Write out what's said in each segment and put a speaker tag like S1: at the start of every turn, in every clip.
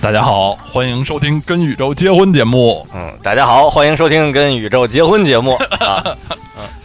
S1: 大家好，欢迎收听《跟宇宙结婚》节目
S2: 嗯，大家好，欢迎收听《跟宇宙结婚》节目啊！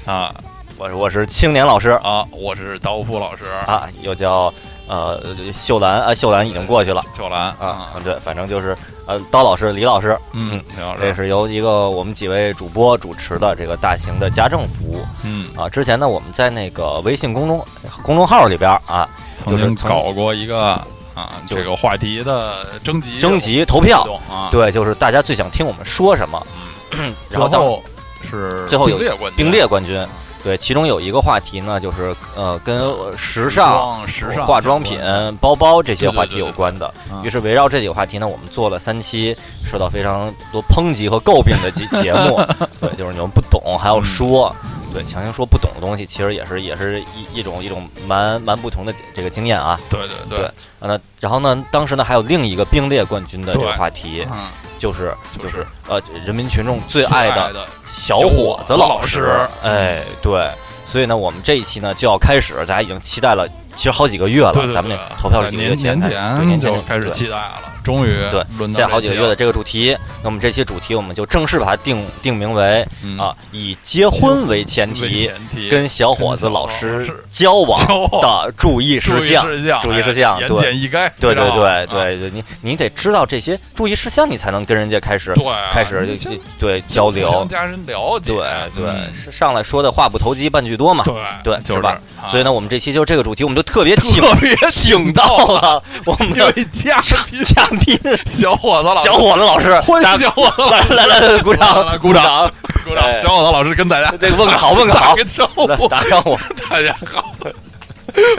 S1: 啊
S2: 我是我是青年老师
S1: 啊！我是刀夫老师，
S2: 啊，又叫呃秀兰啊，秀兰已经过去了
S1: 秀兰
S2: 啊，对，反正就是呃刀老师、李老师，
S1: 嗯，李老
S2: 这
S1: 师，
S2: 是由一个我们几位主播主持的这个大型的家政服务
S1: 嗯，
S2: 啊。之前呢，我们在那个微信公众公众号里边啊
S1: 曾
S2: 就是
S1: 经
S2: 曾
S1: 搞过一个啊
S2: 就
S1: 这个话题的征集
S2: 征集投票
S1: 活，动啊，嗯
S2: 对，就是大家最想听我们说什么，
S1: 最
S2: 然后当
S1: 后是
S2: 最后有
S1: 并列啊冠军
S2: 并列冠军。对，其中有一个话题呢，就是呃，跟呃时尚、
S1: 装时尚啊
S2: 化妆品、包包这些话题
S1: 对对对对
S2: 有关的。
S1: 嗯
S2: 于是围绕这几个话题呢，我们做了三期受到非常多抨击和诟病 的节节目。对，就是你们不懂还
S1: 嗯
S2: 要说，对，强行说不懂的东西，其实也是也是一一种一种蛮蛮不同的这个经验啊。
S1: 对对对
S2: 对，啊那然后呢，当时呢还有另一个并列冠军的这个
S1: 对
S2: 话题，
S1: 嗯，
S2: 就是
S1: 就
S2: 就是是呃人民群众最
S1: 最
S2: 爱的
S1: 的
S2: 小伙子
S1: 小伙子
S2: 老
S1: 老师
S2: 哎，对，所以呢，我们这一期呢就要开始，大家已经期待了，其实好几个月了，
S1: 对对
S2: 咱们
S1: 对
S2: 那投票是
S1: 在
S2: 几个月
S1: 年
S2: 前
S1: 年
S2: 开始对年
S1: 前就
S2: 前
S1: 开始
S2: 对
S1: 期待了，终于
S2: 对
S1: 轮
S2: 现
S1: 到
S2: 在好几个月的
S1: 这
S2: 这个主题，那么这期主题我们就正式把它定定名为
S1: 期了嗯
S2: 啊，以结婚为前
S1: 为
S2: 提，
S1: 前提
S2: 跟小伙子老
S1: 跟小
S2: 师
S1: 伙子老师
S2: 交往
S1: 交往
S2: 的注意
S1: 注
S2: 事
S1: 意
S2: 项。
S1: 事项，
S2: 注意事
S1: 哎
S2: 项
S1: 言
S2: 对
S1: 简意�赅，非
S2: 对对
S1: 常好
S2: 对
S1: 啊
S2: 对对，你你得知道这些注意事项，你才能跟人家开始
S1: 对啊，
S2: 开始
S1: 你先
S2: 就就对交
S1: 互相
S2: 流。
S1: 加深了解，
S2: 对对，
S1: 嗯
S2: 是上来说的话不投机半句多嘛。
S1: 对
S2: 对
S1: 就是啊是
S2: 吧？
S3: 啊
S2: 所 以
S1: 呢，
S2: 呢，我们这期就这个主题，我们就特别请
S1: 特别
S2: 请到了我们
S1: 有
S2: 的
S1: 一 嘉宾
S2: 嘉宾
S1: 小伙子老师
S2: 小，伙子老师，
S1: 欢
S2: 大
S1: 迎
S2: 家
S1: 小伙子老
S2: 来
S1: 师，
S2: 来来来，鼓掌
S1: 来来
S2: 鼓
S1: 鼓掌
S2: 掌，
S1: 鼓掌
S2: 哎
S1: 小伙子老师跟大家
S2: 这个问个 好问个
S1: 打
S2: 好
S1: 个，招呼
S2: 来，打让我，
S1: 大家好，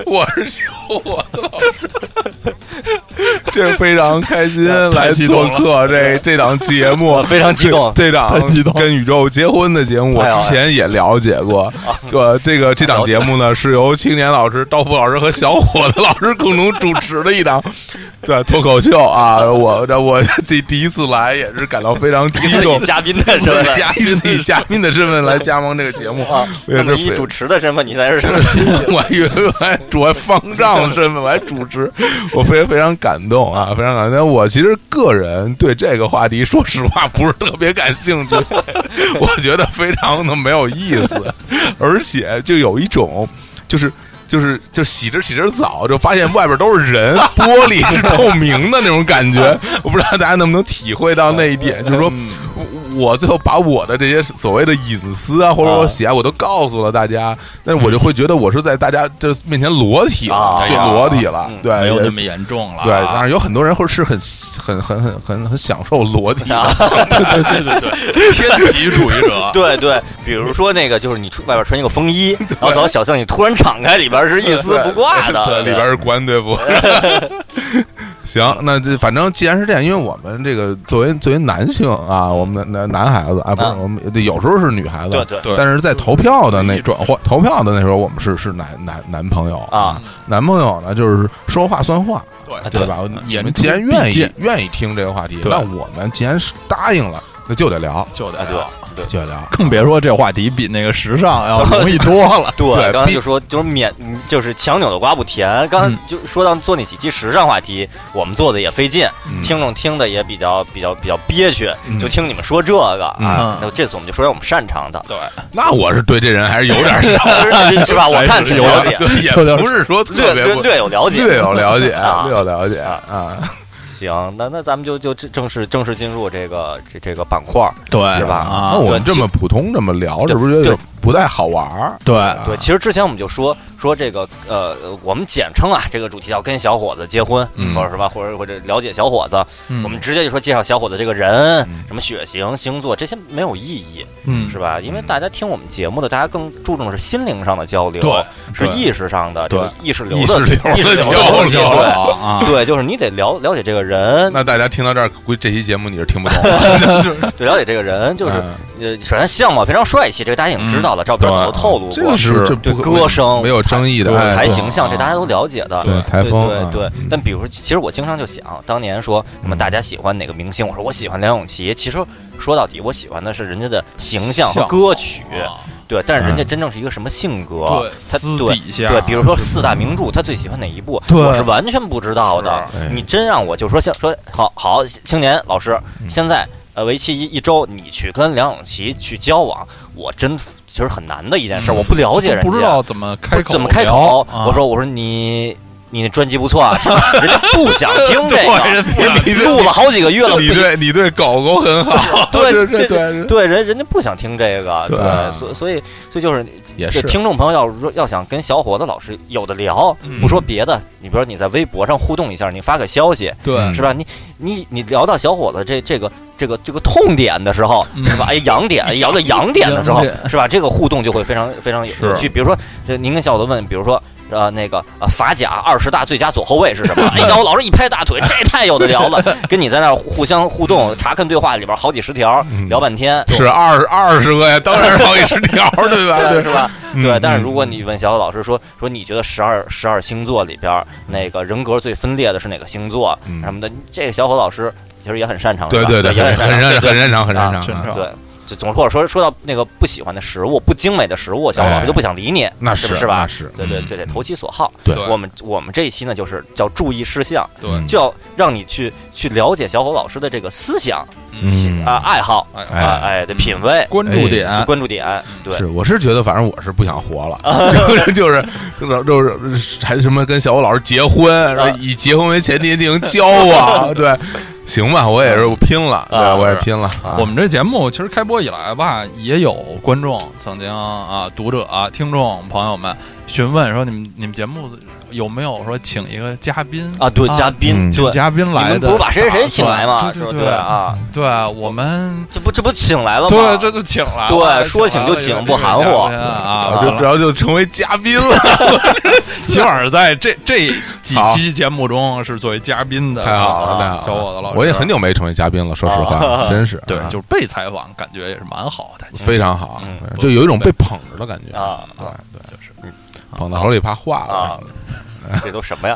S1: 我是小伙子老师，
S4: 这非常开心
S1: 太
S4: 来
S1: 激动
S4: 做
S1: 了
S4: 客这这档节目
S2: 非常激动
S4: 这这档
S1: 太激动
S4: 跟宇宙结婚的节目，我
S2: 哎呦
S4: 之前也了解过。呃，这个这档节目呢，是由青年老师、刀夫老师和小伙子老师共同主持的一档对脱口秀啊。我这我这第一次来也是感到非常激动
S2: 以，嘉宾的身份
S4: 对加以自己嘉宾的身份来加盟这个节目
S2: 啊，，
S4: 我也
S2: 那么
S4: 是
S2: 以
S4: 非
S2: 主持的身份，你才是什么？
S4: 我还以为我还主还方丈的身份，我还主持，我非常非常感动啊，非常感动。但我其实个人对这个话题，说实话不是特别感兴趣，我觉得非常的没有意思，而且就有一种就是。就是就洗着洗着澡，就发现外边都是人，玻璃是透明的那种感觉。我不知道大家能不能体会到那一点，就是说我我最后把我的这些所谓的隐私啊，或者说喜爱，我都告诉了大家，但是我就会觉得我是在大家这面前裸体了
S2: 啊，
S4: 对裸体了
S2: 嗯，
S4: 对，
S1: 没有
S4: 也
S1: 那么严重了，
S4: 对，
S2: 啊
S4: 当然有很多人会是很很很很很很享受裸体
S2: 啊
S4: 的，
S1: 对 对对对，天体主义者，
S2: 对对，比如说那个，就是你出外边穿一个风衣，然后走到小巷，你突然敞开，里边是一丝不挂的，
S4: 对，里边是国安队服。 行，那这反正既然是这样，因为我们这个作为作为男性啊，我们男男男孩子啊，不是
S2: 啊
S4: 我们对有时候是女孩子，
S2: 嗯对对
S1: 对
S4: 但是在投票的那转换投票的那时候，我们是是男男男朋友
S2: 啊，
S4: 男朋友呢就是说话算话，
S1: 对
S2: 对
S4: 对吧？你
S1: 言
S4: 们
S1: 出
S4: 既然愿
S1: 必
S4: 意
S1: 践
S4: 愿意听这个话题，
S1: 对
S4: 那我们既然是答应了，那就得聊，
S1: 就得
S2: 啊
S1: 聊
S2: 对。
S4: 就得 聊。
S1: 更别说这话题比那个时尚要容易多了
S2: 对，
S4: 对
S2: 刚才
S4: 必
S2: 就说就是免，就是强扭的瓜不甜。刚
S1: 嗯
S2: 才就说到做那几期时尚话题，我们做的也费劲，
S4: 嗯
S2: 听众听的也比较比较比较憋屈，
S4: 嗯
S2: 就听你们说这个啊
S1: 嗯。，
S2: 那这次我们就说点我们擅长的
S1: 对，
S4: 那我是对这人还是有 点儿
S2: 是吧？我看挺了解，
S4: 对，也
S1: 有点
S4: 不是说
S2: 略
S4: 特别
S2: 略
S4: 不
S2: 略有了解，
S4: 略有了解，
S2: 啊
S4: 略有了解
S2: 啊
S4: 啊。
S2: 行，那那咱们就就正正式正式进入这个这这个板块儿。
S1: 对
S2: 是吧
S1: 啊
S4: 那，我们
S2: 对
S4: 这么普通这么聊，
S2: 对
S4: 是不是有
S2: 对
S4: 点不太好玩儿？
S1: 对
S4: 啊
S2: 对，其实之前我们就说说这个呃，我们简称啊，这个主题叫跟小伙子结婚，
S4: 嗯
S2: 或者是吧，或者或者了解小伙子，
S1: 嗯
S2: 我们直接就说介绍小伙子这个人
S4: 嗯，
S2: 什么血型、星座这些没有意义，
S1: 嗯
S2: 是吧？因为大家听我们节目的，大家更注重的是心灵上的交流，
S1: 对，
S2: 是
S4: 对
S2: 意识上的，
S1: 对
S2: 这个意识流
S4: 意识
S2: 的
S4: 流
S2: 意识
S4: 的
S2: 流
S4: 交
S2: 东西
S4: 流
S2: 对
S1: 啊，
S2: 对，就是你得了了解这个人，
S4: 那大家听到这儿，估计这期节目你是听不懂的，
S2: 对，了解这个人 就是
S4: 嗯
S2: 呃，首先相貌非常帅气，这个大家已经知道了，照片早就透露
S4: 这
S2: 过
S4: 个，是
S1: 是
S4: 这
S2: 对
S4: 不
S2: 歌声
S4: 没有争议的，
S1: 对
S4: 哎
S2: 台
S4: 对
S2: 形象这大家都了解的，
S4: 对台风啊嗯
S2: 对对对，但比如说，其实我经常就想，当年说什么大家喜欢哪个明星，我说我喜欢梁咏琪，其实说到底，我喜欢的是人家的形象和
S1: 像
S4: 哦
S2: 歌曲。
S1: 啊
S2: 对，但是
S4: 嗯
S2: 人家真正是一个什么性格，他
S3: 私
S2: 对
S3: 底下
S2: 对，比如说四大名著，他最喜欢哪一部，
S3: 对
S2: 我是完全不知道的。
S4: 是哎
S2: 你真让我就说像说好好青年老师，
S4: 嗯
S2: 现在呃为期一一周，你去跟梁咏琪去交往，我真其实很难的一件事，
S3: 嗯
S2: 我不了解人家，
S3: 不知道怎么开
S2: 不
S3: 口，啊
S2: 怎么开口。我，说我说你。你那专辑不错啊，人家不想听这
S4: 对人不想听
S2: 个，录了好几个月了，
S4: 你
S2: 不
S4: 对你对狗狗很好，
S2: 对
S4: 哦这
S2: 这
S4: 这对
S2: 对人人家不想听这个，
S4: 对啊
S2: 对，所所以所以就是
S4: 也
S2: 这
S4: 是
S2: 听众朋友要如要想跟小伙子老师有的聊，
S3: 嗯
S2: 不说别的，你比如说你在微博上互动一下，你发个消息。
S3: 对
S4: 嗯
S2: 是吧？你你你聊到小伙子这这个这个这个痛点的时候，
S3: 嗯
S2: 是吧？哎，痒点， 哎聊到痒点的时候
S3: 痒，点
S2: 是吧？这个互动就会非常非常有
S4: 是
S2: 有趣。比如说，这您跟小伙子问，比如说呃那个呃法甲二十大最佳左后卫是什 么？哎，小伙老师一拍大腿，这太有的聊了。跟你在那儿互相互动，查看对话里边好几十条，
S4: 嗯
S2: 聊半天。
S4: 是二二十个呀，当然是好几十条，对吧？
S2: 对
S4: 对
S2: 是吧？
S4: 嗯
S2: 对，但是如果你问小小老师说说你觉得十二十二星座里边儿那个人格最分裂的是哪个星座
S4: 嗯
S2: 什么的，这个小伙老师其实也很擅长，
S4: 对
S2: 是吧
S4: 对
S2: 也
S4: 很
S2: 很
S4: 很
S2: 擅
S4: 擅
S2: 长，
S4: 很擅长，很擅
S3: 啊
S4: 长
S3: 正
S4: 啊
S3: 常。
S2: 对。就总或者说说到那个不喜欢的食物、不精美的食物，小伙老师就不想理你，
S4: 哎那
S2: 是不
S4: 是
S2: 吧
S4: 那？是嗯
S2: 对对对对，投其所好。
S4: 对
S2: 我们我们这一期呢，就是叫注意事项，
S3: 对，
S4: 嗯
S2: 就要让你去去了解小伙老师的这个思想
S4: 嗯
S2: 啊、爱好
S3: 哎
S4: 哎啊
S2: 啊、哎的品味、
S3: 关注点，
S2: 关注点，啊对
S4: 是，我是觉得，反正我是不想活 了，就是就是就是还什么跟小欧老师结婚，
S2: 啊
S4: 然后以结婚为前提进行交往，对，行吧，我也是我拼了，对，
S2: 啊
S4: 我也
S3: 是
S4: 拼了，啊
S3: 我们这节目其实开播以来吧，也有观众曾经啊，读者啊、听众朋友们询问说，你们你们节目有没有说请一个嘉宾
S2: 啊，对嘉宾，
S4: 嗯
S3: 请
S2: 对，
S3: 嘉宾
S2: 你
S3: 来
S2: 们
S3: 的打算？啊
S2: 不是把谁谁谁请来吗？
S3: 对
S2: 是吧？
S3: 对
S2: 对啊，
S3: 对，我们
S2: 这不这不请来了吗？
S3: 对这就请了，
S2: 对说请就请不含糊
S3: 啊！
S4: 啊就
S3: 完
S4: 然
S3: 了
S4: 后就成为嘉宾了，
S3: 起 码在这这几期节目中是作为嘉宾的，啊
S4: 太好了，太好了，
S3: 小伙子老师
S4: 我也很久没成为嘉宾了，说实话，
S2: 啊
S4: 真是
S3: 对
S4: 啊，
S3: 就是被采访，感觉也是蛮好的，
S4: 非常好
S2: 嗯，
S4: 对就有一种被捧着的感觉
S2: 啊
S4: 对对，
S3: 就是
S4: 捧到手里怕化
S2: 啊
S4: 了，
S2: 这都什么呀？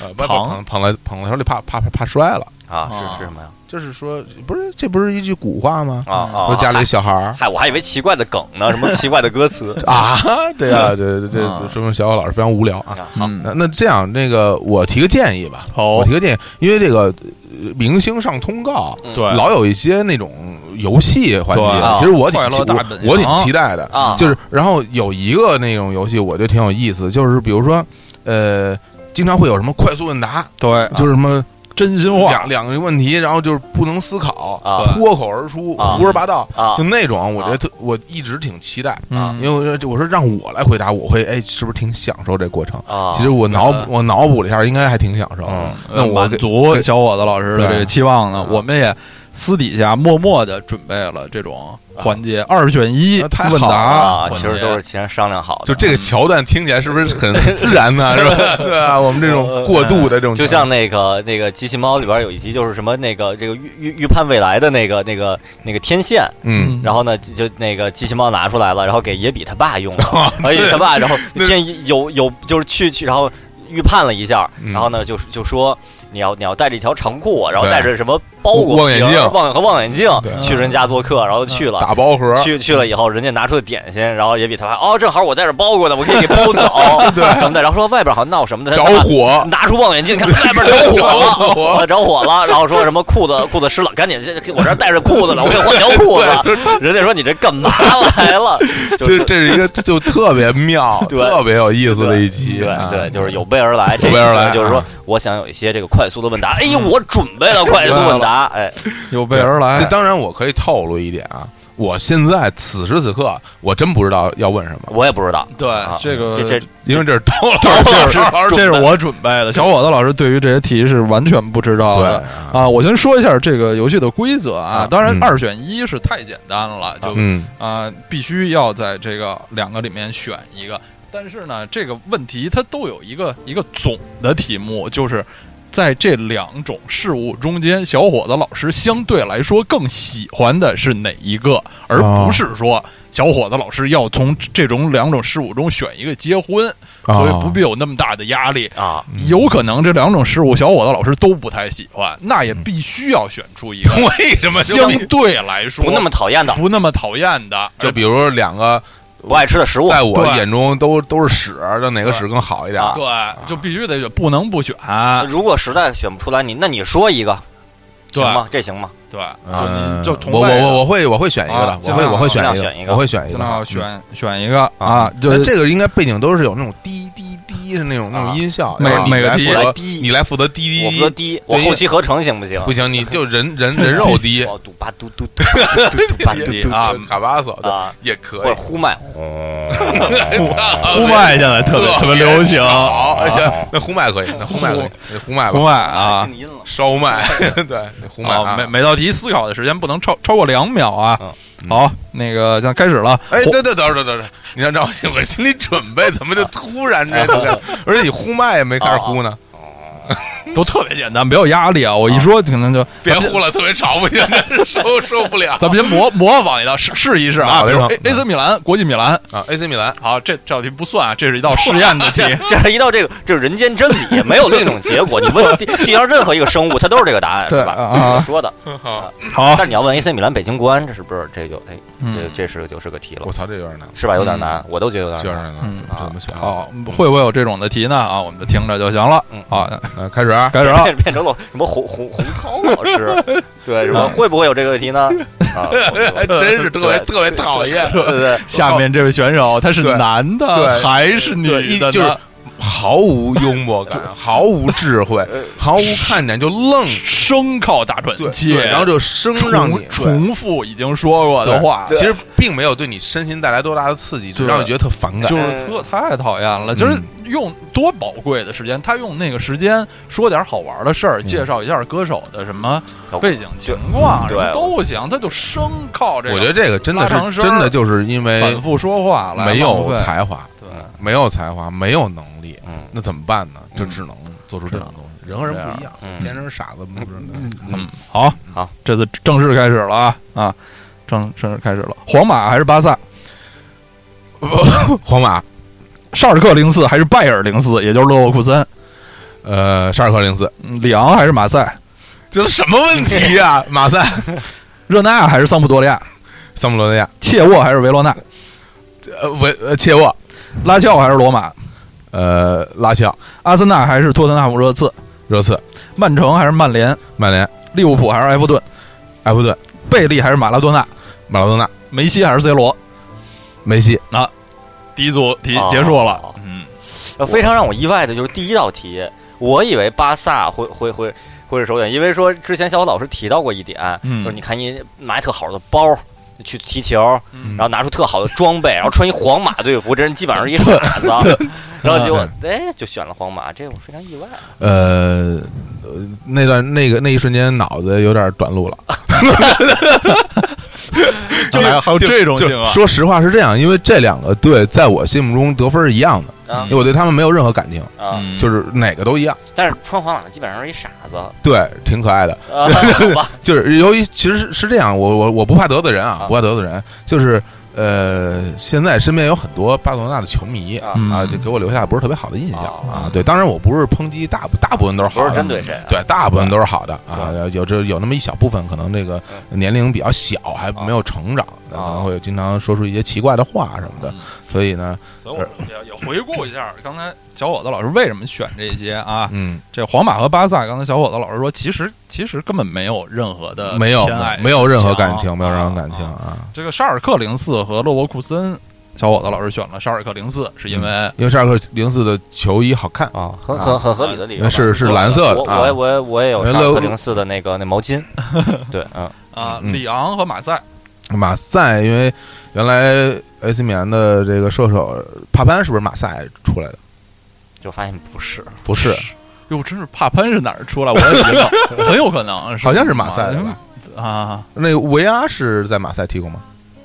S4: 呃不
S3: 捧
S4: 捧捧了捧到手里怕怕怕怕摔了。
S2: 啊，是是什么呀？
S4: 就是说，不是这不是一句古话吗？
S2: 啊啊，
S4: 说家里小 孩儿
S2: 嗨，我还以为奇怪的梗呢，什么奇怪的歌 词
S4: 啊，对啊，对对
S3: 啊
S4: 对，说明小伙老师非常无聊啊。
S2: 啊。好，
S3: 嗯
S4: 那那这样，那个我提个建议吧，
S3: 好
S4: 我提个建议，因为这个呃明星上通告，
S3: 对
S4: 老有一些那种游戏环
S3: 对
S4: 节
S2: 啊，
S4: 其实我挺
S3: 快乐
S4: 期
S3: 大
S4: 我
S3: 本营
S4: 我挺期待的
S2: 啊
S4: 就是然后有一个那种游戏，我觉得挺有意思，就是比如说，呃，经常会有什么快速问答，
S3: 对，啊
S4: 就是什么
S3: 真心
S4: 两两个问题，然后就是不能思考，
S2: 啊
S4: 脱口而出，
S2: 啊
S4: 胡说八道，
S2: 啊
S4: 就那种，我觉
S2: 啊
S4: 得特我一直挺期待，
S3: 嗯
S4: 啊因为我说我说让我来回答，我会哎，是不是挺享受这过程？
S2: 啊，
S4: 其实我脑
S3: 对
S4: 补我脑补了一下，应该还挺享受的。那我
S3: 呃满
S4: 给
S3: 足
S4: 给
S3: 小伙子老师的这个
S4: 对啊
S3: 期望呢，
S2: 嗯
S3: 我们也私底下默默的准备了这种环节，二选一
S4: 啊太好
S3: 问答，
S2: 啊，
S3: 环
S2: 其
S3: 节
S2: 实都是前商量好的，
S4: 就这个桥段听起来是不是很很自然呢？是吧？对啊，我们这种过度的这种桥段，
S2: 就像那个那个机器猫里边有一集，就是什么那个这个预预预判未来的那个那个那个天线，
S4: 嗯，
S2: 然后呢就就那个机器猫拿出来了，然后给野比他爸用了，
S4: 啊
S2: 野比他爸，然后
S4: 那
S2: 天有有就是去去，然后预判了一下，
S4: 嗯
S2: 然后呢就是就说你要你要带着一条长裤，然后
S4: 对
S2: 带着什么包裹
S4: 望远
S2: 瓶
S4: 镜
S2: 望和望远镜
S4: 对嗯
S2: 去人家做客，然后去了。
S4: 打包盒，
S2: 去去了以后，人家拿出的点心，然后也比他爸哦，正好我带着包裹呢，我可以给包 走，对什么的。然后说外边好像闹什么的，
S4: 着火，
S2: 拿出望远镜看外边着火了，啊着火了，然后说什么裤子裤子湿了，赶紧这我这儿带着裤子呢，我给你换条裤子。人家说你这干嘛来了？ 就
S4: 这这是一个就特别妙、
S2: 对
S4: 特别有意思的
S2: 对
S4: 一期。啊
S2: 对，就是有备而来，这
S4: 有备而来
S2: 就是说
S4: 啊，
S2: 我想有一些这个快速的问答。哎，我准备了快速问答，哎，
S3: 有备而来
S4: 这。哎当然，我可以透露一点啊，我现在此时此刻，我真不知道要问什么，
S2: 我也不知道。
S3: 对
S2: 啊，
S3: 呃这个
S2: 这这
S4: 因为这是周
S2: 老
S4: 老
S2: 师
S4: 师，
S3: 这是我准备的。小伙子老师对于这些题是完全不知道
S4: 对
S3: 的。
S4: 啊，
S3: 啊，我先说一下这个游戏的规则啊
S2: 啊，
S3: 当然
S4: 嗯
S3: 二选一是太简单了，就
S4: 嗯
S3: 啊、必须要在这个两个里面选一个。但是呢，这个问题它都有一个一个总的题目，就是在这两种事物中间，小伙子老师相对来说更喜欢的是哪一个，而
S4: 哦
S3: 不是说小伙子老师要从这种两种事物中选一个结婚，
S4: 啊
S3: 所以不必有那么大的压力。
S2: 啊，
S4: 嗯
S3: 有可能这两种事物，小伙子老师都不太喜欢，那也必须要选出一个
S4: 嗯 为什么就
S3: 相对来说
S2: 不那么讨厌的
S3: 不那么讨厌的，
S4: 就比如两个
S2: 不爱吃的食物，
S4: 在我
S3: 对
S4: 眼中都都是屎，就哪个屎更好一点？
S2: 啊
S3: 对，就必须得选，不能不选。
S2: 如果实在选不出来，你那你说一个，行
S3: 对
S2: 吗？这行吗？
S3: 对，就
S4: 嗯
S3: 你就同
S4: 我
S3: 辈
S4: 我
S3: 的
S4: 我我会我会选一个的
S3: 啊，
S4: 我
S3: 尽
S4: 会
S3: 量
S4: 我会
S2: 尽
S4: 选
S2: 量
S4: 一
S2: 选一
S4: 个，
S2: 个
S4: 我会选一
S3: 尽
S4: 个
S3: 量
S4: 嗯
S3: 选选一个
S4: 啊
S3: 啊，，就
S4: 那这个应该背景都是有那种滴滴滴是那种那种音效，
S3: 每
S4: 然后你
S3: 每个
S4: 来
S3: 滴
S4: 负
S2: 我
S4: 责
S2: 来滴
S4: 你来负责滴滴
S2: 我
S4: 滴，
S2: 负责第一，我
S4: 对
S2: 后期合成行不行？
S4: 不行，你就人人人 肉滴，
S2: 我哦嘟吧嘟嘟嘟吧嘟嘟吧嘟 嘟
S3: 啊
S4: 对卡巴索的
S2: 啊，
S4: 也
S2: 或
S4: 可
S2: 者
S4: 以，
S2: 呼麦，
S3: 呼麦现在特别特别流行，
S4: 好，而且那呼麦可以，那呼麦可以，那呼麦
S3: 啊
S4: 吧
S3: 呼麦啊
S2: 静。音了。
S4: 烧麦，对，那呼麦
S3: 啊，
S4: 啊
S3: 每，每道题思考的时间不能超超过两秒啊！
S4: 嗯
S3: 好，那个咱开始了。
S4: 哎，
S3: 火
S4: 对对，等会儿等会儿等会儿，你让让我心我心里准备，怎么就突然这就开始，而且你呼麦也没开始呼呢，
S3: 都特别简单，没有压力啊！我一说可能就
S4: 别呼了，特别吵，不行，真是受受不 了
S3: 咱们先模模仿一道，试试一试啊！
S4: 脑
S3: 比
S4: 袋
S3: 如
S4: 上
S3: A AC 米兰、国际米兰，
S4: 啊！AC 米兰，
S3: 好，这这道题不算啊，这是一道试验的题。
S2: 这是一道这个这是人间真理，没有另一种结果。你问地地上任何一个生物，它都是这个答案，
S3: 对
S2: 是吧？
S3: 啊
S2: 我说的。
S4: 好，
S3: 好
S2: 但，是你要问 AC 米兰、北京国安，这是不是这就哎，
S3: 嗯
S4: 嗯
S2: 这这是就是个题了
S4: 我，操，这有点难，
S2: 是吧？有点
S4: 嗯
S2: 难，我都觉得有
S4: 这
S2: 点
S4: 有点
S2: 难。
S4: 难，
S3: 嗯
S4: 这怎么选？，啊
S3: 好，会不会有这种的题呢？啊，我们就听着就行了。
S2: 嗯
S3: 好，
S4: 呃，开始啊，
S3: 开始了。
S2: 变变成了什么洪洪洪涛老 师，对，什么会不会有这个问题呢？啊，
S4: 哎， 真 是特别特别讨厌。
S2: 对对对，
S3: 下面这位选手他是
S4: 对
S3: 男的
S4: 对
S3: 还是女
S4: 一
S3: 的呢？嗯
S4: 就是嗯毫无幽默 感，毫无智慧，
S3: 呃
S4: 毫无看点，就愣
S3: 声靠大喘
S4: 对，
S3: 气，
S4: 对然后就生让你
S3: 重
S4: 对
S3: 重复已经说过的
S4: 对
S3: 话，
S4: 其实并没有对你身心带来多大的刺激，只
S3: 对嗯
S4: 让你觉得特反感
S3: 就。
S2: 哎
S3: 是特太讨厌了。就是用多宝贵的时间，他用那个时间说点好玩的事儿，介绍一下歌手的什么背景情况，什
S2: 对
S3: 么都行，他就生靠这个，
S4: 我觉得这个真的
S3: 拉长
S4: 是
S3: 声儿
S4: 真的就是因为
S3: 反复说话来
S4: 没
S3: 浪
S4: 有
S3: 费
S4: 才华，
S3: 对
S4: 没有才华，没有能力，
S2: 嗯
S4: 那怎么办呢？就
S3: 嗯
S4: 只能做出这种东西。人啊和人不一样
S2: 嗯，
S4: 天生傻子不是？
S3: 嗯，好，
S2: 好，
S3: 这次正式开始了啊啊，正正式开始了，皇马还是巴萨，
S4: 皇马，
S3: 沙尔克零四还是拜耳零四，也就是勒沃库森，
S4: 呃，沙尔克零四，
S3: 嗯里昂还是马赛，
S4: 这什么问题 呀？马赛、
S3: 热那亚还是桑普多利亚，
S4: 桑普罗尼亚、
S3: 切沃还是维罗纳，
S4: 呃维呃切沃、
S3: 拉齐奥还是罗马，
S4: 呃拉齐奥、
S3: 阿森纳还是托特纳姆热刺，
S4: 热刺、
S3: 曼城还是曼联，
S4: 曼联、
S3: 利物浦还是埃弗顿，
S4: 埃弗顿、
S3: 贝利还是马拉多纳，
S4: 马拉多纳、
S3: 梅西还是 C 罗。
S4: 梅西。
S3: 第一组题
S2: 哦
S3: 结束了，嗯，
S2: 呃非常让我意外的就是第一道题，我以为巴萨会会会会是首选，因为说之前小伙老师提到过一点，
S3: 嗯
S2: 就是你看你拿一特好的包。去踢球，
S3: 嗯
S2: 然后拿出特好的装备，然后穿一皇马队服，这人基本上是一傻子，然后结果
S4: 嗯
S2: 哎就选了皇马，这我非常意外。
S4: 呃，呃那段那个那一瞬间脑子有点短路了，
S3: 还有还有哦这种情
S4: 就
S3: 况，
S4: 说实话是这样，因为这两个队在我心目中得分是一样的，
S2: 啊
S4: 因为我对他嗯们没有任何感情，
S2: 啊！
S3: 嗯
S4: 就是哪个都一样，
S2: 但是穿皇马的基本上是一傻子，
S4: 对，挺可爱的。
S2: 啊，好吧，
S4: 就是由于其实是是这样，我我我不怕得罪人啊
S2: 啊，
S4: 不怕得罪人，就是呃，现在身边有很多巴塞罗那的球迷。
S2: 啊
S3: 嗯
S4: 啊，就给我留下不是特别好的印象
S2: 哦
S4: 啊。对，当然我不是抨击大部大部分都是好
S2: 不
S4: 的，
S2: 是针对谁啊？
S4: 对，大部分都是好的
S2: 对嗯
S4: 啊，有这有那么一小部分可能这个年龄比较小，还没有成长，
S2: 啊
S4: 可能会经常说出一些奇怪的话什么的
S3: 嗯。
S4: 所以呢，
S3: 所以我也也回顾一下刚才小伙子老师为什么选这些啊？
S4: 嗯，
S3: 这皇马和巴萨，刚才小伙子老师说，其实其实根本没有任何的
S4: 没有
S3: 呃偏爱
S4: 没有任何感情，没有任何
S3: 啊
S4: 感情
S3: 啊
S4: 啊，
S3: 这个沙尔克零四和勒沃库森，小伙子老师选了沙尔克零四，是
S4: 嗯
S3: 因为
S4: 因为沙尔克零四的球衣好看，
S2: 啊，很很很合理的理由吧，
S4: 嗯呃是是蓝色的
S2: 我
S4: 啊
S2: 我我也我也有
S4: 哎
S2: 沙
S4: 勒
S2: 克零四的那个那毛 巾，对，嗯，
S3: 啊，
S4: 嗯
S3: 里昂和马赛
S4: 马赛因为原来 AC 米兰的这个射手帕潘是不是马赛出来的？
S2: 就发现不是，
S4: 不是，
S3: 哟，真是帕潘是哪儿出来？我也不 知道，很有可能是
S4: 好像是马赛的吧？
S3: 啊，
S4: 那个维阿是在马赛踢过吗？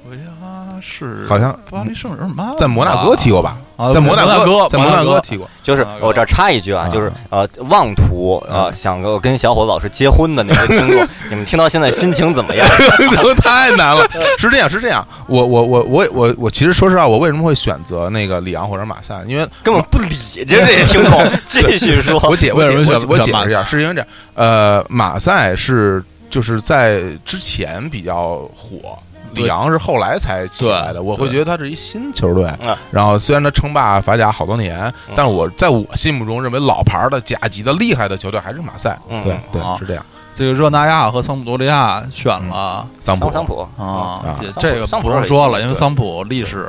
S3: 维亚哎是
S4: 好像
S3: 巴黎圣日耳曼吧，
S4: 在摩纳哥踢过吧？
S3: 啊，
S4: 在摩
S3: 纳
S4: 哥，在摩
S3: 摩
S4: 纳
S3: 哥
S4: 踢过。
S2: 就是
S3: 啊
S2: 我这儿插一句啊，
S4: 啊
S2: 就是呃，妄图呃，想跟我跟小伙子老师结婚的那些听众，你们听到现在心情怎么样？
S4: 都太难了。是这样，是这样。我我我我我我其实说实话，我为什么会选择那个里昂或者马赛？因为
S2: 根本不理这这些听众，继续说
S4: 我解我解
S3: 为什么
S4: 我解
S3: 选
S4: 我解
S3: 选马
S4: 释
S3: 赛
S4: 一下，是因为这样，呃，马赛是就是在之前比较火。里昂是后来才起来的，我会
S3: 对
S4: 觉得他是一新球队
S2: 啊。
S4: 然后虽然他称霸法甲好多年，但是我在我心目中认为老牌的甲级的厉害的球队还是马赛。
S2: 嗯
S4: 对对
S3: 啊，
S4: 是这样。
S3: 这个热那亚和桑普多利亚选了
S4: 桑普
S2: 桑，普嗯
S3: 啊
S4: 啊，
S3: 这
S2: 桑普
S3: 这个
S2: 桑普
S3: 不
S2: 是
S3: 用
S2: 也
S3: 说
S2: 行
S3: 了，因为
S2: 对
S3: 桑普历史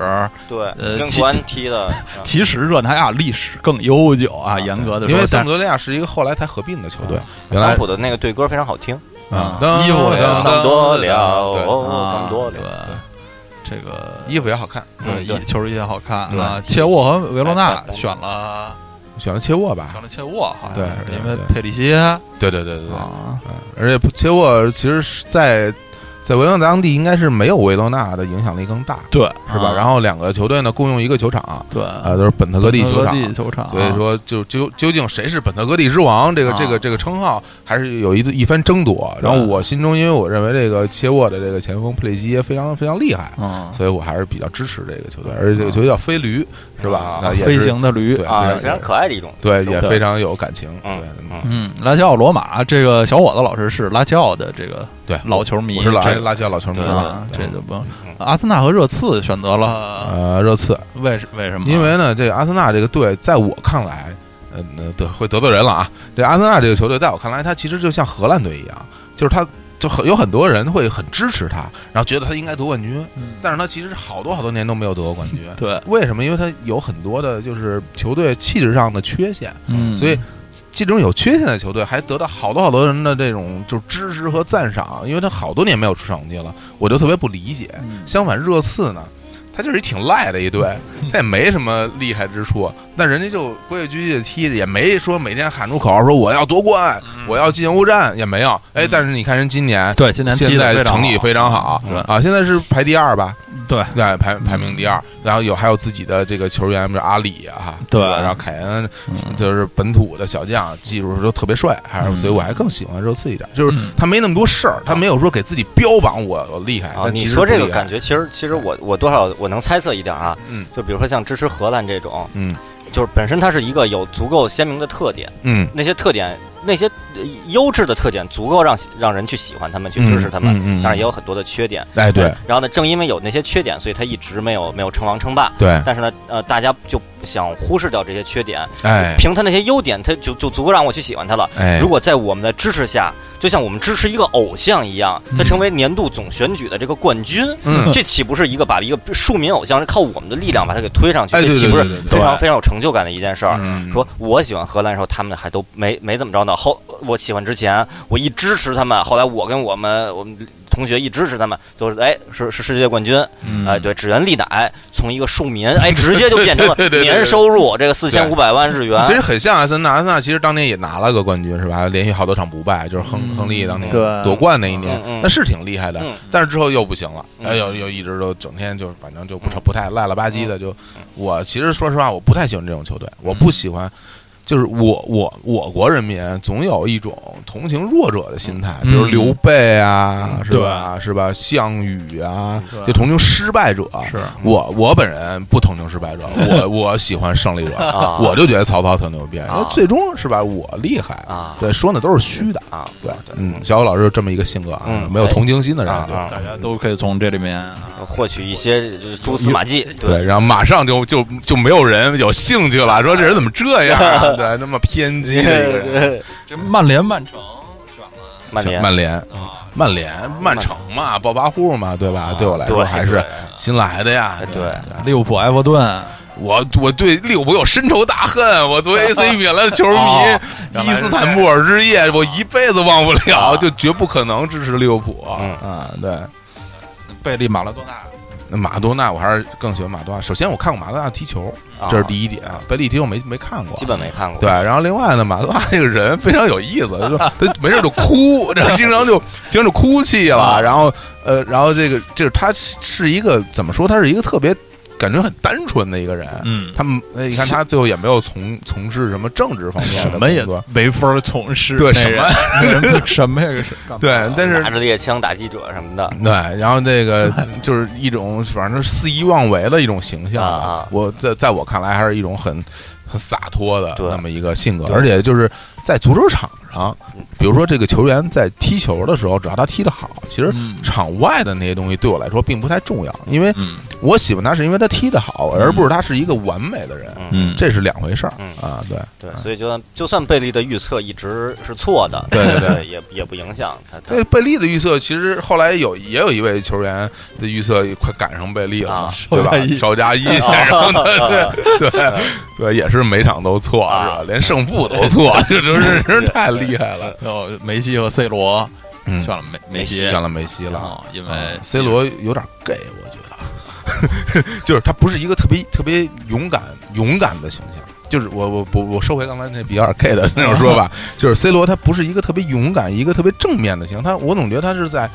S2: 对，
S3: 呃
S2: 跟
S3: 其
S2: 国安踢的，嗯
S3: 其实热那亚历史更悠久啊，严格的说，
S4: 因为桑
S3: 但
S4: 普多利亚是一个后来才合并的球队，原来
S2: 桑普的那个队歌非常好听，呃
S3: 啊
S4: 嗯
S3: 衣服也
S4: 噔噔噔
S2: 桑多了，
S4: 对
S2: 哦桑
S3: 啊，
S2: 多
S3: 对
S2: 了，
S3: 这个
S4: 衣服也好看，
S3: 对
S2: 嗯对
S3: 一球衣也好看
S4: 对
S3: 啊。切沃和维罗纳
S2: 哎哎哎
S3: 选了
S4: 选了切沃吧
S3: 选。了切沃，好像
S4: 对
S3: 是
S4: 对
S3: 因为
S4: 对
S3: 佩里西啊，
S4: 对对对对对，而且切沃其实是在在维罗纳当地应该是没有维罗纳的影响力更大，
S3: 对
S4: 是吧？然后两个球队呢共用一个球场，
S3: 啊对
S4: 啊，都是本特
S3: 格
S4: 格蒂球场。
S3: 地球场，
S4: 所以说，就究究竟谁是本特格蒂之王，这个
S3: 啊
S4: 这个这个称号还是有一一番争夺。
S3: 对
S4: 然后我心中，因为我认为这个切沃的这个前锋佩里西耶非常非常厉害，
S3: 嗯，
S4: 所以我还是比较支持这个球队。而且这个球队叫飞驴，是吧
S2: 啊？
S4: 那也是
S3: 飞行的驴
S4: 对，
S2: 啊，
S4: 非
S2: 非常
S4: 常
S2: 可爱的一种，
S4: 对，
S2: 是吧
S4: 也非常有感情。对
S2: 嗯，
S4: 嗯
S3: 嗯，拉齐奥罗马这个小伙子老师是拉齐奥的这个
S4: 对
S3: 老球迷，
S4: 我是老
S3: 这个
S4: 拉齐奥老球迷
S2: 对
S4: 了
S3: 啊，。这就不用
S2: 嗯。
S3: 阿森纳和热刺选择了
S4: 呃，热刺，
S3: 为什为什么？
S4: 因为呢，这个阿森纳这个队，在我看来，呃，那对会得罪人了啊。这阿森纳这个球队，在我看来，它其实就像荷兰队一样，就是他就很有很多人会很支持他，然后觉得他应该得冠军，
S3: 嗯
S4: 但是他其实好多好多年都没有得过冠军。
S3: 对，
S4: 为什么？因为他有很多的就是球队气质上的缺陷，
S3: 嗯，
S4: 所以这种有缺陷的球队还得到好多好多人的这种就是支持和赞赏，因为他好多年没有出成绩了，我就特别不理解。
S3: 嗯
S4: 相反，热刺呢，他就是一挺赖的一队，
S3: 嗯
S4: 他也没什么厉害之处，但人家就规规矩矩的踢着，也没说每天喊出口说我要夺冠，我要进欧战，也没有。哎，
S3: 嗯
S4: 但是你看人今年。
S3: 对，今年踢
S4: 现
S3: 得
S4: 在
S3: 非常嗯
S4: 成绩非常好
S3: 对
S4: 啊，现在是排第二吧？
S3: 对，嗯
S4: 对，排排名第二。然后有还有自己的这个球员，比如阿里啊，
S3: 对
S4: 吧然后凯恩
S3: 嗯
S4: 就是本土的小将，技术都特别帅，还是
S3: 嗯
S4: 所以我还更喜欢热刺一点，就是
S3: 嗯
S4: 他没那么多事儿，他没有说给自己标榜我我厉害。
S2: 啊，
S4: 但
S2: 你
S4: 其实
S2: 说
S4: 不
S2: 这个
S4: 厉害
S2: 感觉，其实其实我我多少我能猜测一点啊，
S4: 嗯，
S2: 就比如说像支持荷兰这种，
S4: 嗯，
S2: 就是本身它是一个有足够鲜明的特点，
S4: 嗯，
S2: 那些特点那些呃优质的特点足够让喜让人去喜欢他们，去支持他们，
S4: 嗯嗯嗯
S2: 当然也有很多的缺点。
S4: 哎，对，
S2: 然后呢，正因为有那些缺点，所以他一直没有没有称王称霸。
S4: 对，
S2: 但是呢，呃，大家就想忽视掉这些缺点，
S4: 哎
S2: 凭他那些优点，他就就足够让我去喜欢他了。
S4: 哎，
S2: 如果在我们的支持下，就像我们支持一个偶像一样，他成为年度总选举的这个冠军，
S4: 嗯，
S2: 这岂不是一个把一个庶民偶像是靠我们的力量把他给推上去？
S4: 哎，对
S2: 这岂
S4: 对
S2: 不
S4: 对
S2: 是非
S4: 对，
S2: 常非常有成就感的一件事儿？
S4: 嗯，
S2: 说我喜欢荷兰的时候，他们还都没没怎么着呢。后我喜欢之前，我一支持他们，后来我跟我们我们同学一支持他们，就是哎是是世界冠军，
S3: 嗯
S2: 哎对，指原力乃从一个庶民哎直接就变成了
S4: 对对对对对
S2: 年收入这个四千五百万日元
S4: 其，实很像阿森纳，阿森纳其实当年也拿了个冠军，是吧？连续好多场不败，就是亨
S3: 嗯
S4: 亨利当年
S3: 对
S4: 夺冠那一年
S2: 嗯嗯，
S4: 那是挺厉害的
S2: 嗯。
S4: 但是之后又不行了，
S2: 嗯
S4: 哎呦，又一直都整天就反正就不
S2: 嗯
S4: 不太赖了吧唧的。就我其实说实话，我不太喜欢这种球队，我不喜欢。就是我我我国人民总有一种同情弱者的心态，比
S3: 嗯
S4: 如刘备啊，
S3: 嗯
S4: 是吧？是吧？项羽啊，
S3: 对
S4: 就同啊情失败者。
S3: 是
S4: 我我本人不同情失败者，我我喜欢胜利者，
S2: 啊
S4: 我就觉得曹操特牛逼，
S2: 啊
S4: 那最终是吧？我厉害，
S2: 啊
S4: 对，说的都是虚的，
S2: 啊
S4: 对，嗯，小虎老师就这么一个性格啊，
S2: 嗯
S4: 没有同情心的人
S2: 哎，
S4: 对
S2: 啊
S3: 大家都可以从这里面啊
S2: 获取一些呃蛛丝马迹，
S4: 对，然后马上就就就没有人有兴趣了，说这人怎么这样啊， 对，那么偏激的一个人。
S3: 这曼联、曼城选了
S2: 曼联，
S4: 曼联，
S3: 啊，
S4: 曼联，曼城嘛，暴发户嘛，对吧？对我来说
S2: 啊对
S4: 还是新来的呀，
S2: 对
S3: 利物浦、埃弗顿，
S4: 我我对利物浦有深仇大恨，我作为 AC 米兰的球迷，
S3: 哦原来
S4: 伊
S3: 是
S4: 斯坦布尔之夜，我一辈子忘不了，
S2: 啊
S4: 就绝不可能支持利物浦
S2: 嗯
S4: 啊！对，
S3: 贝利、马拉多纳，
S4: 那马多纳我还是更喜欢马多纳。首先我看过马多纳踢球，
S2: 啊
S4: 这是第一点。贝利踢我没没看过，
S2: 基本没看过。
S4: 对，然后另外呢，马多纳这个人非常有意思，就是他没事就哭，然后经常就经常就哭泣了。
S2: 啊
S4: 然后呃，然后这个就是他是一个怎么说？他是一个特别感觉很单纯的一个人。
S3: 嗯，
S4: 他们哎你看他最后也没有从从事什么政治方面的
S3: 嗯什么也
S4: 工作
S3: 没法从事，
S4: 对
S3: 那
S4: 什么
S3: 人那人什么 呀？是干嘛
S4: 对，但是
S2: 拿着猎枪打记者什么的，
S4: 对，然后这 个就是一种反正是肆意妄为的一种形象吧
S2: 啊啊
S4: 我在在我看来还是一种很很洒脱的
S2: 对
S4: 那么一个性格，
S2: 对
S4: 而且就是在足球场上，比如说这个球员在踢球的时候，只要他踢得好，其实
S3: 嗯
S4: 场外的那些东西对我来说并不太重要，因为
S3: 嗯
S4: 我喜欢他是因为他踢得好，
S3: 嗯
S4: 而不是他是一个完美的人，
S2: 嗯
S3: 嗯，
S4: 这是两回事儿
S2: 嗯
S4: 啊。对，
S2: 对，所以就算就算贝利的预测一直是错的，
S4: 对对对
S2: 也也不影响他他
S4: 这贝利的预测其实后来有也有一位球员的预测快赶上贝利了嘛
S2: 啊，
S4: 对吧
S3: 邵佳一？
S4: 邵佳一先生
S2: 呃
S4: 的， 对对对，也是每场都错，
S2: 啊
S4: 是吧？连胜负都错， 这真是真是太厉害了。
S3: 然后梅西和 C 罗
S4: 嗯
S3: 选了梅梅西，
S4: 选了梅西了
S3: 啊，因为
S4: 啊 C 罗有点 gay，我觉得， 就是他不是一个特别特别勇敢勇敢的形象。就是我我我我收回刚才那比较 gay 的那种说法，就是 C 罗他不是一个特别勇敢、一个特别正面的形象，他我总觉得他是在。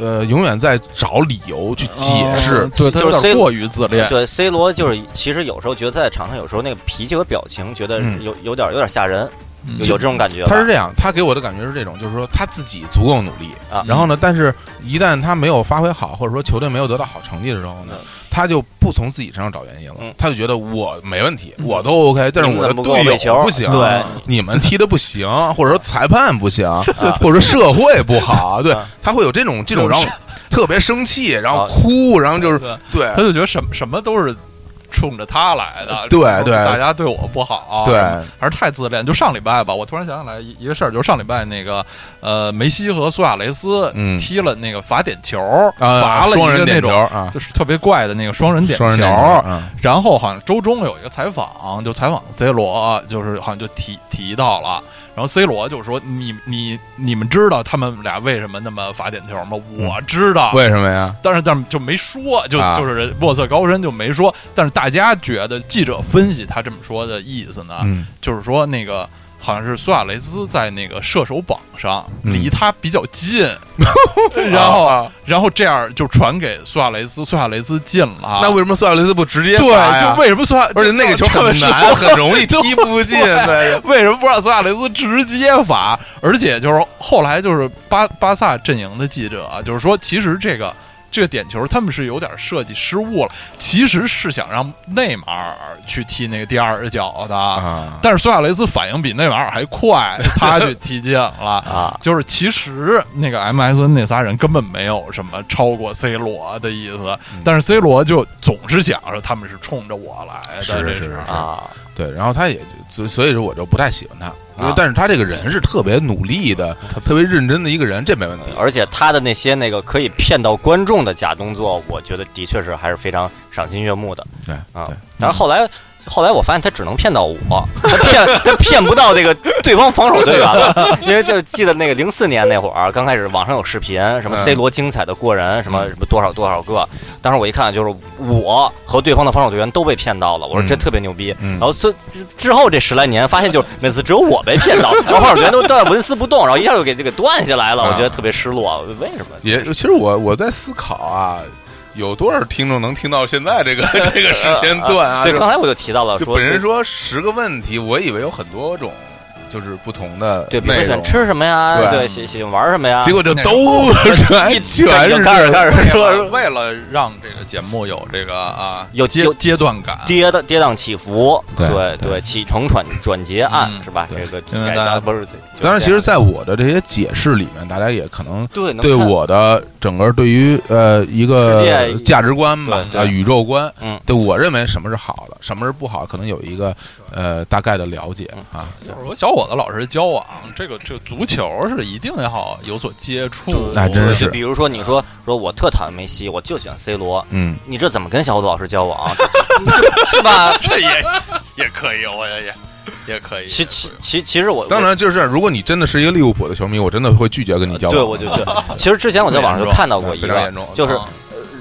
S4: 呃，永远在找理由去解释
S3: 哦，对他
S2: 就是
S3: 有
S2: C
S3: 点过于自恋，
S2: 呃对 C 罗就是，其实有时候觉得在场上，有时候那个脾气和表情，觉得
S4: 嗯
S2: 有有点有点吓人，
S3: 嗯
S2: 有有这种感觉吧。
S4: 他是这样，他给我的感觉是这种，就是说他自己足够努力，
S2: 啊
S4: 然后呢，但是一旦他没有发挥好，或者说球队没有得到好成绩的时候呢
S2: 嗯，
S4: 他就不从自己身上找原因了，
S2: 嗯
S4: 他就觉得我没问题，我都 OK，但是
S2: 你们
S4: 我的
S2: 怎么不给我
S4: 队
S2: 喂球
S4: 友不行，啊
S2: 对，
S4: 你们踢的不行，或者说裁判不行，或者说社会不好，对
S2: 啊
S4: 他会有这种这种，
S3: 就
S4: 然
S3: 是
S4: 后特别生气，然后
S2: 啊
S4: 哭，然后就是
S3: 对
S4: 对
S3: 他就觉得什么什么都是冲着他来的，
S4: 对
S3: 冲着
S4: 对
S3: 大家对我不好，
S4: 对，
S3: 还是太自恋。就上礼拜吧，我突然想起来一一个事儿，就是上礼拜那个呃，梅西和苏亚雷斯
S4: 嗯
S3: 踢了那个罚点球，
S4: 啊
S3: 罚了
S4: 双
S3: 一个
S4: 人
S3: 那
S4: 点球
S3: 种。
S4: 啊，
S3: 就是特别怪的那个双人点球
S4: 双人点球，嗯
S3: 然后好像周中有一个采访，就采访 C 罗，就是好像就提提到了，然后 C 罗就说：“你你你们知道他们俩为什么那么罚点球吗？我知道，
S4: 为什么呀？
S3: 但是但是就没说，就、
S4: 嗯啊
S3: 就是莫测高深就没说。但是大家觉得记者分析他这么说的意思呢，
S4: 嗯
S3: 就是说那个好像是苏亚雷斯在那个射手榜上
S4: 嗯
S3: 离他比较 近，然后、
S4: 啊
S3: 然后这样就传给苏亚雷斯，苏亚雷斯进了。
S4: 那为什么苏亚雷斯不直接
S3: 对，
S4: 罚呀
S3: 就为什么苏 亚，
S4: 而且那个球很
S3: 就
S4: 难，很容易踢不进。
S3: 对
S4: 对
S3: 为什么不让苏亚雷斯直接罚？而且就是后来就是巴巴萨阵营的记者啊，就是说，其实这个这个点球他们是有点设计失误了，其实是想让内马尔去踢那个第二脚的，
S4: 啊，
S3: 但是苏亚雷斯反应比内马尔还快，他去踢进了。
S2: 啊，
S3: 就是其实那个 MSN 那仨人根本没有什么超过 C 罗的意思，
S4: 嗯
S3: 但是 C 罗就总是想着他们是冲着我来的，
S4: 是
S3: 这
S4: 是是
S2: 啊，
S4: 对，然后他也所所以说我就不太喜欢他，因为
S2: 啊
S4: 但是他这个人是特别努力的，特别认真的一个人，这没问题。
S2: 而且他的那些那个可以骗到观众的假动作，我觉得的确是还是非常赏心悦目的
S4: 对
S2: 啊
S4: 对。嗯
S2: 但是后来。后来我发现他只能骗到我，他骗他骗不到这个对方防守队员了， 因为就记得那个零四年那会儿，刚开始网上有视频，什么
S4: 嗯
S2: C 罗精彩的过人，什么什么多少多少个，当时我一看就是我和对方的防守队员都被骗到了，我说这
S4: 嗯
S2: 特别牛逼，
S4: 嗯
S2: 然后之之后这十来年，发现就是每次只有我被骗到，然后防守员都都在纹丝不动，然后一下就给这给断下来了，
S4: 啊
S2: 我觉得特别失落。为什么？
S4: 也其实我我在思考啊，有多少听众能听到现在这个 这个时间段啊？
S2: 对，
S4: 就
S2: 刚才我就提到了
S4: 就
S2: 说，
S4: 本人说十个问题，我以为有很多种，就是不同的
S2: 对，比如
S4: 内
S2: 说喜
S4: 容
S2: 欢，吃啊什么呀，
S4: 对
S2: 对，喜喜欢玩什么呀，
S4: 结果就
S3: 那
S4: 都
S2: 一
S4: 全全
S2: 就是开始开始
S3: 为
S2: 说
S3: 了为了让这个节目有这个啊，
S2: 有
S3: 阶
S2: 有
S3: 阶段感，
S2: 跌的跌宕起伏，
S4: 对
S2: 对
S4: 对
S2: 起承转转结案
S3: 嗯
S2: 是吧？
S4: 对
S2: 这个
S3: 因为
S2: 改
S3: 大家
S2: 造不是，就是
S4: 当然，
S2: 这
S4: 其实，
S2: 样
S4: 在我的这些解释里面，大家也可能
S2: 对能
S4: 对
S2: 看
S4: 我的整个对于呃一个
S2: 世界
S4: 价值观吧，
S2: 对对
S4: 啊宇宙观，
S2: 嗯，
S4: 对我认为什么是好的，什么是不好，可能有一个呃大概的了解
S2: 嗯
S4: 啊。
S3: 就是说小伙子老是交往，这个这个足球是一定要有所接触，
S4: 那真
S2: 就是比如说你说说我特讨厌梅西，我就喜欢 C 罗，
S4: 嗯，
S2: 你这怎么跟小伙子老师交往？啊 是吧？
S3: 这也也可以，我也也也可以。
S2: 其其其其实我
S4: 当然就是如果你真的是一个利物浦的球迷，我真的啊会拒绝跟你交往。
S2: 呃对，我就觉得，其实之前我在网上就看到过一
S4: 非常
S2: 个
S4: 严重，
S2: 就是
S3: 啊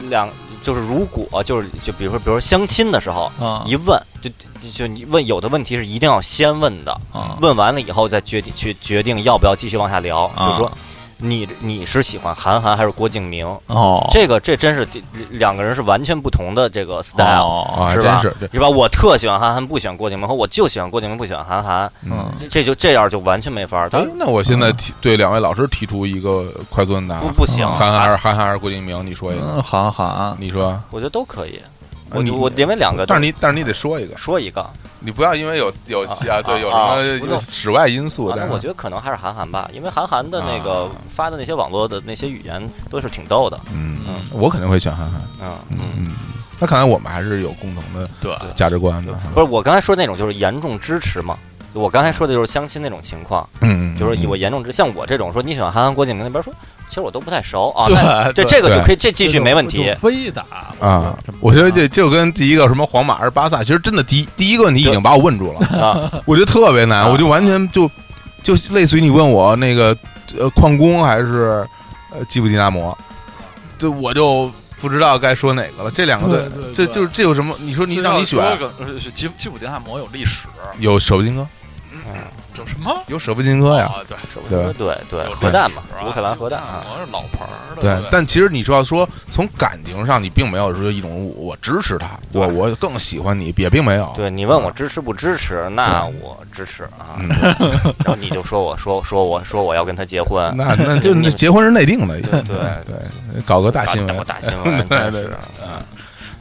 S2: 两，就是如果就是就比如说，比如说相亲的时候，
S3: 啊
S2: 一问就就就你问有的问题是一定要先问的，
S3: 啊
S2: 问完了以后再决定去决定要不要继续往下聊。
S3: 啊
S2: 就是说，你你是喜欢韩寒还是郭敬明？
S3: 哦
S2: 这个这真是这两个人是完全不同的这个 style，
S3: 哦，
S4: 啊，还
S2: 是
S4: 真
S2: 吧
S4: 是这，
S2: 是吧？我特喜欢韩寒，不喜欢郭敬明，和我就喜欢郭敬明，不喜欢韩寒，
S3: 嗯，
S2: 这这就这样就完全没法儿。他
S4: 哎，那我现在提对两位老师提出一个快速问答
S2: 不，不行，啊
S4: 韩寒还是韩寒还是郭敬明？你说一个，
S3: 嗯嗯，韩寒
S4: 你说
S2: 我觉得都可以。我
S4: 哎你
S2: 我认为两个都，
S4: 但是你但是你得说一个，
S2: 说一个，
S4: 你不要因为有有
S2: 啊
S4: 啊对有
S2: 啊啊
S4: 什
S2: 不
S4: 么
S2: 用
S4: 室外因素，
S2: 啊，
S4: 但
S2: 那我
S4: 是
S2: 觉得可能还是韩寒吧，因为韩寒的那
S4: 啊
S2: 个发的那些网络的那些语言都是挺逗的，
S4: 嗯
S2: 嗯，
S4: 我肯定会选憨憨，
S2: 嗯
S4: 嗯
S2: 嗯。
S4: 嗯，那看来我们还是有共同的
S3: 对，
S4: 价值观的，
S2: 不是我刚才说那种就是严重支持嘛，我刚才说的就是相亲那种情况，
S4: 嗯，嗯
S2: 就是以
S4: 嗯
S2: 我严重支，像我这种说你喜欢韩寒、郭敬明那边说，其实我都不太熟啊，
S3: 对
S2: 那
S3: 对
S2: 对这个
S4: 对
S2: 就可以这继续没问题，
S3: 非打
S4: 啊，我觉得这就跟第一个什么皇马还是巴萨，其实真的第一第一个你已经把我问住 了，
S2: 啊，
S4: 我觉得特别难，
S2: 啊
S4: 我就完全就就类似于你问我那个呃矿工还是呃基普迪纳摩，对，我就不知道该说哪个了。这两个队
S3: 对对，
S4: 这
S3: 对
S4: 就是这有什么？你说你
S3: 你
S4: 让你选，
S3: 吉吉普迪纳摩有历史，
S4: 有舍不金哥，
S3: 有什么？
S4: 有舍不金哥呀。
S3: 啊，对，
S2: 是不
S4: 对
S2: 是？对对
S3: 有，
S2: 核弹嘛
S3: 历史，啊
S2: 乌克兰核弹
S3: 吉普迪纳
S2: 啊，
S3: 摩是老牌儿的，
S4: 对
S3: 不，
S4: 但其实你说要说从感情上，你并没有说一种我支持他，我我更喜欢你，也并没有。
S2: 对你问
S4: 嗯
S2: 我支持不支持，那我支持啊，然后你就说我说说我说我要跟他结婚，
S4: 那那就
S2: 你
S4: 那
S2: 们
S4: 结婚是内定的，已经
S2: 对
S4: 对，搞个大新闻，
S2: 大新闻，
S4: 对
S2: 真
S4: 对
S2: 是。
S4: 啊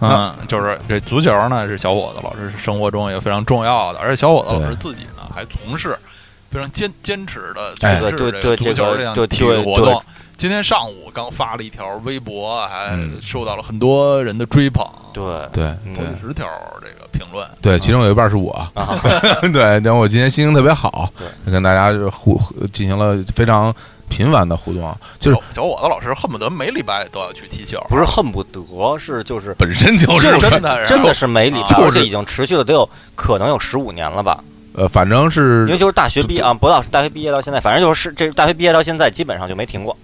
S3: 嗯，就是这足球呢是小伙子老师生活中也非常重要的，而且小伙子老师自己呢还从事非常坚坚持的从
S4: 哎
S3: 事
S2: 对
S3: 这
S2: 对
S3: 个
S2: 对
S3: 足球
S2: 这个
S3: 这样
S2: 对
S3: 体育
S2: 对
S3: 活
S2: 对
S3: 动。今天上午刚发了一条微博，还
S4: 嗯
S3: 受到了很多人的追捧，
S2: 对
S4: 对
S2: 嗯
S4: 对
S3: 五十条这个评论。
S4: 对，其中有一半是我，
S2: 啊，
S4: 对，然后我今天心情特别好，
S2: 对
S4: 跟大家就互进行了非常频繁的互动啊，就是
S3: 小小伙子老师恨不得每礼拜都要去踢球，
S2: 不是恨不得，是就是
S4: 本身就
S3: 就是真的
S2: 真的是没礼
S4: 啊就
S2: 拜，
S4: 是
S2: 而且已经持续了得有可能有十五年了吧，
S4: 呃，反正
S2: 因为
S4: 是
S2: 就是大学毕业啊，博导大学毕业到现在，反正就是这大学毕业到现在基本上就没停过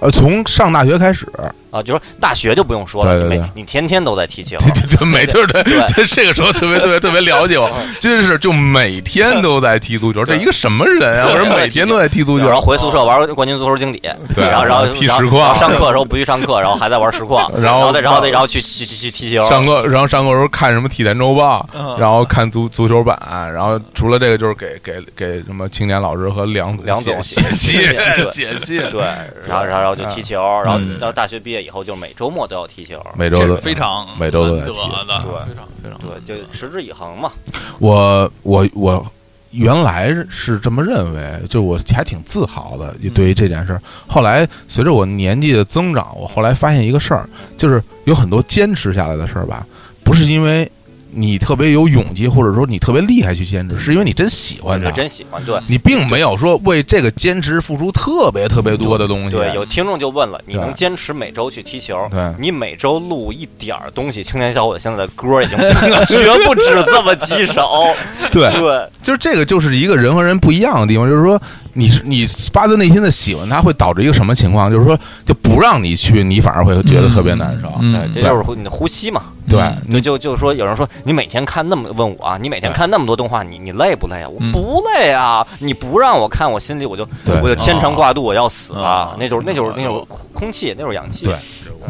S4: 呃，从上大学 开始，
S2: 啊，就是大学就不用说了，
S4: 对
S2: 你
S4: 对
S2: 没你天天都在踢球，
S4: 这这每就是这
S2: 对
S4: 这这个时候特别特别特别 了解我，真是就每天都在踢足球，这
S2: 对
S4: 一个什么人啊？我
S2: 对
S4: 说每天都在踢足球
S2: 然，后回宿舍玩冠军足球经理，
S4: 对啊
S2: 然后然后
S4: 踢
S2: 然后
S4: 实况
S2: 然后上课的时候不去上课，然后还在玩实况
S4: ，然后
S2: 后再然后再然后去去去去踢球，
S4: 上课，然后上课的时候看什么《体坛周报》，然后看足足球版，啊然后除了这个就是给给给什么青年老师和梁
S2: 梁
S4: 总
S2: 总
S4: 写写
S2: 写
S4: 写
S2: 信
S4: 写信，
S2: 对，然后然后然后就踢球，然后
S4: 嗯
S2: 到大学毕业以后就每周末都要踢球，
S4: 每周
S3: 这
S4: 都
S3: 是非常
S4: 每周都在
S3: 难得
S4: 踢
S3: 的，
S2: 对
S3: 非常非常
S2: 对，就持之以恒嘛，
S4: 我我我原来是这么认为，就我还挺自豪的，也对于这件事儿。后来随着我年纪的增长，我后来发现一个事儿，就是有很多坚持下来的事儿吧，不是因为你特别有勇气，或者说你特别厉害去坚持，是因为你真喜欢它
S2: 就。真喜欢，对。
S4: 你并没有说为这个坚持付出特别特别多的东西，
S2: 对，有听众就问了，你
S4: 对
S2: 能坚持每周去踢球？
S4: 对
S2: 你每周录一点儿东西，青年小伙子现在的歌已经绝不止 这么几首。
S4: 对
S2: 对，
S4: 就是这个就是一个人和人不一样的地方，就是说你是你发自内心的喜欢他，会导致一个什么情况？就是说就不让你去，你反而会觉得特别难受。哎
S3: 嗯
S2: 这就是呼你的呼吸嘛。
S4: 对
S3: 嗯，
S4: 你
S2: 对，就就说有人说你每天看那么问我啊，你每天看那么多动画，你你累不累啊？我
S3: 嗯
S2: 不累啊，你不让我看，我心里我就
S4: 对
S2: 我就牵肠挂肚，我要死
S3: 啊
S2: 了。那就是那就是那
S3: 牵肠挂
S2: 种
S3: 肚
S2: 空气，那就是氧气
S4: 对。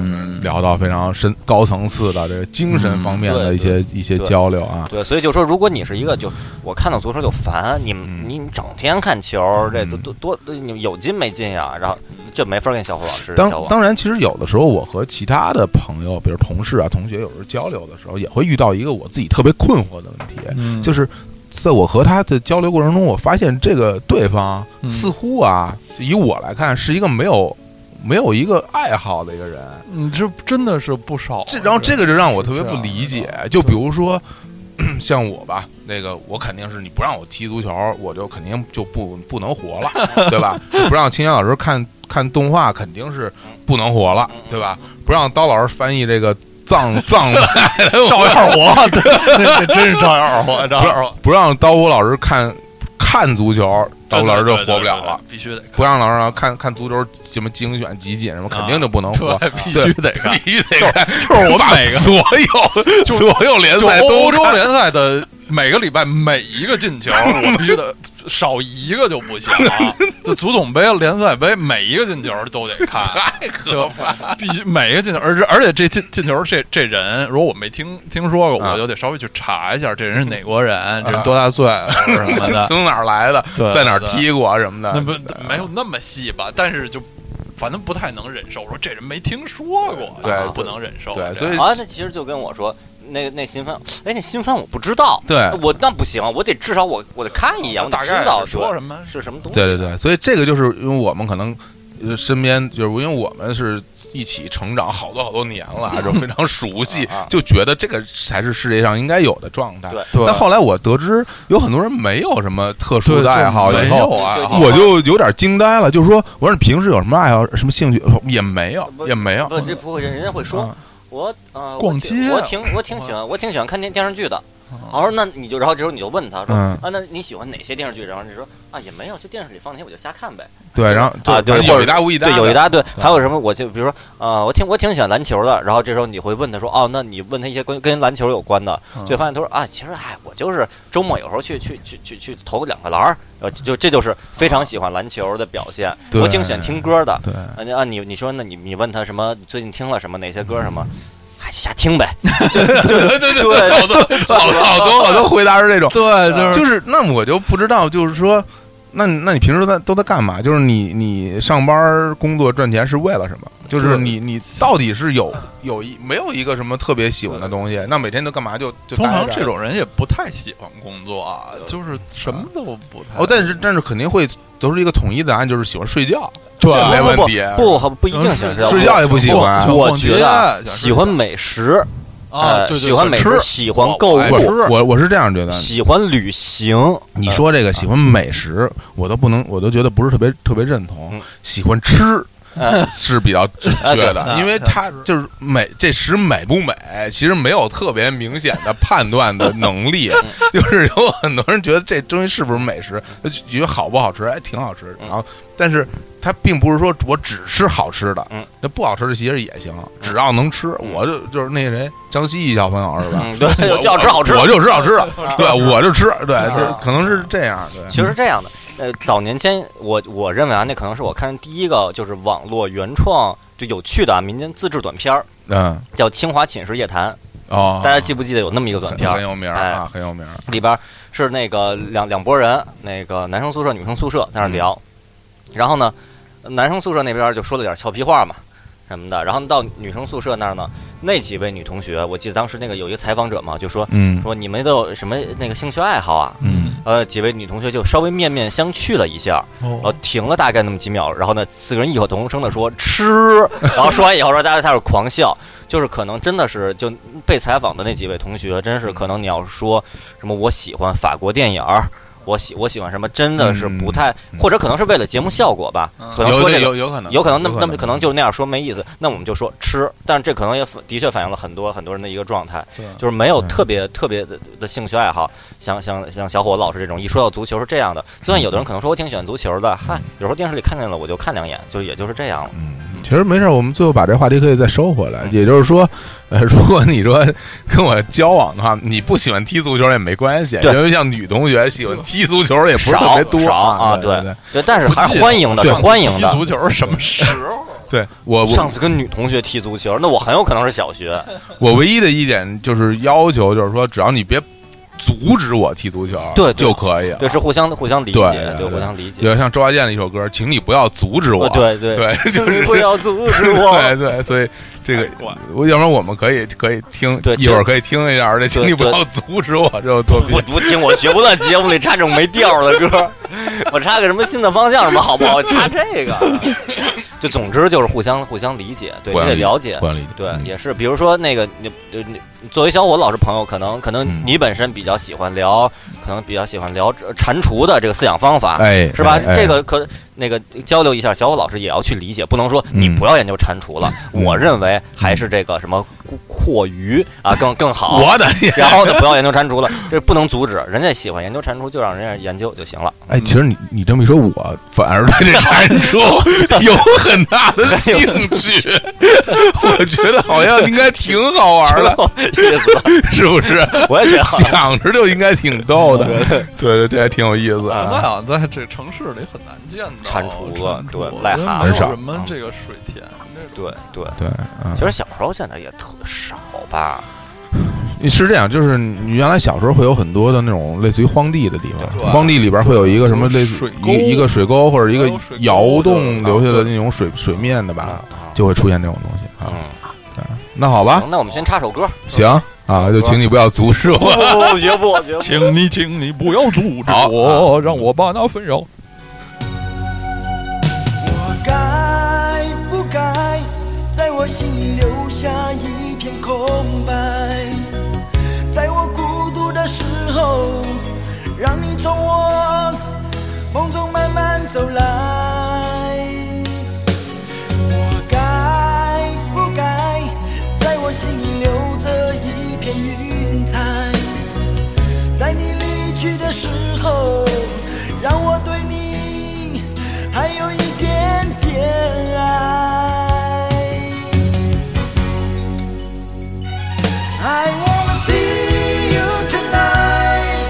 S3: 嗯
S4: 聊到非常深高层次的这个精神方面的一些一些
S2: 嗯对
S4: 交流啊，
S2: 对，所以就说，如果你是一个就我看到足球就烦，你
S4: 嗯
S2: 你你整天看球，这
S4: 嗯
S2: 多多多你有劲没劲呀？然后这没法跟小伙老师交
S4: 当
S2: 往。
S4: 当然，其实有的时候我和其他的朋友，比如同事啊、同学，有时候交流的时候，也会遇到一个我自己特别困惑的问题，啊
S3: 嗯
S4: 就是在我和他的交流过程中，我发现这个对方
S3: 嗯
S4: 似乎啊，就以我来看是一个没有没有一个爱好的一个人。
S3: 你嗯这真的是不少。
S4: 这然后这个就让我特别
S3: 哦是啊
S4: 不
S3: 这样
S4: 理解
S3: 的。
S4: 就比如说 像我吧，那个我肯定是你不让我踢足球，我就肯定就不不能活了， 对吧？不让青年老师看看动画，肯定是不能活
S3: 嗯
S4: 了，对吧？不让刀老师翻译这个 藏藏文，
S3: 照样 活，哎对，那那真是照样活，照样活。
S4: 不让刀虎老师看看足球，刀虎老师就活不了了。，
S3: 必须得
S4: 不让老师让看看足球什么精选集锦什么，肯定就不能活。
S3: 啊对，必须得看。
S4: 必须得看，
S3: 就是我
S4: 把
S3: 每个
S4: 所有
S3: 就
S4: 所有联
S3: 就
S4: 赛都
S3: 欧洲
S4: 看
S3: 联赛的每个礼拜每一个进球，我必须得少一个就不行啊。就足总杯、联赛杯，每一个进球都得 看，太可怕，必须每一个进球，而且而且这进进球这这人，如果我没听听说过，
S4: 啊
S3: 我就得稍微去查一下，这人是哪国人，这
S4: 啊。
S3: 人多大岁数什么 的
S4: 从哪儿来的，
S3: 对
S4: 在哪儿踢过啊什么的
S3: 那。不没有那么细吧，但是就反正不太能忍受。我说这人没听说过，
S4: 对
S3: 啊
S4: 对
S3: 不能忍受。
S4: 对
S3: 这样
S4: 所以
S2: 啊，那其实就跟我说，那那新番，哎，那新番我不知道，
S4: 对
S2: 我那不行，我得至少我我得看一眼，我得
S3: 大
S2: 知
S3: 概
S2: 道
S3: 是说
S2: 对
S3: 什么？
S2: 是什么东西。
S4: 对对对，所以这个就是因为我们可能。呃身边就是因为我们是一起成长好多好多 年了，啊就非常熟悉
S2: 啊啊，
S4: 就觉得这个才是世界上应该有的状态
S2: 对。
S3: 对
S4: 但后来我得知有很多人没有什么特殊
S3: 对
S4: 的爱好，
S3: 就
S4: 以
S3: 没
S4: 后
S3: 有啊
S2: 哦
S3: 爱 好，
S4: 我就有点惊呆了，就是说，我说你平时有什么爱好、什么兴趣？也没有，也没有。
S2: 不，这不会，人家会说
S4: 啊，
S2: 我呃，我
S3: 逛
S2: 挺
S3: 街
S2: 我挺我挺喜
S4: 嗯
S2: 欢，我挺喜欢看电电视剧的。我说那你就，然后这时候你就问他说
S4: 嗯
S2: 啊，那你喜欢哪些电视剧？然后你说啊，也没有，就电视里放那些我就瞎看呗。
S4: 对，然后
S2: 啊对
S4: 反正
S2: 或者
S4: 有一搭无一搭的，嗯
S2: 对，有一搭对，还有什么？我就比如说，呃，我挺我挺喜欢篮球的，然后这时候你会问他说，哦，那你问他一些跟跟篮球有关的，
S4: 嗯
S2: 就发现他说啊，其实哎，我就是周末有时候去去去去去投个两个篮儿，呃，就这就是非常喜欢篮球的表现。
S4: 对
S2: 我挺喜欢听歌的，
S4: 对，
S2: 啊，你啊，你你说那你你问他什么？最近听了什么？哪些歌什么？哎，瞎听 呗。
S4: 对对
S2: 对
S4: 好多好多好多好多回答 是这种，
S3: 对，就是
S4: 就是那我就不知道，就是说，那你那你平时都在都在干嘛？就是你你上班工作赚钱是为了什么？就是你你到底是有有一没有一个什么特别喜欢的东西？那每天都干嘛就就
S3: 通
S4: 待
S3: 常
S4: 着
S3: 这种人也不太喜欢工作啊，就是什么都不太。
S4: 哦，但是但是肯定会得出一个统一答案，就是喜欢睡觉，
S3: 对
S4: 这没
S2: 不
S4: 问
S2: 不
S4: 题。啊
S2: 不不不一定喜欢
S3: 是
S4: 睡觉也不喜欢
S3: 想
S2: 我
S3: 逛
S2: 觉
S3: 街
S2: 得
S3: 想
S2: 喜欢美食，
S3: 啊，
S2: 呃
S3: 对对，
S2: 喜欢美食，
S3: 吃
S2: 喜欢
S3: 我
S2: 购
S3: 我爱
S2: 物
S3: 吃，
S4: 我我我是这样觉得，
S2: 喜欢旅行。
S4: 嗯你
S2: 呃
S4: 说这个喜欢美食，我都不能，我都觉得不是特别特别认同
S2: 嗯。啊
S4: 喜欢吃
S2: 嗯
S4: 是比较 准确的，
S3: 对
S4: 因为
S3: 嗯
S4: 它
S3: 嗯
S4: 就是美，这食美不美，其实没有特别明显的判断的能力。
S2: 嗯
S4: 就是有很多人觉得这东西是不是美食，就觉得好不好吃，哎，挺好吃。
S2: 嗯
S4: 然后，但是它并不是说我只吃好吃的
S2: 嗯，
S4: 那不好吃的其实也行，只要能吃。
S2: 嗯
S4: 我就就是那谁张希毅小朋友是吧？
S2: 嗯， 对，
S4: 我
S2: 要吃好吃。
S4: 我就吃好吃的，
S2: 啊
S4: 对，我就吃，对，
S2: 啊
S4: 就可能是这样，对。
S2: 其实是这样的，呃，早年间我我认为啊，那可能是我看的第一个就是网络原创就有趣的啊民间自制短片儿，
S4: 嗯
S2: 叫《清华寝室夜谈》，
S4: 哦，
S2: 大家记不记得有那么一个短
S4: 很
S2: 片
S4: 很
S2: 儿？
S4: 有名儿
S2: 哎
S4: 啊，很有名儿。
S2: 里边儿是那个两两拨人，那个男生宿舍、女生宿舍在那
S4: 嗯
S2: 儿聊，然后呢，男生宿舍那边儿就说了点俏皮话嘛什么的，然后到女生宿舍那儿呢，那几位女同学，我记得当时那个有一个采访者嘛，就说
S4: 嗯
S2: 说你们都有什么那个兴趣爱好啊？
S4: 嗯，
S2: 呃，几位女同学就稍微面面相觑了一下，然后
S3: 哦，
S2: 停了大概那么几秒，然后呢，四个人异口同声的说吃，然后说完以后，然后大家开始狂笑，就是可能真的是就被采访的那几位同学，真是可能你要说什么我喜欢法国电影儿，我喜我喜欢什么，真的是不太，或者可能是为了节目效果吧，可能说
S4: 嗯有
S2: 这个。
S4: 有有可能，
S2: 有可能，那
S4: 嗯有
S2: 么那么可能就那样说没意思，那我们就说吃，但是这可能也反的确反映了很多很多人的一个状态，就是没有
S4: 嗯
S2: 特别特别的的兴趣爱好，像像像小伙老师这种，一说到足球是这样的。虽然有的人可能说我挺喜欢足球的，嗨，有时候电视里看见了我就看两眼，就也就是这样了。
S4: 嗯其实没事儿，我们最后把这话题可以再收回来。也就是说，呃， 如果你说跟我交往的话，你不喜欢踢足球也没关系，
S2: 对
S4: 因为像女同学喜欢踢足球也不是特别多
S2: 少
S4: 啊。
S2: 啊
S4: 对
S2: 对
S4: 对
S2: 对，但是
S3: 不
S2: 还
S3: 记
S2: 是
S3: 得
S2: 欢迎的，是
S4: 对
S2: 欢迎
S3: 踢
S2: 的。
S3: 足球是什么时候？
S4: 对，我我
S2: 上次跟女同学踢足球，那我很有可能是小学，
S4: 我唯一的一点就是要求，就是说只要你别阻止我踢足球，
S2: 对对
S4: 就可以了。
S2: 对，是互相互相理
S4: 对对
S2: 解，
S4: 对
S2: 互相理解。
S4: 有像周华健的一首歌，请你不要阻止我。
S2: 哦，对对
S4: 对， 就
S2: 请你
S4: 是
S2: 不要阻止
S4: 对
S2: 我。
S4: 对，啊所以这个
S3: 怪
S4: 我要不然我们可以可以听
S2: 对，
S4: 一会儿可以听一下，而且请你不
S2: 对
S4: 要阻止我，这作
S2: 不
S4: 品。
S2: 不听，我学不到节目里插这种没调儿的歌，我插个什么新的方向什么好不好？插这个，就总之就是互相互相理解，对你
S4: 管
S2: 得
S4: 理嗯
S2: 了解，
S4: 管理
S2: 对，也是，比如说那个你，呃你作为小伙老师朋友，可能可能
S4: 嗯
S2: 你本身比较喜欢聊，可能比较喜欢聊呃蟾蜍的这个饲养方法，
S4: 哎，
S2: 是吧
S4: 哎？
S2: 这个可那个交流一下，小伙老师也要去理解，不能说你
S4: 嗯
S2: 不要研究蟾蜍了，
S4: 嗯
S2: 我认为还是这个什么阔阔鱼啊更更好。
S4: 我的天！
S2: 然后呢，不要研究蟾蜍了，这不能阻止，人家喜欢研究蟾蜍就让人家研究就行了。
S4: 哎，其实你你这么一说，我反而对这蟾 蜍 有很大的兴趣， 我觉得好像应该挺好玩的，
S2: 意思了，
S4: 是 不是？
S2: 我也觉得好
S4: 想着就应该挺逗的，对对，这还挺有意思。
S3: 现
S2: 啊
S3: 在啊，在这城市里很难见到
S2: 蟾蜍了
S3: 蟾蜍
S2: 对
S3: 我觉得
S2: 癞蛤蟆
S3: 没有
S4: 很少
S3: 什么这个水田这种。
S2: 对对。
S4: 对，嗯
S2: 其实小时候见的也特少吧，
S4: 是这样，就是你原来小时候会有很多的那种类似于荒地的地
S3: 对
S4: 方，荒地里边会有一个什么类似
S3: 水沟
S4: 一一个水沟或者一个
S3: 还有水沟
S4: 窑洞
S3: 对
S4: 留下的那种水水
S3: 嗯
S4: 面的吧，
S2: 啊，
S4: 就会出现这种东西啊。啊
S2: 嗯，
S4: 那好吧，
S2: 行，那我们先插首歌。
S4: 行，啊，就请你不要阻止 我。
S2: 不绝不绝不，
S3: 请 你，请你不要阻止
S4: 好
S2: 啊
S3: 我，让我把那纷扰。
S5: 我该不该在我心里留下一片空白？在我孤独的时候，让你从我梦中慢慢走来。我该不该在我心里留着一片云彩？在你离去的时候，让我对你还有一点点爱。I wanna see you tonight，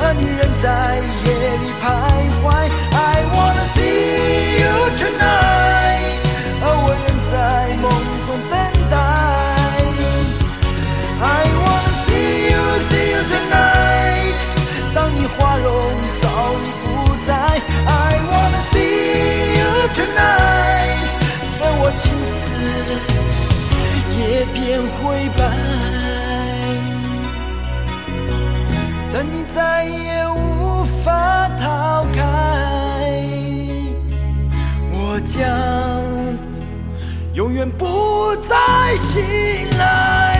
S5: 而女人在夜里徘徊。I wanna see you tonight，而我仍在梦中等待。I wanna see you, see you tonight。当你花容早已不在，I wanna see you tonight。但我情丝也变灰白。等你再也无法逃开，我将永远不再醒来。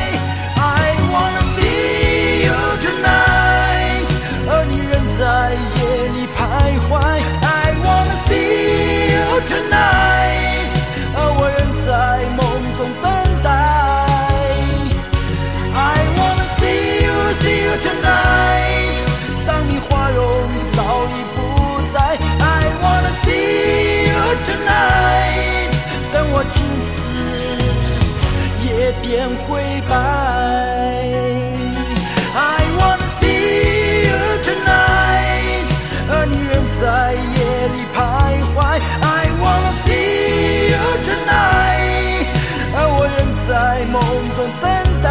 S5: I wanna see you tonight，而你仍在夜里徘徊。I wanna see you tonight，而我仍在梦中等待。I wanna see you see you tonight，当你花容早已不在。I wanna see you tonight，等我情丝。也变灰白。I wanna see you tonight，而女人在夜里徘徊。I wanna see you tonight，而我仍在梦中等待。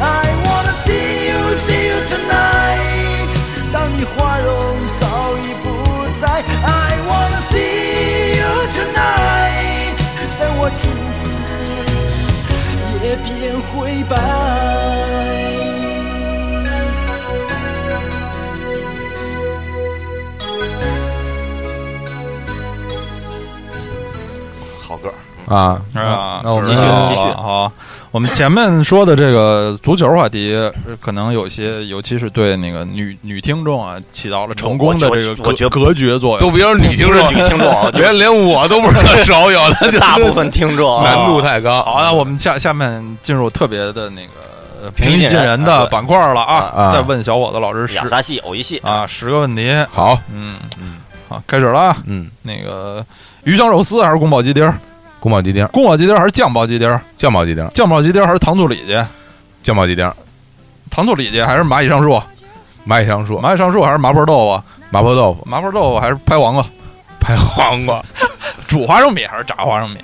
S5: I wanna see you see you tonight，当你花容早已不在。I wanna see you tonight，但我情丝也变灰白。
S2: 好歌儿，
S4: 啊
S3: 啊，
S4: 那我们
S2: 继续
S3: 好
S2: 继续
S3: 好，我们前面说的这个足球话题，呃可能有些，尤其是对那个女女听众啊，起到了成功的
S2: 我我
S3: 这
S2: 我觉
S3: 个隔隔绝作
S4: 都
S3: 用。
S4: 别说女听
S2: 不是
S4: 众，
S2: 女听众啊，
S4: 连连我都不是特熟，有的 就
S2: 大部分听众啊
S4: 难度太高。
S3: 好，那我们下下面进入特别的那个呃
S2: 平
S3: 平
S2: 易
S3: 易
S2: 近
S3: 近
S2: 人
S3: 人
S2: 啊
S3: 的
S2: 对
S3: 板块了啊！
S4: 啊
S3: 再问小伙子老师
S2: 雅
S3: 十
S2: 萨戏偶一戏，
S3: 啊十个问题，
S4: 好，
S3: 嗯嗯，好，开始了啊！
S4: 嗯，
S3: 那个鱼香肉丝还是宫保鸡丁儿？
S4: 宫保鸡丁、
S3: 宫保鸡丁儿还是酱爆鸡丁儿？
S4: 酱爆鸡丁、
S3: 酱爆鸡丁儿还是糖醋里脊？
S4: 酱爆鸡丁、
S3: 糖醋里脊还是蚂蚁上树？
S4: 蚂蚁上树、
S3: 蚂蚁上树还是麻婆豆腐？
S4: 麻婆豆腐、
S3: 麻婆豆腐还是拍黄瓜？
S4: 拍黄瓜、
S3: 煮花生米还是炸花生米？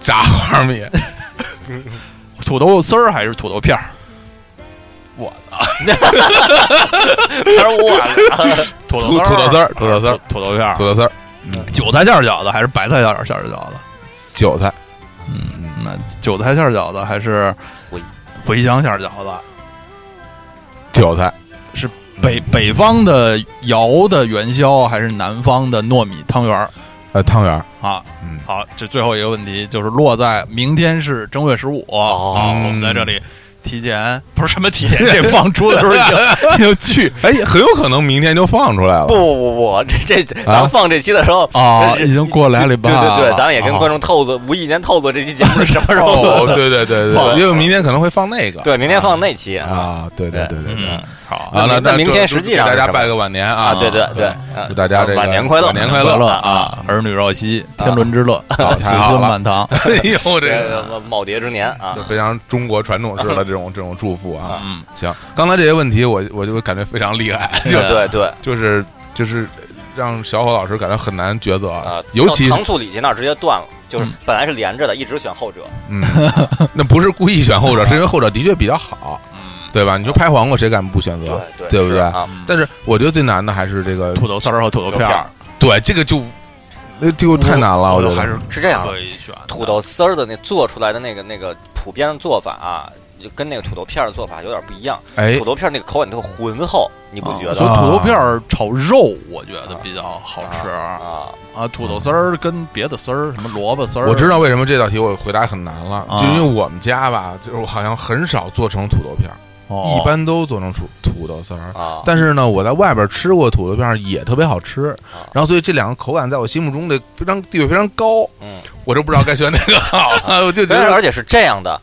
S4: 炸花生米。
S3: 土豆丝儿还是土豆片儿？
S2: 但是我
S3: 土
S4: 土土豆丝儿土豆
S2: 啊
S4: 丝儿
S3: 啊土豆片儿
S4: 土，豆丝儿、
S3: 韭菜馅儿饺子还是白菜馅儿馅儿饺子？
S4: 韭菜、
S3: 那韭菜馅儿饺子还是
S2: 茴
S3: 茴香馅儿饺子？
S4: 韭菜、嗯
S3: 北北方的窑的元宵还是南方的糯米汤圆儿
S4: 呃汤圆儿，
S3: 啊？
S4: 嗯，
S3: 好，这最后一个问题就是落在明天是正月十五
S2: 哦
S3: 啊，我们在这里提前不是什么提前，这放出的时候已经 已经去
S4: 哎，很有可能明天就放出来了。
S2: 不不不不，这这咱
S4: 啊
S2: 们放这期的时候
S3: 啊，
S2: 这
S3: 已
S2: 是
S3: 经过俩礼拜
S2: 对
S3: 了，
S2: 对对，咱们也跟观众透露，无意间透露这期节目是什么时候
S4: 啊哦
S2: 录，的。
S4: 对对对对，
S2: 对
S4: 因为明天可能会放那个。
S2: 对，明天放那期啊，
S4: 啊，对对对对对。
S3: 嗯，好，
S4: 啊，
S2: 那
S4: 那
S2: 明那明天
S4: 就
S2: 实际上
S4: 就给
S2: 是
S4: 大
S2: 什
S4: 家
S2: 么
S4: 拜个晚年啊！
S2: 啊，对对对，啊
S4: 祝大家这个
S2: 晚年快乐，
S4: 晚年
S3: 快
S4: 快乐啊
S3: 啊！儿女绕膝，天伦之乐，
S4: 好
S3: 子
S4: 太好
S3: 孙
S4: 了
S3: 满堂。
S4: 哎呦，这
S2: 这
S4: 个
S2: 个耄耋之年啊
S4: 就，非常中国传统式的这种这种祝福啊。
S3: 嗯，
S4: 行，刚才这些问题我我就感觉非常厉害，
S2: 对对啊对
S4: 就是就是让小伙老师感觉很难抉择
S2: 啊，
S4: 尤其
S2: 糖醋里脊那儿直接断了，就是
S3: 嗯
S2: 本来是连着的，一直选后者，
S4: 嗯，那不是故意选后者，是因为后者的确比较好，
S3: 嗯
S4: 对吧？你说拍黄瓜谁敢不选择？
S2: 对
S4: 对
S2: 对
S4: 不对
S2: 是啊？
S4: 但是我觉得最难的还是这个，
S3: 土豆丝儿和土豆片儿，
S4: 对这个就那这个太难了，我觉
S3: 就
S4: 得
S3: 还是
S2: 是这样的
S3: 可以选的
S2: 土豆丝儿的那做出来的那个那个普遍的做法、啊，就跟那个土豆片儿的做法有点不一样。
S4: 哎
S2: 土，豆片儿那个口感特浑厚，你不觉
S3: 啊
S2: 得
S3: 所以
S2: 吗？
S4: 啊
S3: 土豆片儿炒肉，我觉得比较好吃啊。
S2: 啊，
S3: 土豆丝儿跟别的丝儿，什么萝卜丝儿，
S4: 我知道为什么这道题我回答很难了，
S3: 啊
S4: 就因为我们家吧，就是我好像很少做成土豆片儿，
S3: 哦
S4: 一般都做成土土豆丝儿。
S2: 啊，
S4: 但是呢，我在外边吃过土豆片儿，也特别好吃
S2: 啊。
S4: 然后，所以这两个口感在我心目中的非常地位非常高，
S2: 嗯，
S4: 我就不知道该选哪个好了。我 就觉
S2: 但是
S4: 得
S2: 而且是这样的，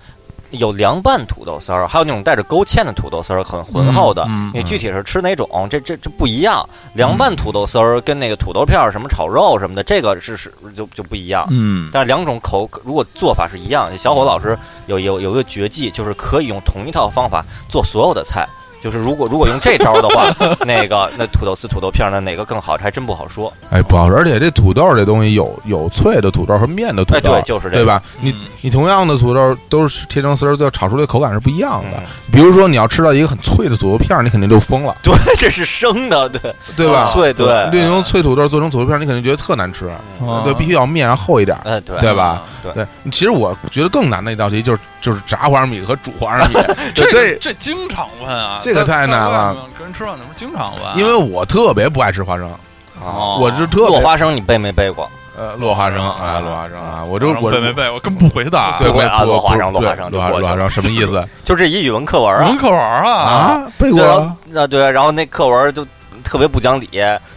S2: 有凉拌土豆丝儿，还有那种带着勾芡的土豆丝儿，很浑厚的。
S3: 嗯嗯
S2: 你具体是吃哪种，这这这不一样。凉拌土豆丝儿跟那个土豆片儿什么炒肉什么的，这个是是就就不一样。
S3: 嗯
S2: 但是两种口如果做法是一样，小伙老师有有有一个绝技，就是可以用同一套方法做所有的菜。就是如果如果用这招的话， 那个那土豆丝、土豆片儿呢，哪个更好吃还真不好说。
S4: 哎不好吃，而且这土豆这东西有有脆的土豆和面的土
S2: 哎，
S4: 豆，
S2: 对，就是这
S4: 对
S2: 个。
S4: 吧？你
S3: 嗯
S4: 你同样的土豆都是切成丝儿，最后炒出来的口感是不一样的
S2: 嗯。，
S4: 比如说你要吃到一个很脆的土豆片儿，你肯定就疯了，啊
S2: 对，这是生的，对
S4: 对吧？
S2: 脆对，
S4: 利用脆土豆做成土豆片儿，你肯定觉得特难吃。
S2: 嗯
S3: 啊
S4: 对，必须要面厚一点儿。
S2: 哎，对
S4: 哦对吧？
S2: 对
S4: 对，其实我觉得更难的一道题就是就是炸花生米和煮花生米，
S3: 嗯这
S4: 所
S3: 个
S4: 以
S3: 这经常问啊，
S4: 这个
S3: 在
S4: 太难。
S3: 在外
S4: 了
S3: 面跟人吃饭的时候经常问，啊
S4: 因为我特别不爱吃花生，
S2: 哦，
S4: 我是特
S2: 落
S4: 别
S2: 花生你背没背过？
S4: 呃落花生
S3: 啊
S4: 啊落花生啊，我就我
S3: 背没背，我根本不回答。
S4: 对
S2: 不会
S4: 我
S2: 啊
S4: 我
S2: 落花生
S4: 不
S2: 落花
S4: 对
S2: 生就
S4: 落花
S2: 过去
S4: 落花生什么意思
S2: 就这一语文课文
S3: 文
S2: 啊，
S3: 科玩啊，
S4: 啊？背过
S2: 然
S4: 啊
S2: 后那对，然后那课文就特别不讲理，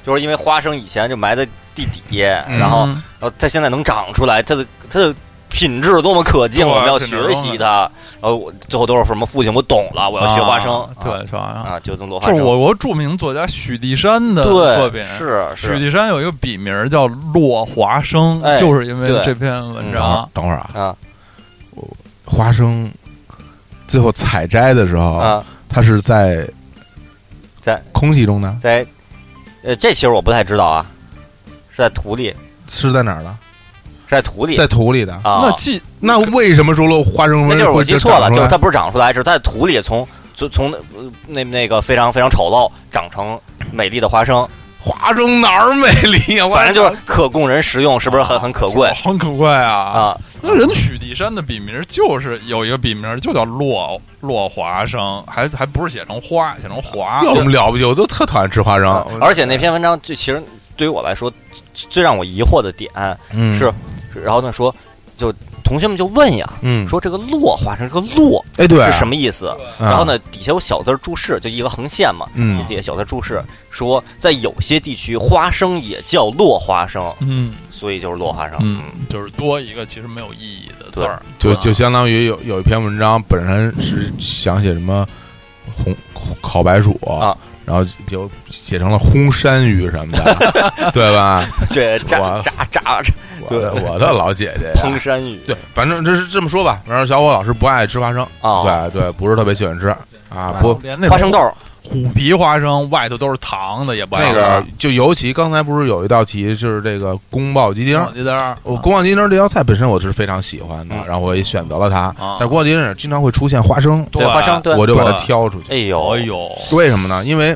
S2: 就是因为花生以前就埋在地底，
S4: 嗯
S2: 然后
S3: 啊
S2: 然后它现在能长出来，它的它的品质多么可敬，
S3: 对啊
S2: 我们要
S3: 品
S2: 学
S3: 质多么
S2: 习它。然后我最后都是什么父亲，我懂了，我要学花生
S3: 啊。对，是吧？
S2: 啊，就这么落花
S3: 就是
S2: 生。
S3: 我国著名作家许地山的作品
S2: 对，是
S3: 许
S2: 是
S3: 地山有一个笔名叫落华生
S2: 哎，
S3: 就是因为
S2: 对
S3: 这篇文
S4: 等会儿
S3: 章。
S4: 等会儿啊，
S2: 啊
S4: 我花生最后采摘的时候，
S2: 啊，
S4: 它是在
S2: 在
S4: 空气中呢，
S2: 在呃，这其实我不太知道啊，是在土里，
S4: 是在哪儿呢？
S2: 是在土里
S4: 在土里的。
S2: 啊。
S3: 那既
S4: 那为什么说了花
S2: 那
S4: 生会
S2: 就是我
S4: 会
S2: 记错了，
S4: 长
S2: 就
S4: 出
S2: 是
S4: 来
S2: 它不是长出来，是它在土里从从从那呃那那个非常非常丑陋长成美丽的花生，
S4: 花生哪儿美丽呀？
S2: 反正就是可供人食用，是不是很很可贵
S3: 很可贵啊！
S2: 啊？
S3: 那人许地山的笔名就是有一个笔名就叫落落华生，还还不是写成花，写成华。
S4: 有什么了不起？我都特讨厌吃花生，
S2: 啊嗯而且那篇文章就其实对于我来说，最最让我疑惑的点
S4: 嗯
S2: 是，是然后呢说就同学们就问呀，
S4: 嗯，
S2: 说这个落花生这个落
S4: 哎对，
S2: 是什么意思？
S4: 嗯？
S2: 然后呢底下有小字儿注释，就一个横线嘛，
S4: 嗯，
S2: 底下小字儿注释说在有些地区花生也叫落花生，
S3: 嗯
S2: 所以就是落花生。
S3: 嗯，就是多一个其实没有意义的字儿，
S4: 就
S3: 啊
S4: 就相当于有有一篇文章，本身是想写什么红红烤白薯
S2: 啊，
S4: 然后就写成了烘山芋什么的，对吧？
S2: 这炸
S4: 哇
S2: 炸炸炸
S4: 我
S2: 对
S4: 的我的老姐姐
S2: 烹
S4: 呀。
S2: 山芋，
S4: 啊对，反正这是这么说吧。反正小伙老师不爱吃花生，
S2: 啊，
S4: 对对，不是特别喜欢吃啊，
S3: 然
S4: 不
S3: 后连那
S2: 花生
S3: 豆、
S2: 豆儿
S3: 虎皮花生外头都是糖的，也不爱
S4: 那
S3: 吃
S4: 个就尤其刚才不是有一道题是这个宫保鸡丁，
S3: 小鸡丁儿，
S2: 哦
S4: 我宫保鸡丁这道菜本身我是非常喜欢的，
S2: 嗯
S4: 然后我也选择了它。
S3: 啊
S4: 但宫保鸡丁里经常会出现花生，
S3: 对
S2: 花生，对，
S4: 我就把它
S3: 对
S4: 挑出去。
S2: 哎呦
S3: 哎，呦，
S4: 为什么呢？因为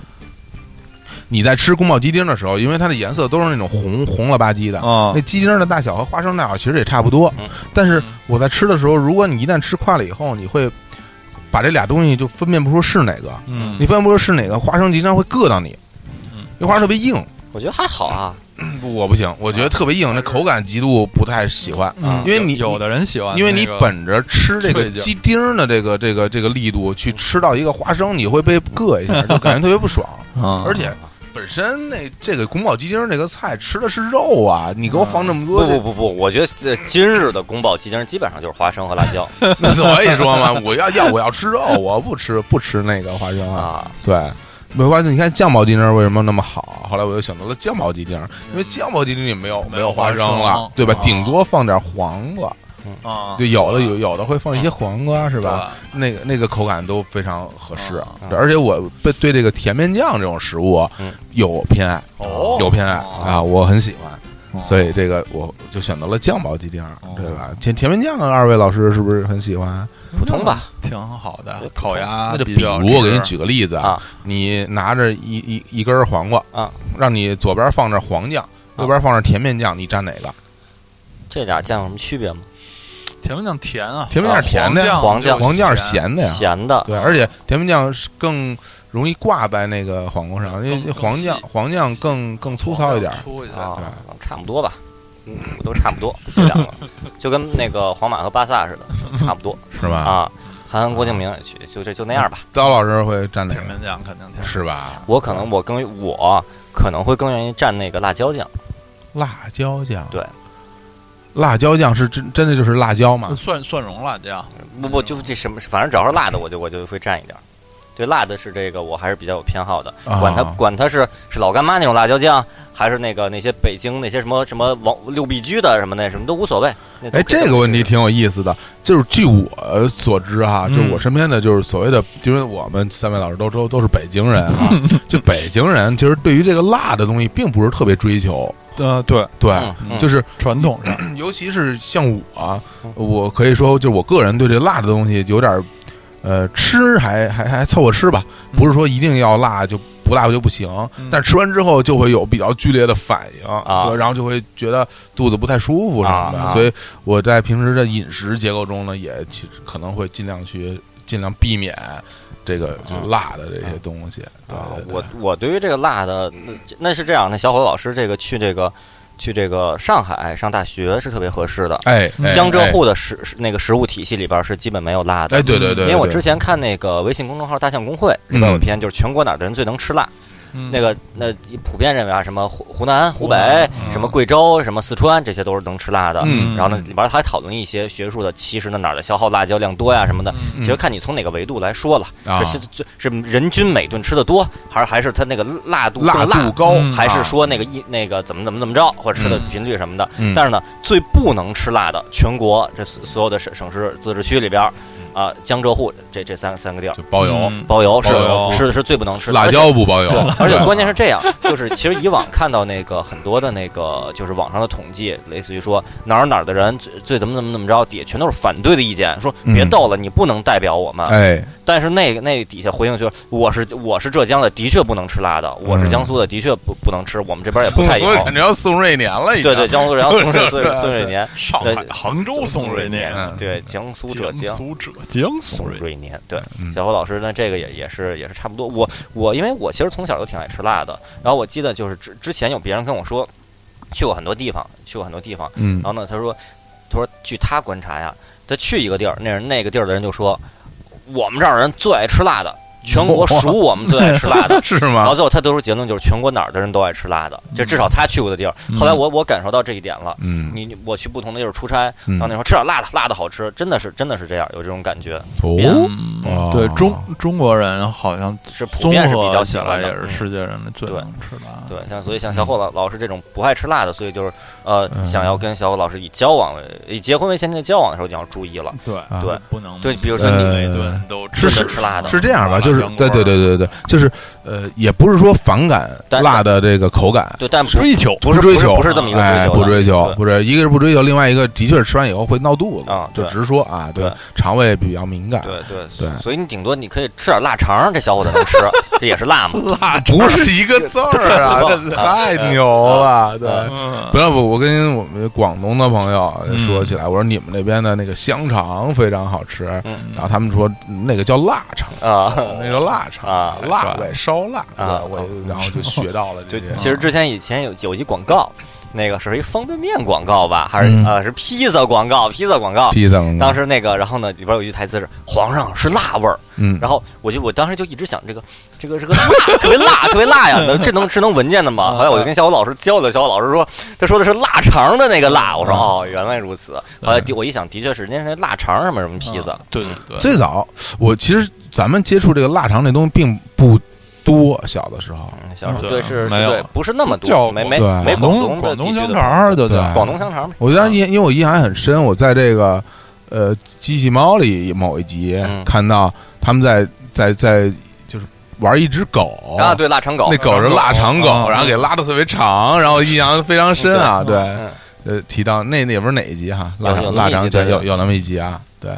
S4: 你在吃宫保鸡丁的时候，因为它的颜色都是那种红红了吧唧的，
S3: 啊
S4: 那鸡丁的大小和花生大小其实也差不多
S2: 嗯。
S4: 但是我在吃的时候，如果你一旦吃快了以后，你会把这俩东西就分辨不出是哪个，
S3: 嗯
S4: 你分辨不出是哪个，花生经常会硌到你
S3: 嗯，
S4: 因为花生特别硬。啊
S2: 我觉得还好啊，
S4: 我不行，我觉得特别硬，那口感极度不太喜欢，
S2: 啊
S3: 嗯
S4: 因为你
S3: 有的人喜欢那个，
S4: 因为你本着吃这个
S3: 脆劲儿
S4: 鸡丁儿的这个这个这个力度去吃到一个花生，你会被硌一下，就感觉特别不爽。
S3: 啊，
S4: 而且本身那这个宫保鸡丁儿这个菜吃的是肉啊，你给我放这么
S2: 不
S4: 多，
S2: 不不不，我觉得这今日的宫保鸡丁基本上就是花生和辣椒
S4: 那所以说嘛， 我要要我要吃肉，我不吃不吃那个花生啊。
S2: 啊，
S4: 对，没关系，你看酱爆鸡丁儿为什么那么好？后来我又想到了酱爆鸡丁儿，因为酱爆鸡丁里没有
S3: 没
S4: 没
S3: 有
S4: 有花生
S3: 花生
S4: 了，对吧
S3: 啊？
S4: 顶多放点黄瓜，
S3: 啊，
S4: 对，有的有有的会放一些黄瓜，是
S3: 对
S4: 吧？？那个那个口感都非常合适
S3: 啊，
S4: 对而且我对对这个甜面酱这种食物
S2: 嗯
S4: 有偏爱，
S3: 哦
S4: 有偏爱
S3: 哦
S4: 啊，我很喜欢，
S3: 哦
S4: 啊所以这个我就选择了酱爆鸡丁儿
S3: 哦，
S4: 对吧？甜甜面酱，二位老师是不是很喜欢？
S2: 普通吧，
S3: 挺好的，烤鸭
S4: 那就
S3: 比
S4: 比如
S3: 较
S4: 我给你
S3: 吃
S4: 举个例子
S2: 啊，
S4: 你拿着一一一根儿黄瓜
S2: 啊，
S4: 让你左边放
S3: 啊
S4: 着黄酱，右边放着甜面酱，你蘸哪个？
S2: 这俩酱有什么区别吗？
S3: 甜面酱甜啊，
S4: 甜面酱是甜的呀
S3: 啊
S2: 黄酱
S4: 黄酱是
S3: 咸，啊
S4: 咸的呀，
S2: 咸的，
S4: 对，而且甜面酱是更容易挂在那个黄瓜上，因为
S3: 更
S4: 黄
S3: 更
S4: 酱
S3: 细
S4: 黄酱更更粗糙一点儿。
S3: 粗一点儿。
S2: 啊
S4: 对，
S2: 差不多吧，嗯，都差不多，这两 个就跟那个皇马和巴萨似的，差不多
S4: 是吧？嗯
S2: 啊。韩寒、郭敬明也去，就这就那样吧。
S4: 刀老师会蘸哪
S3: 甜
S4: 个？
S3: 面酱肯啊定甜，
S4: 是吧？
S2: 我可能我更我可能会更愿意蘸那个辣椒酱，
S4: 辣椒酱。
S2: 对，
S4: 辣椒酱是真真的就是辣椒嘛？
S3: 蒜蒜蓉辣酱，
S2: 不不就这什么，反正只要是辣的，我就我就会蘸一点儿。对辣的是这个，我还是比较有偏好的。
S4: 啊
S2: 管它管它是是老干妈那种辣椒酱，还是那个那些北京那些什么什么王六必居的什么那什么都无所谓。那都
S4: 哎，
S2: 可以
S4: 这个问
S2: 都
S4: 题
S2: 可以
S4: 挺有意思的，就是据我所知哈，
S3: 嗯
S4: 就我身边的，就是所谓的，因为我们三位老师都都都是北京人 啊，
S2: 嗯
S4: 就北京人其实对于这个辣的东西并不是特别追求，
S3: 呃，对，
S4: 对，
S2: 嗯嗯
S4: 就是
S3: 传统上，
S4: 尤其是像我，啊我可以说，就我个人对这辣的东西有点儿，呃，吃还还还凑合吃吧，
S2: 嗯
S4: 不是说一定要辣就不辣就不行，
S3: 嗯
S4: 但吃完之后就会有比较剧烈的反应，
S2: 啊
S4: 对，然后就会觉得肚子不太舒服什么的，
S2: 啊啊
S4: 所以我在平时的饮食结构中呢，也其实可能会尽量去尽量避免这个就
S2: 啊
S4: 辣的这些东西，对
S2: 啊
S4: 对，对
S2: 我我对于这个辣的，那那是这样，那小伙子老师这个去这个去这个上海上大学是特别合适的。
S4: 哎，哎
S2: 江浙沪的食食那个食物体系里边是基本没有辣
S4: 哎，
S2: 的
S4: 哎，对对对，
S2: 因为我
S4: 对
S2: 之前看那个微信公众号“大象公会”里边有
S4: 嗯
S2: 篇，就是全国哪儿的人最能吃辣，
S3: 嗯
S2: 那个那普遍认为啊，什么湖湖南、湖
S3: 湖
S2: 北
S3: 南、
S4: 嗯
S2: 什么贵州、什么四川，这些都是能吃辣的。
S4: 嗯
S2: 然后呢，里边还讨论一些学术的，其实呢哪儿的消耗辣椒量多呀什么的。
S3: 嗯
S2: 其实看你从哪个维度来说了，
S4: 啊
S2: 这是这是人均每顿吃的多，还是还是它那个辣度
S4: 辣
S2: 更辣
S4: 度高，
S3: 嗯
S2: 还是
S4: 啊
S2: 说那个一那个怎么怎么怎么着，或者吃的
S3: 嗯
S2: 频率什么的。
S4: 嗯
S2: 但是呢，最不能吃辣的，全国这所所有的省省市自治区里边，啊、江浙沪这这三三个地儿，
S4: 嗯就包邮，
S3: 嗯
S2: 包邮是
S4: 包邮
S2: 是是最不能吃的
S4: 辣。椒不包邮
S2: 而且，而且
S4: 对
S2: 关键是这样，就是其实以往看到那个很多的那个，就是网上的统计，类似于说哪儿哪儿的人最最怎么怎么怎么着，底下全都是反对的意见，说别
S4: 嗯
S2: 逗了，你不能代表我们。
S4: 哎，
S2: 但是那个那底下回应就是，我是我是浙江的，的确不能吃辣的；我是江苏的，的确不不能吃，我们这边也不 太有。
S4: 我感觉要送瑞年了，已经
S2: 对对，江苏然后宋瑞
S4: 就
S2: 宋
S4: 是这
S2: 瑞宋瑞年，
S3: 上
S2: 对
S3: 海、杭州宋瑞年，
S4: 嗯
S2: 对江苏浙
S3: 江
S2: 江。
S3: 苏浙江宋
S2: 宋
S3: 瑞年，
S2: 瑞年，对
S4: 嗯，
S2: 小侯老师呢，这个也也是也是差不多。我我因为我其实从小就挺爱吃辣的，然后我记得就是之之前有别人跟我说，去过很多地方，去过很多地方，
S4: 嗯
S2: 然后呢，他说他说据他观察呀，他去一个地儿，那人那个地儿的人就说，我们这儿人最爱吃辣的，全国数我们最爱吃辣 的，
S4: 是
S2: 然后
S4: 吗？
S2: 最后他得出结论就是全国哪儿的人都爱吃辣的，这至少他去过的地儿。
S3: 嗯
S2: 后来我我感受到这一点了。
S4: 嗯，
S2: 你你我去不同的地儿出差，然后那
S4: 嗯
S2: 时候吃点辣的，辣的好吃，真的是真的是这样，有这种感觉，
S4: 哦，
S3: 嗯对中中国人好像
S2: 是普
S3: 综
S2: 遍是比较
S3: 合
S2: 喜
S3: 起
S2: 欢
S3: 来
S2: 的
S3: 也是
S2: 嗯
S3: 世界人类最
S2: 对
S3: 能吃
S4: 啊
S3: 辣的。啊
S2: 对，像所以像小伙老老师这种不爱吃辣的，所以就是呃，
S4: 嗯
S2: 想要跟小伙老师以交往为以结婚为前提的交往的时候，你要注意了。
S3: 对
S4: 啊
S2: 对，
S3: 不能
S2: 对，比如说
S3: 每
S2: 你
S4: 呃
S3: 顿都
S4: 是
S3: 吃
S2: 是吃啊辣的
S4: 是这样吧？
S3: 辣
S4: 就是
S3: 香锅
S4: 对对对对对，就是呃，也不是说反感
S2: 但
S4: 辣的这个口感，
S2: 对，但不
S3: 追求
S2: 不是
S4: 追
S2: 不是
S4: 求，
S2: 不是这么一个追
S4: 哎
S2: 求，
S4: 不追求
S2: 对，
S4: 不是一个是不追求，另外一个的确是吃完以后会闹肚子
S2: 啊，
S4: 就
S2: 对
S4: 直说啊，对
S2: 对，
S4: 肠胃比较敏感，
S2: 对对
S4: 对
S2: 所以你顶多你可以吃点腊肠，这小伙子能吃，这也是辣 嘛。
S4: 辣不是一个字 儿啊，这太牛
S2: 啊
S4: 了，对。
S3: 嗯
S4: 不要不，我跟我们广东的朋友
S3: 嗯
S4: 说起来，我说你们那边的那个香肠非常好吃，
S2: 嗯
S4: 然后他们说那个叫腊肠，
S2: 啊，
S4: 那叫腊肠，
S2: 啊
S4: 腊味烧腊
S2: 啊
S4: 我然后就学到了这
S2: 就
S4: 些。
S2: 其实之前以前有有一广告，那个是一方便面广告吧，还是、
S4: 嗯
S2: 呃是披萨广告，披萨广告。
S4: 披萨呢，
S2: 啊当时那个，然后呢，里边有一句台词是“皇上是辣味儿”，
S4: 嗯，
S2: 然后我就我当时就一直想这个这个这个辣，特别辣，特别辣呀，能这能是能闻见的吗？
S4: 啊
S2: 后来我就跟小虎老师交流，小虎老师说他说的是腊肠的那个辣，我说
S4: 啊
S2: 哦，原来如此。后
S4: 嗯
S2: 来的我一想，的确是，那是腊肠什么什么披
S4: 啊
S2: 萨，
S3: 对对对，
S4: 最早我其实咱们接触这个腊肠这东西并不多，小的时候，
S2: 嗯，小时候
S3: 对
S2: 对是是
S3: 没有
S2: 对，不是那么
S3: 叫
S2: 多，没没
S4: 对
S2: 没
S3: 广东
S2: 东的
S3: 东
S2: 地区
S3: 香
S2: 的
S3: 肠儿，对
S4: 对
S2: 广东香肠呗，
S4: 我当时因因为我印象还很深，我在这个呃机器猫里某一集
S2: 嗯
S4: 看到他们在在在就是玩一只狗
S2: 啊，对腊肠狗
S4: 哦那，狗是腊肠
S3: 啊
S4: 狗，然后给拉的特别长，然后印象非常深啊。对，
S2: 嗯
S4: 呃，提到那里边哪一集哈？
S2: 有有那么
S4: 腊肠腊
S2: 一
S4: 肠
S2: 集对
S4: 有有那么一集啊，对，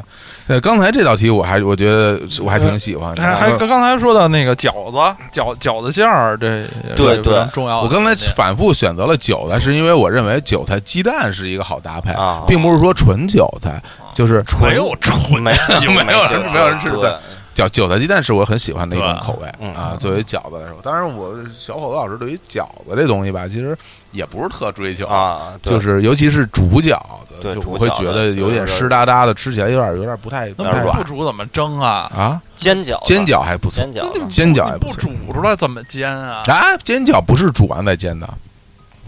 S4: 呃，刚才这道题我还我觉得是我还挺喜欢的。
S3: 还还
S4: 我
S3: 刚刚才说到那个饺子，饺饺子馅儿，这
S2: 对
S3: 这非常
S2: 哦对
S3: 重要的
S4: 我
S3: 一点。
S4: 刚才反复选择了韭菜，是因为我认为韭菜鸡蛋是一个好搭配，
S2: 啊
S4: 哎并不是说纯韭菜，就是
S3: 没有
S2: 纯没有
S4: 没有人没有人吃
S2: 对
S4: 对饺韭菜鸡蛋是我很喜欢的一种口味
S2: 嗯
S4: 啊。作为饺子来说，当然我小伙子老师对于饺子这东西吧，其实也不是特追求，
S2: 啊，对
S4: 就是尤其是煮饺子，
S2: 对
S4: 就
S2: 煮
S4: 我会
S2: 饺
S4: 觉
S2: 子
S4: 得有点
S2: 就是
S4: 湿哒哒的，吃起来有点有点不太不
S3: 那
S4: 太
S3: 不不
S4: 软
S3: 煮怎么蒸啊？
S4: 啊。
S2: 煎饺子，
S4: 煎饺还不错
S2: 煎饺
S3: 那
S2: 子
S3: 你
S4: 煎饺
S3: 你
S4: 也不
S3: 不煮出来怎么煎啊？
S4: 啊，煎饺不是煮完再煎的，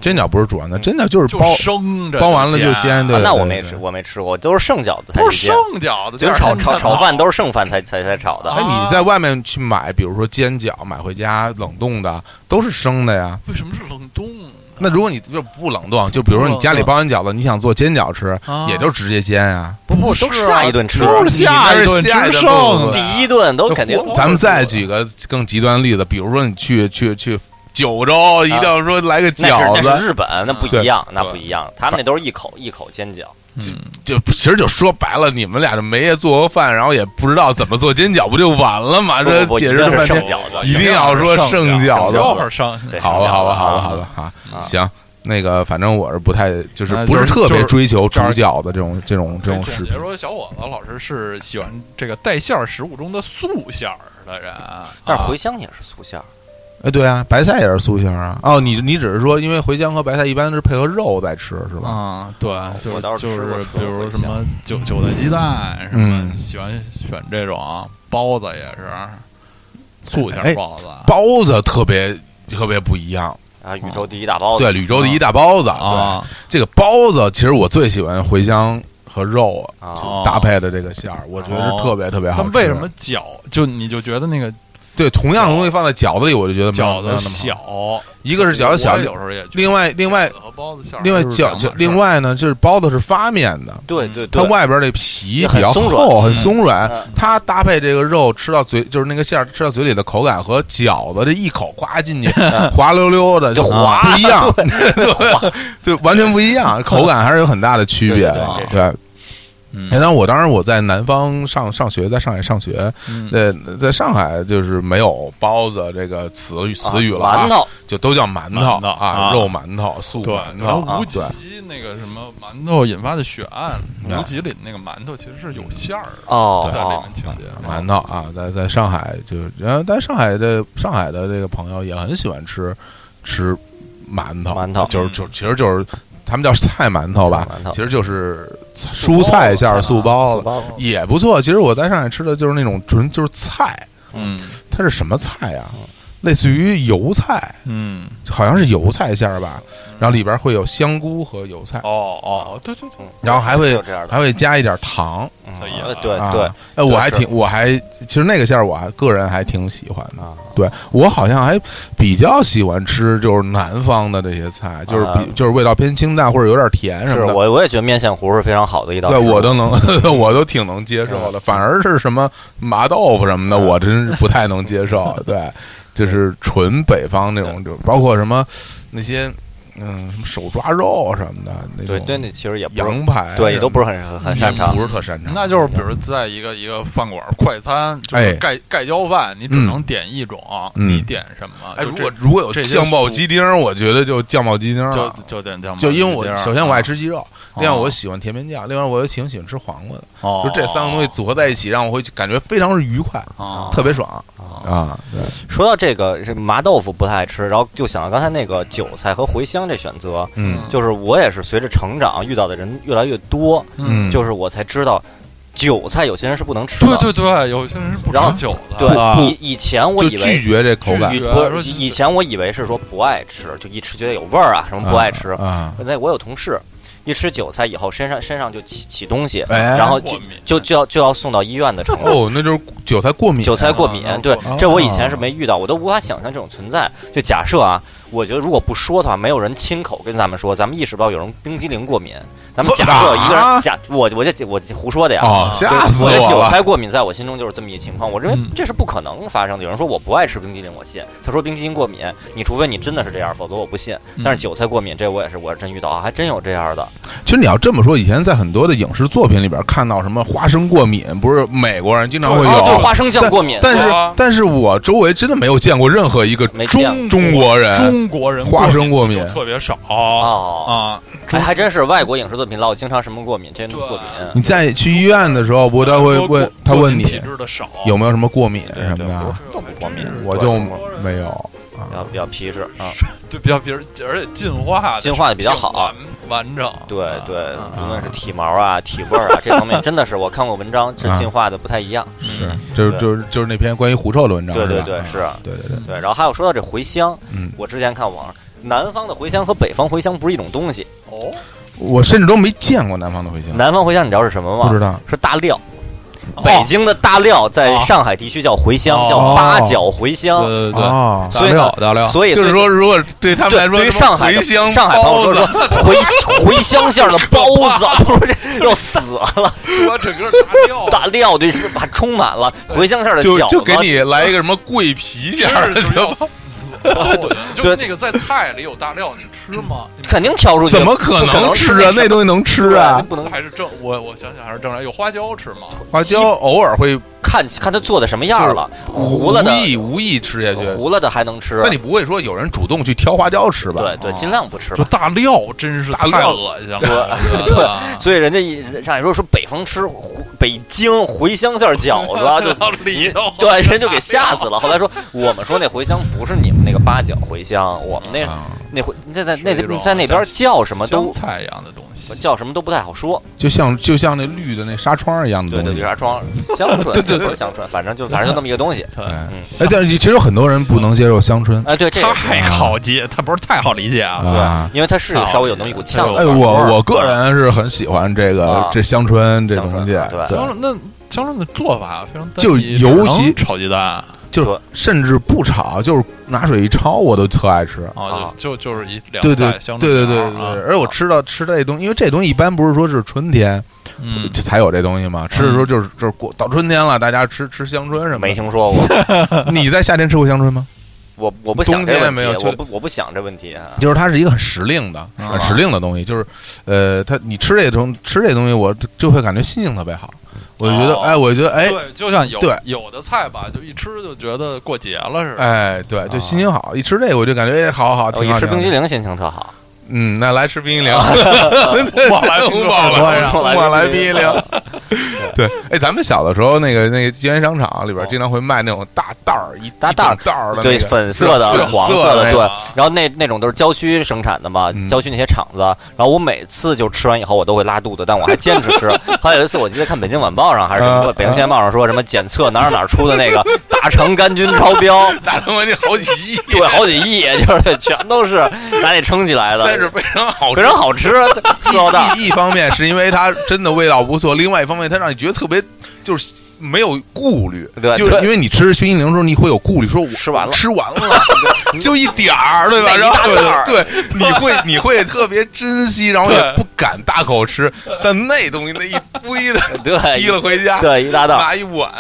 S4: 煎饺不是煮
S2: 嗯
S4: 完的，煎饺就是
S3: 就
S4: 包
S3: 生着
S4: 包完了就煎，
S3: 煎，
S4: 对，
S2: 啊那我
S4: 对
S2: 没
S4: 对
S2: 吃，我没吃过，都是剩饺子才
S3: 不
S2: 去
S3: 是
S2: 煎
S3: 剩，饺子，
S2: 就是炒
S3: 第
S2: 炒
S3: 二天
S2: 炒饭
S3: 早
S2: 都是剩饭才才才炒的
S4: 哎，
S3: 啊，
S4: 你在外面去买，比如说煎饺，买回家冷冻的都是生的
S2: 啊
S4: 呀。
S3: 为什么是冷冻的？
S4: 那如果你就不冷冻，就比如说你家里包完饺子，你想做煎饺吃，
S3: 啊
S4: 也就直接煎啊。
S3: 不
S2: 都
S3: 不
S2: 是
S3: 是啊
S2: 下一顿吃
S3: 都是下一
S4: 你那是下一
S3: 吃
S4: 顿
S3: 剩
S4: 对啊
S3: 的。
S2: 第一顿都肯定
S4: 那活咱们再举个更极端的例子，比如说你去去去九州，一定要说来个
S2: 那
S4: 饺
S2: 啊是那是
S4: 子，
S2: 日本，那不一样，那
S3: 对
S2: 不一样，他们那都是一口一口煎饺，
S3: 嗯
S4: 就其实就说白了，你们俩就没做过饭，然后也不知道怎么做煎饺，不就完了吗？
S2: 不
S4: 这
S2: 不，
S4: 解
S2: 一
S4: 释
S2: 定
S4: 这
S2: 是
S4: 半
S2: 剩
S4: 天，
S2: 饺子，
S4: 一定要说剩饺
S2: 子
S3: 就会剩下。
S2: 对，
S4: 嗯好吧，
S2: 剩饺子
S4: 好吧，好
S2: 啊
S4: 吧，好吧，啊。
S2: 啊
S4: 行，那个反正我是不太，就是
S3: 啊
S4: 不
S3: 嗯
S4: 是
S3: 就是
S4: 特别
S3: 就是
S4: 追求煮
S3: 这儿
S4: 饺子这种这种这种
S3: 所以
S4: 食
S3: 总
S4: 品
S3: 结。说，小伙子老师是喜欢这个带馅儿食物中的素馅儿的人，
S2: 但是
S3: 啊
S2: 茴香也是素馅儿，
S4: 哎，对啊，白菜也是素馅儿啊。哦，你你只是说，因为茴香和白菜一般是配合肉在吃，是吧？
S3: 啊，对，就
S2: 我倒
S3: 是
S2: 是
S3: 就
S2: 吃过
S3: 是，
S2: 吃
S3: 比
S2: 过
S3: 如
S2: 茴
S3: 什么韭韭菜鸡蛋什么，
S4: 嗯
S3: 喜欢选这种包子也是素馅
S4: 哎
S3: 儿包子，
S4: 包子特别特别不一样，
S2: 啊，宇宙第一大包子，
S4: 哦对，吕州的一大包子。
S3: 哦啊，
S4: 对，这个包子其实我最喜欢茴香和肉
S2: 啊
S4: 就搭配的这个馅儿，我觉得是特别特别好
S3: 哦但
S4: 吃。
S3: 为什么饺就你就觉得那个
S4: 对同样的东西放在饺子里，我就觉得没
S3: 饺
S4: 有没有
S3: 子
S4: 那么好
S3: 小，
S4: 一个是饺子小
S3: 我也，有时候也觉得
S4: 另外另外
S3: 饺子和包子馅儿
S4: 另外
S3: 都是两
S4: 饺
S3: 码
S4: 子
S3: 事儿
S4: 另外呢，就是包子是发面的，
S2: 对对
S4: 嗯它
S2: 对，
S4: 外边儿这皮
S2: 也
S4: 比
S2: 很
S4: 较
S2: 松
S4: 厚，
S2: 软
S4: 很松软
S2: 嗯。
S4: 它搭配这个肉吃到嘴，就是那个馅儿吃到嘴里的口感和饺子这一口夸进去，滑溜溜
S2: 嗯
S4: 的
S2: 就滑
S4: 不一样， 对，就完全不一样，口感还是有很大的区别的。
S2: 对对对
S4: 对，
S3: 嗯
S4: 哎当然我当时我在南方上上学，在上海上学，
S3: 嗯
S4: 呃，在上海就是没有包子这个词语词语了啊，
S2: 馒头
S4: 就都叫馒
S3: 馒
S4: 头
S3: 头
S4: 啊，
S3: 啊
S4: 肉馒头、素
S3: 对，
S4: 馒
S3: 然后
S4: 头啊
S3: 无，
S4: 对。
S3: 极那个什么馒头引发的血案，
S4: 对
S3: 无极里那个馒头其实是有馅儿的，
S2: 哦
S3: 在里
S2: 哦
S3: 面情节。
S4: 馒头啊，在在上海就，然后在上海的上海的这个朋友也很喜欢吃吃馒头，
S2: 馒头嗯
S4: 就是就其实就是他们叫菜馒头吧，
S2: 馒头啊
S4: 其实就是蔬菜馅儿素包
S2: 素
S4: 子，
S2: 包子
S4: 也不错。其实我在上海吃的就是那种纯就是菜，
S3: 嗯
S4: 它是什么菜呀、
S2: 嗯
S4: 类似于油菜，
S3: 嗯，
S4: 好像是油菜馅儿吧，
S2: 嗯
S4: 然后里边会有香菇和油菜，
S3: 哦哦，对对对，
S2: 嗯
S4: 然后还会
S2: 是有这样的，
S4: 还会加一点糖。
S2: 嗯
S3: 可以
S2: 呃
S3: 啊
S2: 对
S4: 啊
S2: 对，
S4: 哎，我还
S2: 是
S4: 挺，我还其实那个馅儿，我还个人还挺喜欢的。
S2: 啊，
S4: 对我好像还比较喜欢吃就是南方的这些菜，就是比、
S2: 啊
S4: 就是味道偏清淡或者有点甜什
S2: 是
S4: 么的。
S2: 我我也觉得面线糊是非嗯常好的一道食
S4: 对
S2: 物，
S4: 我都能， 我都挺能接受的。反而是什么麻豆腐什么的，
S2: 嗯
S4: 我真是不太能接受。对，就是纯北方那种，就包括什么那些嗯什么手抓肉什么的那种
S2: 对，对，那其实也不是
S4: 羊排
S2: 对也都不
S4: 是
S2: 是很很很擅长
S4: 不，是特擅长。
S3: 那就是比如在一个一个饭馆快餐，就是
S4: 哎
S3: 盖盖浇饭，你只
S4: 嗯
S3: 能点一种，
S4: 嗯
S3: 你点什么？
S4: 哎，
S3: 就
S4: 如
S3: 这
S4: 果如果有
S3: 这些
S4: 酱爆
S3: 素
S4: 鸡丁儿，我觉得就酱爆鸡丁儿
S3: 就
S4: 了。
S3: 就点酱，
S4: 就因为
S3: 啊
S4: 我首先我爱，吃鸡肉，另外
S3: 哦
S4: 我喜欢甜面酱，另外我又挺喜欢吃黄瓜的，
S3: 哦
S4: 就这三个东西组合在一起，让我会感觉非常是愉快，
S3: 哦
S4: 特别爽
S2: 啊
S4: 啊！对
S2: 说到这个是麻豆腐不太爱吃，然后就想到刚才那个韭菜和茴香这选择，
S3: 哦
S4: 嗯
S2: 就是我也是随着成长遇到的人越来越多，
S4: 嗯，
S2: 就是我才知道韭菜有些人是不能吃
S3: 对
S2: 的，
S3: 对对，有些人是不
S2: 然后
S3: 吃酒的，
S4: 啊
S2: 对，以以前我
S4: 就
S2: 以
S4: 拒
S2: 为。
S4: 绝这口感
S3: 拒
S2: 以
S3: 绝
S2: 不
S3: 说
S2: 啊是以前我以为是说不爱吃，就一吃觉得有味儿啊，什么不爱吃。
S4: 啊，
S2: 那我有同事一吃韭菜以后，身上身上就起起东西，
S4: 哎
S2: 然后
S3: 过
S2: 就
S3: 敏
S2: 就就要就要送到医院的程度。
S4: 哦，那就是韭菜过敏，
S2: 韭菜过敏
S3: 啊，
S2: 对
S4: 过敏，
S2: 这我以前是没遇到，我都无法想象这种存在。就假设啊，我觉得如果不说的话，没有人亲口跟咱们说，咱们意识不到有人冰激凌过敏。咱们假设一个
S4: 啊
S2: 人假，我我这我这胡说的呀。
S4: 哦，吓死
S2: 我这韭
S4: 了！
S2: 菜过敏，在我心中就是这么一情况，我认为
S3: 嗯
S2: 这是不可能发生的。有人说我不爱吃冰激凌，我信；他说冰激凌过敏，你除非你真的是这样，否则我不信。
S4: 嗯
S2: 但是韭菜过敏，这我也是，我真遇到啊， 还真有这样的。
S4: 其实你要这么说，以前在很多的影视作品里边看到什么花生过敏，不是美国人经常会
S3: 对
S2: 哦，对，
S4: 有，
S2: 花生酱过敏，
S4: 哎但
S3: 对
S4: 是
S3: 啊
S4: 但是我周围真的没有见过任何一个
S2: 没见
S4: 中
S2: 过
S4: 中国
S2: 呃
S4: 人
S3: 中国人
S4: 花生过敏
S3: 就特别少
S2: 哦
S3: 啊，
S2: 哎，还真是外国影视作品老经常什么过敏，这人
S3: 对
S2: 过敏。
S4: 你在去医院的时候，不他会
S3: 中国
S4: 问
S3: 呃过
S4: 他
S3: 过
S4: 问
S3: 敏体
S4: 你
S3: 质的少
S4: 有没有什么过敏
S2: 对
S4: 什么
S2: 对
S4: 的
S2: 我
S4: 啊，
S2: 都不过敏，
S4: 我就没有。
S2: 比较比较皮实啊。
S3: 对比较别人，而且进化的
S2: 进化得比较好
S3: 完完整，
S2: 对
S3: 啊
S2: 对
S3: 啊，
S2: 无论是体毛啊、体味儿啊这方面，真的是我看过文章，是
S4: 啊
S2: 进化的不太一
S3: 嗯
S2: 样。
S4: 是，就是就是就是那篇关于狐臭的文章，
S2: 嗯对对
S4: 是吧
S2: 对是
S4: 啊对对对，
S2: 对，然后还有说到这茴香，
S4: 嗯，
S2: 我之前看网上，南方的茴香和北方茴香不是一种东西。
S3: 哦，
S4: 我甚至都没见过南方的茴香，
S2: 南方茴香你知道是什么吗？
S4: 嗯不知道
S2: 是大料。北京的大料在上海地区叫茴香，
S3: 哦
S2: 叫八角茴
S3: 对
S2: 香。
S3: 对对，
S4: 哦
S2: 所以呢
S3: 大料大料，
S2: 所以
S4: 就是说，如果对他们来
S2: 对，
S4: 说，
S2: 对于上海的
S4: 茴香
S2: 上海朋
S4: 包
S2: 友
S4: 子
S2: 说说茴茴香馅儿的包子，他说这要死了，
S3: 我整个大 料
S2: 大料对是把充满了茴香馅儿的
S4: 就
S2: 饺
S4: 就给
S2: 子，啊
S4: 你来一个什么桂皮馅儿的，
S3: 真是
S4: 就
S3: 要 死了，我觉得就是那个在菜里有大料，你吃吗？你
S2: 肯定挑出去，
S4: 怎么可能吃啊？那东西能吃啊？
S2: 不能
S3: 还是正我我想想还是正常，有花椒吃吗？
S4: 花椒偶尔会
S2: 看看它做的什么样了，糊
S4: 无
S2: 了的
S4: 意无意吃下去，
S2: 糊了的还能吃
S4: 那，你不会说有人主动去挑花椒吃吧？
S2: 对对，
S3: 哦
S2: 尽量不吃
S3: 就
S2: 吧。
S3: 大料真是
S4: 大
S3: 太
S4: 料
S3: 恶心了， 我觉得。
S2: 所以人家一让你说说北方吃胡北京茴香馅儿饺子，就
S3: 到里头，
S2: 对，人就给吓死了。后来说，我们说那茴香不是你们那个八角茴香，我们那
S4: 啊，
S2: 那茴那在那
S3: 是一种
S2: 在那边叫什么
S3: 啊像
S2: 都
S3: 菜一样的东西，
S2: 叫什么都不太好说。
S4: 就像就像那绿的那纱窗一样的
S2: 对
S4: 东
S2: 对，
S4: 西
S2: 驴。牙窗、香椿，对对不是香椿，反正就反正就那么一个东西。
S3: 对
S4: 哎
S2: 嗯，
S4: 哎，但是其实有很多人不能接受香椿
S2: 哎，对，这个是
S3: 太好接，它不是太好理解啊。
S4: 啊。
S2: 因为它是稍微有那么一股呛味
S4: 哎，
S2: 儿。
S4: 我我个人是很喜欢这个
S2: 啊
S4: 这香椿这东西
S2: 香椿，对
S3: 香椿嗯那香椿的做法非常单一，
S4: 就尤其
S3: 只能炒鸡蛋啊
S4: 就是甚至不炒，就是拿水一焯，我都特爱吃。，
S2: 啊
S3: 就就就是一两
S4: 对对
S3: 菜香椿
S4: 对对对对
S3: 啊
S4: 对，而我吃到吃这东西，因为这东西一般不是说是春天
S3: 嗯，
S4: 就才有这东西嘛，吃的时候就是就是过到春天了，大家吃吃香椿什么
S2: 没
S4: 的。
S2: 听说过，
S4: 你在夏天吃过香椿吗？
S2: 我我不想
S4: 冬
S2: 这
S4: 天
S2: 问
S4: 没有
S2: 题，
S4: 就
S2: 我不我不想这问题啊。
S4: 就是它是一个很时令的、很时令的东西，就是，呃，它你吃这东吃这东西，我就就会感觉心情特别好，我就觉得，
S3: 哦
S4: 哎，我觉得，哎，
S3: 对，就像有
S4: 对
S3: 有的菜吧，就一吃就觉得过节了似的。
S4: 哎，对，就
S2: 啊
S4: 心情好，一吃这个我就感觉，哎，好好，
S2: 我
S4: 挺
S2: 哦一
S4: 好。
S2: 吃
S4: 挺好
S2: 冰啊激，凌心情特好，
S4: 嗯，那来吃冰激凌，
S3: 我来
S4: 我
S3: 我
S4: 来
S2: 我来
S4: 我来
S2: 冰
S4: 冰
S2: 激
S4: 激
S2: 凌
S4: 凌。对，哎，咱们小的时候，那个那个金源商场里边经常会卖那种大袋儿，一
S2: 哦大袋儿
S4: 一整袋儿的那
S2: 对，
S4: 个，
S2: 粉色
S4: 是
S2: 的、
S4: 吧
S2: 黄
S4: 粉色
S2: 色
S4: 的
S2: 的，
S4: 那
S2: 对
S3: 个。
S2: 然后那那种都是郊区生产的嘛
S4: 嗯，
S2: 郊区那些厂子。然后我每次就吃完以后，我都会拉肚子，但我还坚持 吃。还有一次，我记得看《北京晚报》上还是什么
S4: 啊
S2: 《北京新闻报》上说什么检测哪儿哪儿出的那 个大肠杆菌超标，
S4: 大成文就好几 亿，
S2: 对，好几亿，就是 全都是拿那撑起来的
S4: 但，是非常好吃
S2: 非。常好 吃，伺候大。
S4: 一一方面是因为它真的味道不错，另外一方面它让你觉得特别就是没有顾虑，
S2: 对
S4: 就是
S2: 对
S4: 因为你吃冰激凌的时候你会有顾虑，说我
S2: 吃完了
S4: 吃完了就一点儿，对
S2: 嗯
S4: 吧？
S2: 那一
S4: 然后
S2: 大袋儿
S4: 对，你会你会特别珍惜，然后也
S3: 对
S4: 不敢大口 吃，但那东西那一堆的
S2: 对
S4: 提了回家。
S2: 对，一大道。
S4: 拿一碗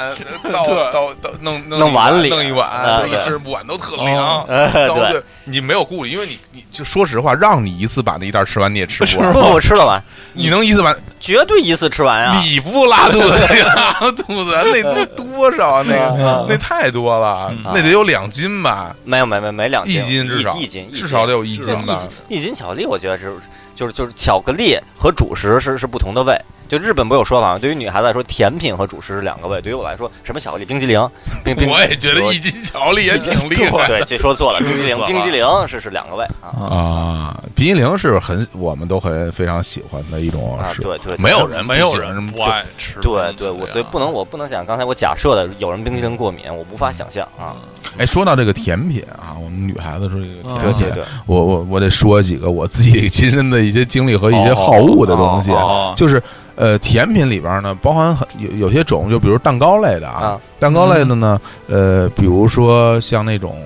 S4: 倒倒倒弄弄
S2: 弄
S4: 一
S2: 碗里
S4: 弄一
S2: 啊
S4: 碗，一
S2: 对
S4: 吃碗都特 凉。
S2: 呃，
S4: 然后
S2: 对，
S4: 就你没有顾虑，因为你你就说实话，让你一次把那一袋吃完，你也吃不
S2: 不
S4: 完。
S2: 不，我吃了完，
S4: 你能一次把
S2: 绝对一次吃完啊。
S4: 你不拉肚子， 你拉肚子那都多少啊？那个
S2: 嗯
S4: 那太多了，
S3: 嗯
S4: 那得有两斤吧，
S2: 没有没有没有没两
S4: 一
S2: 斤，
S4: 斤至少
S2: 一斤一斤
S4: 至少得有一斤
S2: 嗯一
S4: 吧。
S2: 斤一斤巧克力，我觉得是就是就是巧克力和主食是是不同的味。就日本不有说法吗？对于女孩子来说，甜品和主食是两个味。对于我来说，什么巧克力、冰激 凌，冰冰，
S4: 我 也觉得一斤巧克力也挺厉害
S2: 对，这说错了，冰激凌，冰激凌是是两个味啊
S4: 啊！冰激凌是很我们都很非常喜欢的一种
S2: 啊！
S4: 食物，
S2: 对对，
S4: 没有人
S3: 没有
S4: 哎不喜欢
S3: 人
S4: 这么
S3: 不爱吃冰淇淋啊。
S2: 对对，我所以不能我不能想刚才我假设的有人冰激凌过敏，我无法想象啊！
S4: 哎，说到这个甜品啊，我们女孩子说这个
S3: 对
S2: 对
S4: 甜
S2: 嗯对
S4: 品，
S2: 对，
S4: 我我我得说几个我自己亲身的一些经历和一些
S2: 哦
S4: 好物的东西，啊
S2: 哦
S3: 哦
S4: 就是呃，甜品里边呢包含很有有些种，就比如蛋糕类的啊，
S2: 啊
S4: 蛋糕类的呢，呃，比如说像那种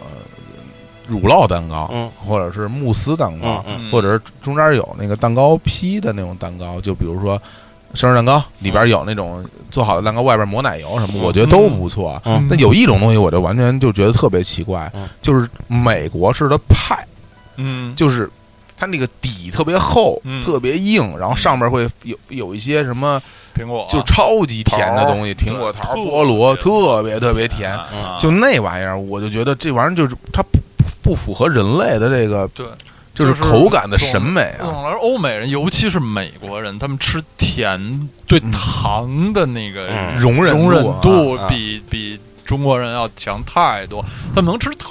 S4: 呃乳酪蛋糕，
S6: 嗯
S4: 或者是慕斯蛋糕，
S6: 嗯
S3: 嗯
S4: 或者是中间有那个蛋糕坯的那种蛋糕，就比如说生日蛋糕里边有那种做好的蛋糕，外边抹奶油什么，
S6: 嗯
S4: 我觉得都不错。
S6: 嗯
S4: 但有一种东西，我就完全就觉得特别奇怪
S6: 嗯，
S4: 就是美国式的派，
S3: 嗯
S4: 就是它那个底特别厚
S3: 嗯，
S4: 特别硬，然后上面会有有一些什么，
S3: 苹果啊
S4: 就超级甜的东西，苹果桃、
S3: 对
S4: 菠萝，
S3: 特
S4: 特别特别甜。
S3: 啊
S4: 就那玩意儿，我就觉得这玩意儿就是它不不符合人类的这个
S3: 对，
S4: 就是
S3: 就是
S4: 口感的审美
S3: 懂
S4: 啊。
S3: 了，欧美人，尤其是美国人，他们吃甜对
S4: 嗯
S3: 糖的那个
S6: 嗯
S4: 容忍
S3: 容忍
S4: 度
S3: 度
S4: 啊
S3: 比比中国人要强太多，他们能吃特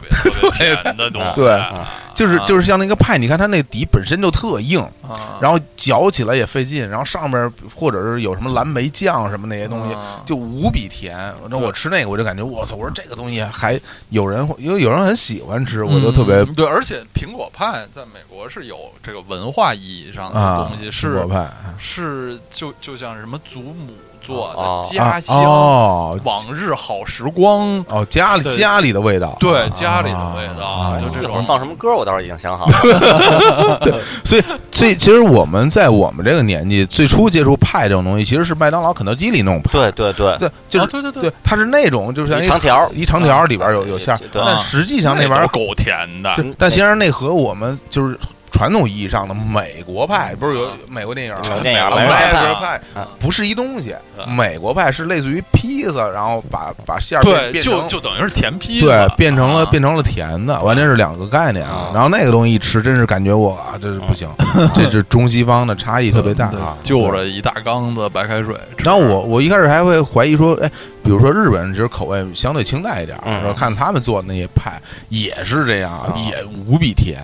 S3: 别特别甜的东西，
S4: 对
S3: 啊
S4: 就是就是像那个派，你看它那底本身就特硬，
S3: 啊
S4: 然后嚼起来也费劲，然后上面或者是有什么蓝莓酱什么那些东西，
S3: 啊
S4: 就无比甜。那
S3: 对
S4: 我吃那个，我就感觉我操，我说这个东西还有人，因为有人很喜欢吃，我就特别
S3: 嗯对，而且苹果派在美国是有这个文化意义上的
S4: 啊
S3: 东西，，
S4: 苹
S3: 是
S4: 果派
S3: 是就就像什么祖母做
S2: 哦
S3: 的家
S4: 啊
S3: 乡、
S4: 哦
S3: 往日好时光，
S4: 哦，家里
S3: 对
S4: 家里的味道，
S3: 对家里的味
S4: 啊
S3: 道，就这
S2: 一会儿
S3: 种
S2: 放什么歌，我倒是已经想好 了。
S4: 所以，这其实我们在我们这个年纪，最初接触派这种东西，其实是麦当劳、肯德基里那种派，
S2: 对对对，
S4: 对，就
S3: 啊
S4: 是
S3: 对对对
S4: 对，它是那种就是像
S2: 一长条儿
S4: 一长条儿里边有有馅儿，
S2: 对
S4: 但实际上那
S3: 那
S4: 玩
S3: 玩
S4: 意儿
S3: 意，狗甜的，
S4: 就但其实那和我们就是传统意义上的美国派，不是有美 国电影儿
S2: 美国电影儿
S4: 美
S2: 美国
S4: 国
S2: 派
S4: 派
S2: 啊
S4: 不是一东西，
S3: 啊
S4: 美国派是类似于披萨，然后把把馅儿变
S3: 对，
S4: 变
S3: 就
S4: 成
S3: 就等于是甜披萨
S4: 对，变成了
S3: 啊
S4: 变成了甜的，完全是两个概念啊
S2: 啊。
S4: 然后那个东西一吃，真是感觉我啊，这是不行，这是中西方的差异特别大
S3: 嗯对
S4: 啊。
S3: 就着一大缸子白开水。
S4: 然后我我一开始还会怀疑说，哎，比如说日本人其实口味相对清淡一点，
S2: 嗯
S4: 然后看他们做的那些派也是这样
S2: 啊，
S4: 也无比甜，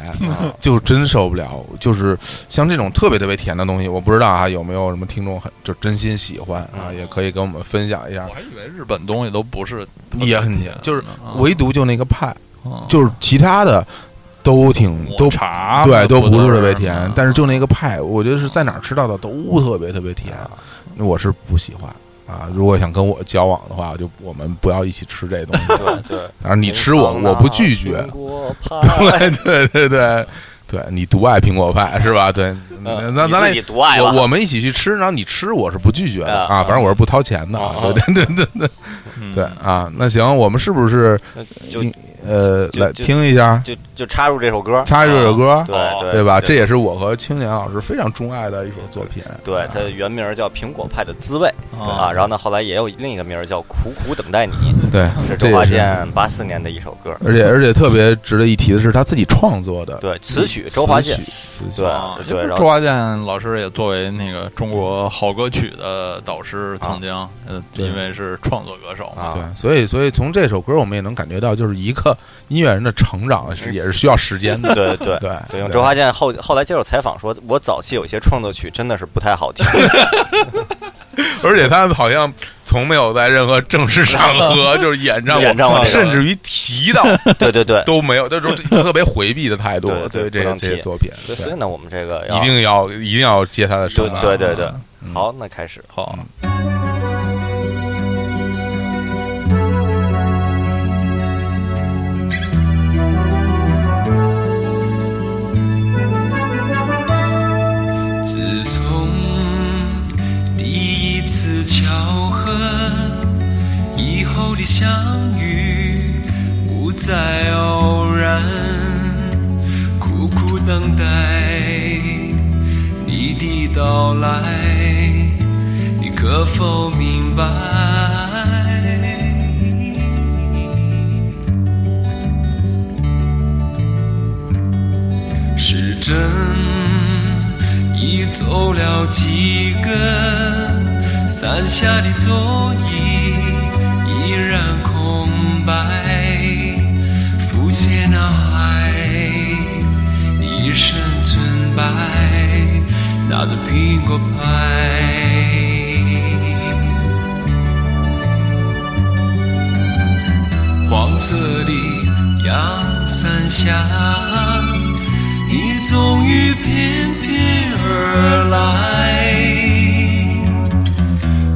S4: 就真受不了。就是像这种特别特别甜的东西，我不知道啊有没有什么听众很就真心喜欢啊，
S2: 嗯
S4: 也可以跟我们分享一下
S3: 我。还以为日本东西都不是特别
S4: 也很甜
S3: 的，
S4: 就是
S3: 啊
S4: 唯独就那个派，
S3: 啊
S4: 就是其他的都挺
S3: 抹
S4: 都
S3: 茶
S4: 对，
S3: 嘛
S4: 都不
S3: 都
S4: 是
S3: 是
S4: 特别甜
S3: 嗯，
S4: 但是就那个派，我觉得是在哪儿吃到的都特别特别
S2: 嗯
S4: 甜，我是不喜欢啊。如果想跟我交往的话，我就我们不要一起吃这东西。
S2: 对对，
S4: 然 后你吃我，我
S2: 啊
S4: 不拒绝
S2: 苹。果派
S4: 对对对对，对你独爱苹果派是吧？对，那
S2: 嗯
S4: 那
S2: 你
S4: 咱
S2: 自己
S4: 俩。
S2: 独爱吧
S4: 我我们一起去吃，然后你吃，我是不拒绝的
S2: 啊
S4: 啊，反正我是不掏钱的啊，
S2: 啊
S4: 对对对对
S3: 嗯
S4: 对啊，那行，我们是不是
S2: 就
S4: 呃
S2: 就
S4: 来
S2: 就
S4: 听一下，
S2: 就就插入这首歌，啊哦
S4: 插一首歌，
S2: 对对
S4: 对吧？这也是我和青年老师非常钟爱的一首作品。啊
S2: 对，它的原名叫《苹果派的滋味》
S3: 啊
S4: 哦
S2: 啊，然后呢，后来也有另一个名儿叫《苦苦等 待你》，
S4: 对，
S2: 是
S4: 这
S2: 周华
S4: 也是，
S2: 健八四年的一首歌，
S4: 而且而且特别值得一提的是，他自己创作的
S2: 对，词曲周华健
S4: 嗯词，曲，词曲
S2: 对
S3: 啊
S2: 对，然
S3: 周
S2: 后
S3: 华健老师也作为那个中国好歌曲的导师，曾经呃，
S4: 对
S3: 因为是创作歌手嘛，
S2: 啊，
S4: 对，所以所以从这首歌我们也能感觉到，就是一个音乐人的成长是也是需要时间 的。
S2: 对对。
S4: 对，
S2: 对，用周华健后后来接受采访说，我早期有些创作曲真的是不太好 听，
S4: 而且他好像从没有在任何正式场 合就是演唱过，
S2: 演唱过这个
S4: 甚至于提到
S2: 对对对，
S4: 都没有，就 是说就特别回避的态度
S2: 对对
S4: 对这
S2: 不
S4: 个
S2: 能提
S4: 这些作品。
S2: 对所以
S4: 对，
S2: 呢，我们这个
S4: 一
S2: 要
S4: 定要一定要接他的
S2: 对
S4: 声啊。
S2: 对对对
S4: 嗯，
S2: 好，那开始，
S3: 好，
S7: 自从第一次巧合以后的相遇，不再偶然，苦苦等待你的到来，你可否明白？时针已走了几个，伞下的座椅依然空白，浮现脑海，你一身纯白，拿着苹果派。黄色的阳伞下，你终于翩翩而来，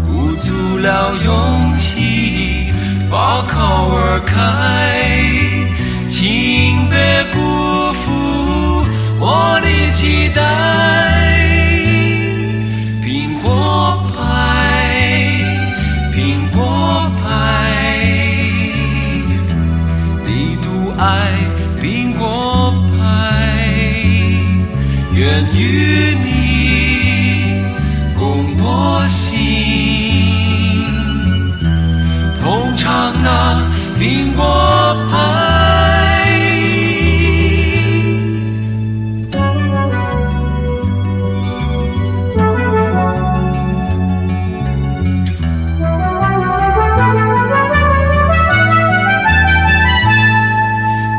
S7: 鼓足了勇气，把口儿开，轻愿与你共我行，同唱那苹果派。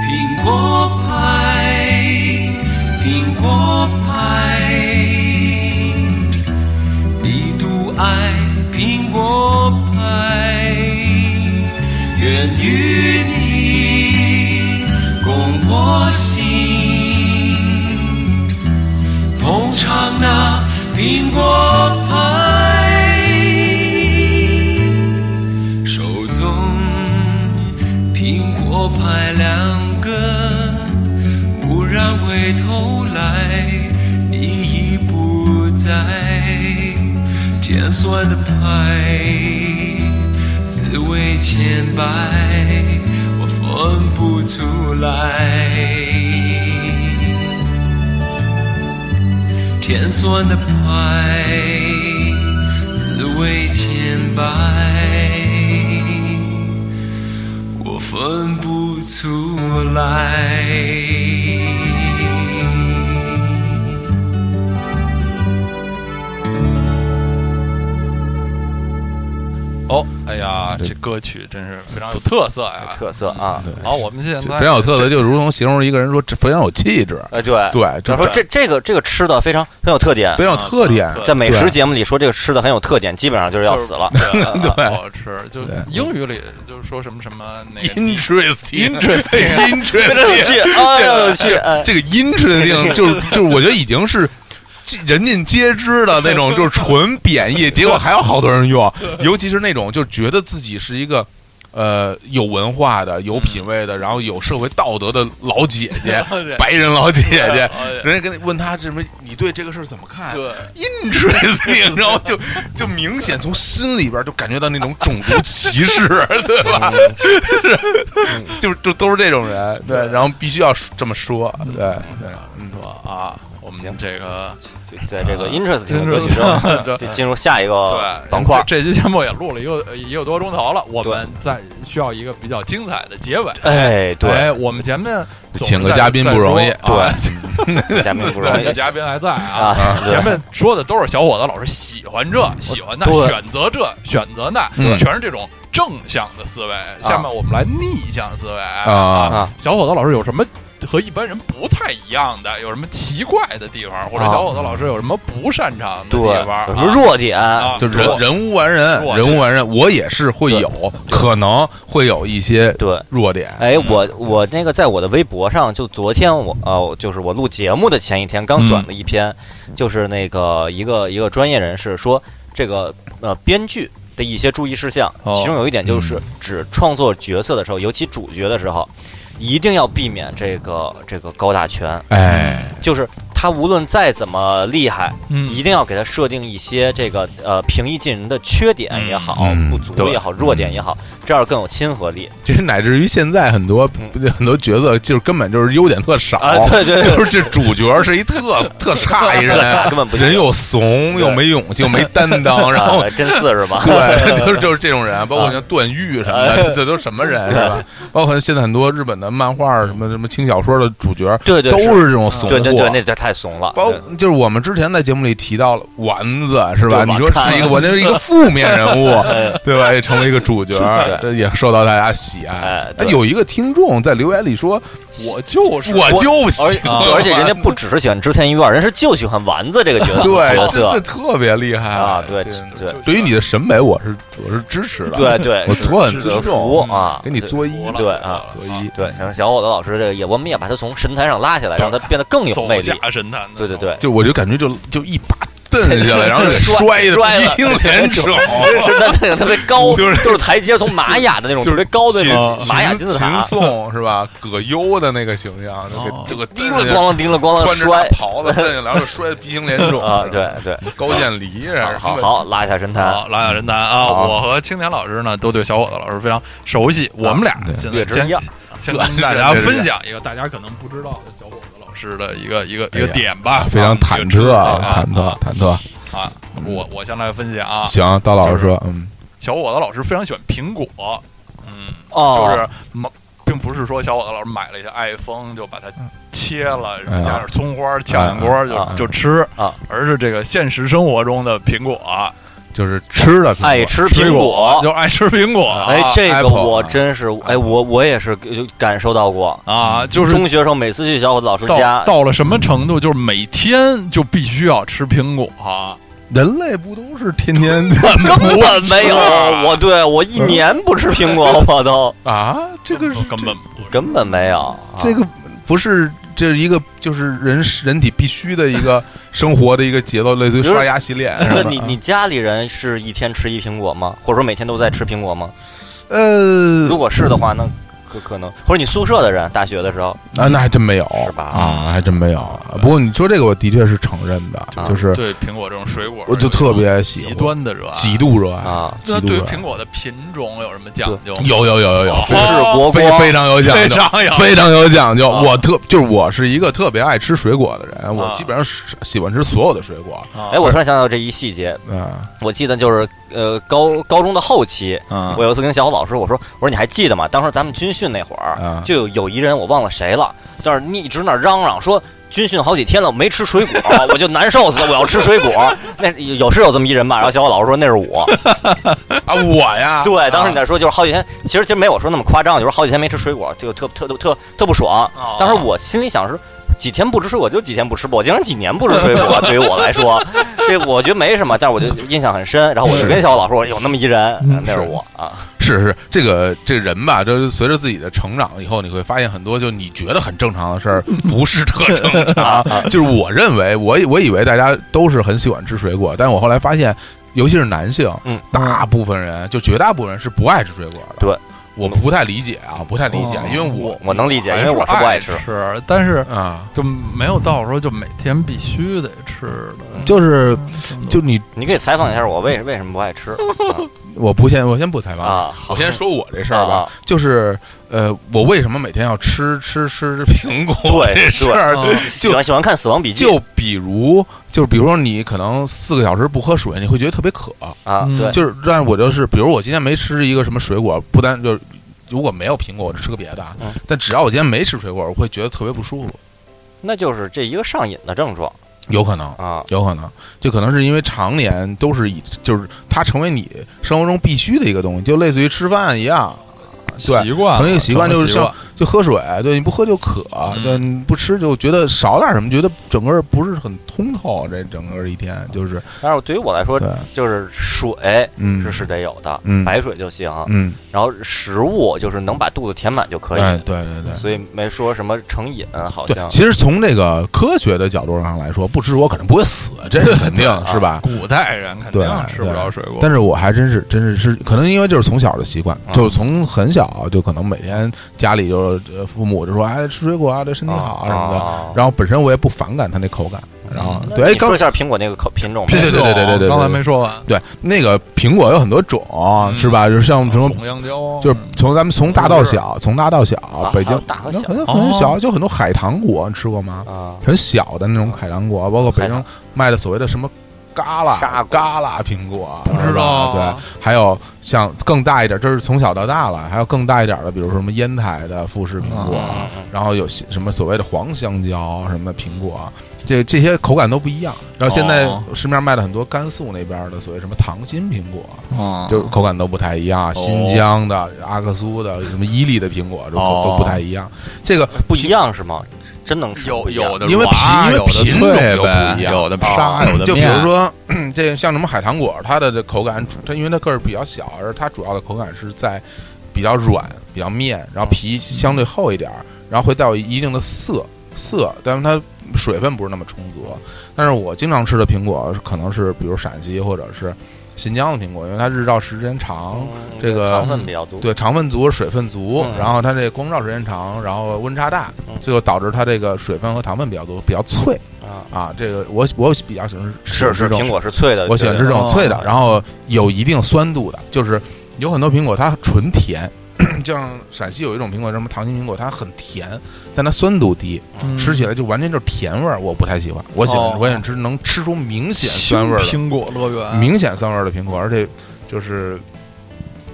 S7: 苹果派，苹果派，你独爱苹果派，愿与你共我行，同唱那苹果派。手中苹果派两个，蓦然回头来，你已不在。尖酸的派，滋味千百，我分不出来。甜酸的派，滋味千百，我分不出来。
S3: 哦，哎呀，这歌曲真是非常有特色呀！
S2: 特色啊，
S3: 好，我们现在
S4: 非常有特色，就如同形容一个人说这非常有气质，
S2: 呃，对
S4: 对就
S2: 就说这这个这个吃的非常很有特点，
S4: 非常有特点
S3: 啊。对
S2: 在美食
S4: 对
S2: 节目里说这个吃的很有特点，基本上就是要
S3: 就是
S2: 死了。
S3: 对，啊不好吃。就
S4: 对
S3: 英语里就是说什么什么哪个
S4: Interesting,
S3: Interesting
S4: interesting，
S2: 气，哎呦，有气！哎，
S4: 这个 interesting 就是就是，我觉得已经是尽人尽皆知的那种，就是纯贬义，结果还有好多人用，尤其是那种就觉得自己是一个。呃，有文化的、有品位的，然后有社会道德的老姐姐
S3: 对，
S4: 白人老姐姐
S3: 哎呀，
S4: 人家跟你问他什么，你对这个事儿怎么看？
S3: 对
S4: interesting，然后就就明显从心里边就感觉到那种种族歧视，对吧？是，就就都是这种人，对，嗯然后必须要这么说，对对。
S3: 说啊，我们这个
S2: 就在这个 interesting 的歌 曲之后，就进入下一个
S3: 对
S2: 板块。
S3: 这这期节目也录了一个呃一个多钟头了，我
S2: 对
S3: 们再需要一个比较精彩的结尾。
S2: 哎，
S3: 哎
S2: 对，
S3: 我们前面总是
S4: 请个
S3: 在
S4: 嘉宾
S3: 在
S4: 不容易
S3: 说啊
S2: 嘉宾 不容
S3: 这
S2: 易
S3: 个，嘉宾还在啊
S2: 啊，对
S3: 前面说的都是小伙子老师喜欢这，喜欢那，
S2: 对
S3: 选择这，选择那，
S4: 嗯
S3: 全是这种正向的思维。
S2: 啊
S3: 下面我们来逆向思维
S4: 啊
S3: 小伙子老师有什么和一般人不太一样的？有什么奇怪的地方？或者
S2: 啊
S3: 小伙子老师有什么不擅长的
S2: 对，
S3: 地方？
S2: 有什么弱点？
S3: 啊？
S4: 就人
S3: 弱
S4: 人无完人，
S3: 弱
S4: 人无完人，我也是会有可能会有一些
S2: 对。
S4: 弱点，
S2: 哎，我我那个在我的微博上，就昨天我呃，就是我录节目的前一天刚转了一篇，就是那个一个一个专业人士说这个呃编剧的一些注意事项，
S3: 哦
S2: 其中有一点就是指创作角色的时候，尤其主角的时候，一定要避免这个这个高大全，
S4: 哎，
S2: 就是他无论再怎么厉害，
S3: 嗯
S2: 一定要给他设定一些这个呃平易近人的缺点也好，
S4: 嗯
S2: 不足也好，弱点也好，这样更有亲和力
S4: 这乃至于现在很多很多角色就是根本就是优点特少，
S2: 啊！对对对，
S4: 就是这主角是一特 特差一
S2: 特差
S4: 人，啊
S2: 根本不行
S4: 人又怂又没勇气又没担 当，然后
S2: 啊真四是 吧？
S4: 对，就是就是这种人，啊包
S2: 啊
S4: 括像段誉什么 的，这都什么人是吧？包括现在很多日本的漫画什么什么轻小说的主角，
S2: 对对
S4: 都
S2: 是嗯
S4: 是这种怂货。
S2: 对对对，那这太怂了。
S4: 包
S2: 对
S4: 就是我们之前在节目里提到了丸子是吧？
S2: 对
S4: 你说
S2: 丸
S4: 是
S2: 子
S4: 一个我就是一个负面 人物，对吧？也成为一个主角，
S2: 哎对
S4: 这也受到大家喜爱
S2: 哎。对
S4: 有一个听众在留言里说，
S3: 我就是
S4: 我就
S2: 而
S4: 喜欢，
S2: 而且人家不只是喜欢织田裕二，人是就喜欢丸子这个角色角
S4: 对，真的
S2: 色
S4: 特别厉害
S2: 啊！对
S4: 这
S2: 对
S4: 对于你的审美，我是我是支持的。
S2: 对对，
S4: 我
S2: 哎是
S4: 昨晚
S2: 是
S4: 尊
S2: 服
S4: 重
S2: 啊，
S4: 给你
S2: 对
S4: 作揖，
S3: 服了
S2: 对啊
S4: 作揖。
S2: 对，然后小伙子老师这个也，我们啊也把他从神坛上拉下来，让他变得更有
S3: 走
S2: 魅力。
S3: 下神坛的，
S2: 对对对，
S4: 就我就感觉就就一把蹬下来，然后给
S2: 摔
S4: 的
S2: 摔了
S4: 鼻青脸肿，
S2: 是那那个特别高，
S4: 就
S2: 就是是台阶，从玛雅的那种特
S4: 就是
S2: 别高的那
S4: 秦
S2: 种玛雅
S4: 秦
S2: 金字
S4: 秦
S2: 塔，
S4: 颂是吧？葛优的那个形象，就
S3: 哦
S4: 给这个
S2: 叮了咣啷，叮了咣啷
S4: 穿着大
S2: 摔
S4: 袍子蹬下来，然后摔得鼻青脸 肿
S2: 啊！对，对，
S4: 高渐离啊是吧
S2: 好好拉一下神坛，
S3: 好，拉雅人坛啊！
S4: 好
S3: 我和青年老师呢，都对小伙子老师非常
S2: 啊
S3: 熟悉。我们俩现在
S2: 略知
S3: 先
S2: 一二
S3: 先跟大
S4: 对
S3: 家
S4: 对对对
S3: 分享一个大家可能不知道的小伙子老师的一个一个一
S4: 哎
S3: 个
S4: 呀
S3: 点吧，
S4: 非常忐忑
S3: 啊
S4: 啊，，忐忑，忐忑。
S3: 忑啊！我我先来分析啊，
S4: 行，刀老师说，嗯，
S3: 小伙子老师非常喜欢苹果，嗯就
S2: 哦，
S3: 是买，并不是说小伙子老师买了一些 iPhone 就把它切了，
S4: 哎呀
S3: 加点葱花炝炝锅就、
S2: 啊
S3: 就吃
S2: 啊，
S3: 而是这个现实生活中的苹果，啊
S4: 就是吃的苹果
S2: 爱吃苹果。
S3: 就爱吃苹果。
S2: 哎，这个
S4: Apple 啊
S2: 我真是，哎，我我也是呃感受到过。
S3: 啊，
S4: 嗯
S3: 就是
S2: 中学时候每次去小伙子老师
S3: 到
S2: 家，
S3: 到了什么程度，就是每天就必须要吃苹果啊。
S4: 人类不都是 天天
S2: 根本没有
S3: 啊，
S2: 我对我一年不吃苹果，我都
S4: 啊？这个是
S3: 根本
S2: 根本没有。啊
S4: 这个不是这是一个就是人人体必须的一 个生活的一个节奏，类似于
S2: 比如
S4: 刷牙洗脸什
S2: 那
S4: 么的。
S2: 你你家里人是一天吃一苹果吗？或者说每天都在吃苹果吗？
S4: 呃
S2: 如果是的话，那可可能，或者你宿舍的人，大学的时候，
S4: 啊，那还真没有
S2: 是吧
S4: 啊，还真没有。不过你说这个，我的确是承认的，
S2: 啊
S4: 就是
S3: 对苹果这种水果，
S4: 我就特别喜
S3: 极
S4: 欢，
S3: 端的热爱。
S4: 极度热爱
S2: 啊
S4: 极
S3: 那
S4: 度
S3: 对于
S4: 热爱
S3: 苹。果的品种有什么讲究？啊
S4: 有有有有有，
S2: 世国
S4: 哦非
S2: 光
S4: 非常有讲
S3: 非
S4: 究，
S3: 常有
S4: 非常有讲究。
S3: 啊
S4: 我特就是我是一个特别爱吃水果的人，我
S3: 啊
S4: 基本上是喜欢吃所有的水果。
S3: 啊
S2: 哎，我突然想到这一细节，
S4: 啊，
S2: 我记得就是呃高高中的后期，
S3: 啊
S2: 我有一次跟小伙老师我说我说你还记得吗？当时咱们军训那会儿
S4: 啊，
S2: 就有有一人我忘了谁了，但是一直那儿嚷嚷说。军训好几天了，我没吃水果，我就难受死了。我要吃水果， 那有是有这么一人吧？然后小伙老师说那是 我。
S4: 啊，我呀，
S2: 对，当时你在说就是好几天，其实其实没我说那么夸张，就是好几天没吃水果，就特特特特特不爽。
S3: 哦
S2: 当时我心里想是。几天不吃水果就几天不吃，我竟然几年不吃水果，对于我来说，这我觉得没什么，但是我就印象很深。然后我就是跟小伙老师说，有那么一人，
S4: 嗯
S2: 那是
S4: 是
S2: 我啊，
S4: 是是，这个这个人吧，就是随着自己的成长以后，你会发现很多就你觉得很正常的 事儿，不是特正常。就是我认为，我以我以为大家都是很喜欢吃水果，但我后来发现，尤其是男性，
S2: 嗯，
S4: 大部分人就绝大部分人是不爱吃水果的。
S2: 对，哦
S4: 我不太理解啊，不太理解，因为我
S2: 我能理解，因为我是
S3: 还
S2: 不
S3: 是
S2: 爱
S3: 爱
S2: 吃。
S3: 吃，但是
S4: 啊，
S3: 就没有到时候就每天必须得吃
S2: 嗯
S3: 的。
S4: 就是就你，
S2: 你可以采访一下我为为什么不爱 吃
S4: 我不先我先不采
S2: 啊
S4: 访，
S2: 啊？
S4: 我
S2: 好
S4: 先说我这事儿吧
S2: 啊，
S4: 就是呃，我为什么每天要吃吃吃苹果
S2: 对嗯
S4: 这事儿，啊
S3: 对
S2: 喜欢喜欢看《死亡笔记》
S4: 就比如，就是比如说你可能四个小时不喝水，你会觉得特别渴。
S2: 啊，
S3: 嗯
S2: 对，
S4: 就是，但是我就是，比如我今天没吃一个什么水果，不单就是如果没有苹果，我就吃个别的啊。
S2: 嗯
S4: 但只要我今天没吃水果，我会觉得特别不舒服。
S2: 那就是这一个上瘾的症状
S4: 有可能，
S2: 啊。
S4: 有可能，就可能是因为常年都是以，就是它成为你生活中必须的一个东西，就类似于吃饭一样。对
S3: 习惯了，
S4: 可能一个习惯就是
S3: 啊成了
S4: 像就喝水，对你不喝就渴，
S3: 嗯
S4: 对你不吃就觉得少点什么，觉得整个不是很通透，这整个一天就是
S2: 但是对于我来说
S4: 对，，
S2: 就是水
S4: 嗯，
S2: 是是得有的，
S4: 嗯
S2: 白水就行。
S4: 嗯，
S2: 然后食物就是能把肚子填满就啊可以，
S4: 哎，对对对。
S2: 所以没说什么成瘾，好
S4: 对，
S2: 像
S4: 其实从这个科学的角度上来说，不吃我肯定不会死，这是肯定是
S2: 啊
S4: 吧？
S3: 古代人肯定
S4: 对
S3: 吃不着水果，
S4: 但是我还真是，真是是，可能因为就是从小的习惯，
S2: 啊
S4: 就是从很小就可能每天家里就呃父母就说，哎，吃水果啊，对身体好啊什么的。
S2: 啊嗯
S4: 然后本身我也不反感它那口感，然后
S2: 那
S4: 对，哎，
S2: 你说
S4: 刚
S2: 一下苹果那个口品种吧，
S4: 对对对对对对对
S3: 刚才没说完，
S4: 对那个苹果有很多种，
S2: 嗯
S4: 是吧？就是像什么。
S3: 红香蕉，啊
S4: 就是从咱们从大到小，从大到
S2: 啊
S4: 小，北
S2: 还有
S4: 京
S2: 大和
S4: 那
S2: 小
S4: 很很
S3: 哦
S4: 小，就很多海棠果，你吃过吗？
S2: 啊，
S4: 很小的那种海棠果，包括北
S2: 海
S4: 京
S2: 棠
S4: 卖的所谓的什么旮
S2: 沙
S4: 旯
S2: 果
S4: 旮旯苹果，
S3: 不知
S4: 是吧
S3: 道啊
S4: 对，还有像更大一点，这是从小到大了，还有更大一点的，比如说什么烟台的富士苹果，
S2: 嗯
S4: 然后有些什么所谓的黄香蕉什么苹果，这这些口感都不一样。然后现在
S3: 哦
S4: 市面上卖的很多甘肃那边的所谓什么糖心苹果，
S3: 啊
S4: 就口感都不太一样，新疆的、阿克苏的、什么伊犁的苹果都
S3: 哦
S4: 都不太一样。这个
S2: 不一样是吗？真能吃
S3: 有
S2: 不一样
S3: 有的
S4: 因为
S3: 软
S4: 品因为
S3: 有的脆
S4: 品种又
S3: 呗
S4: 不一样
S3: 有的沙，有的
S4: 就比如
S3: 面
S4: 说这像什么海棠果，它的这口感，它因为它个儿比较小，而它主要的口感是在比较软、比较面，然
S2: 嗯
S4: 后皮相对厚一点儿，然后会带有一定的涩涩，但是它水分不是那么充足。但是我经常吃的苹果可能是比如陕西或者是新疆的苹果，因为它日照时间长，
S2: 嗯
S4: 哦这个
S2: 糖分比较多，
S4: 对，长分足、水分足，
S2: 嗯
S4: 然后它这光照时间长，然后温差大
S2: 嗯，
S4: 最后导致它这个水分和糖分比较多，比较脆
S2: 啊，
S4: 啊。这个我我比较喜欢吃
S2: 是
S4: 这
S2: 是
S4: 种
S2: 苹果是脆的，
S4: 我喜欢吃这种
S3: 哦
S4: 脆的，然后有一定酸度的，就是有很多苹果它纯甜， 像陕西有一种苹果，什么糖心苹果，它很甜，但它酸度低，
S3: 嗯
S4: 吃起来就完全就是甜味儿，我不太喜欢。我喜
S3: 哦
S4: 欢我想吃能吃出明显酸味儿的，
S3: 苹果乐园，
S4: 明显酸味儿的苹果，而且就是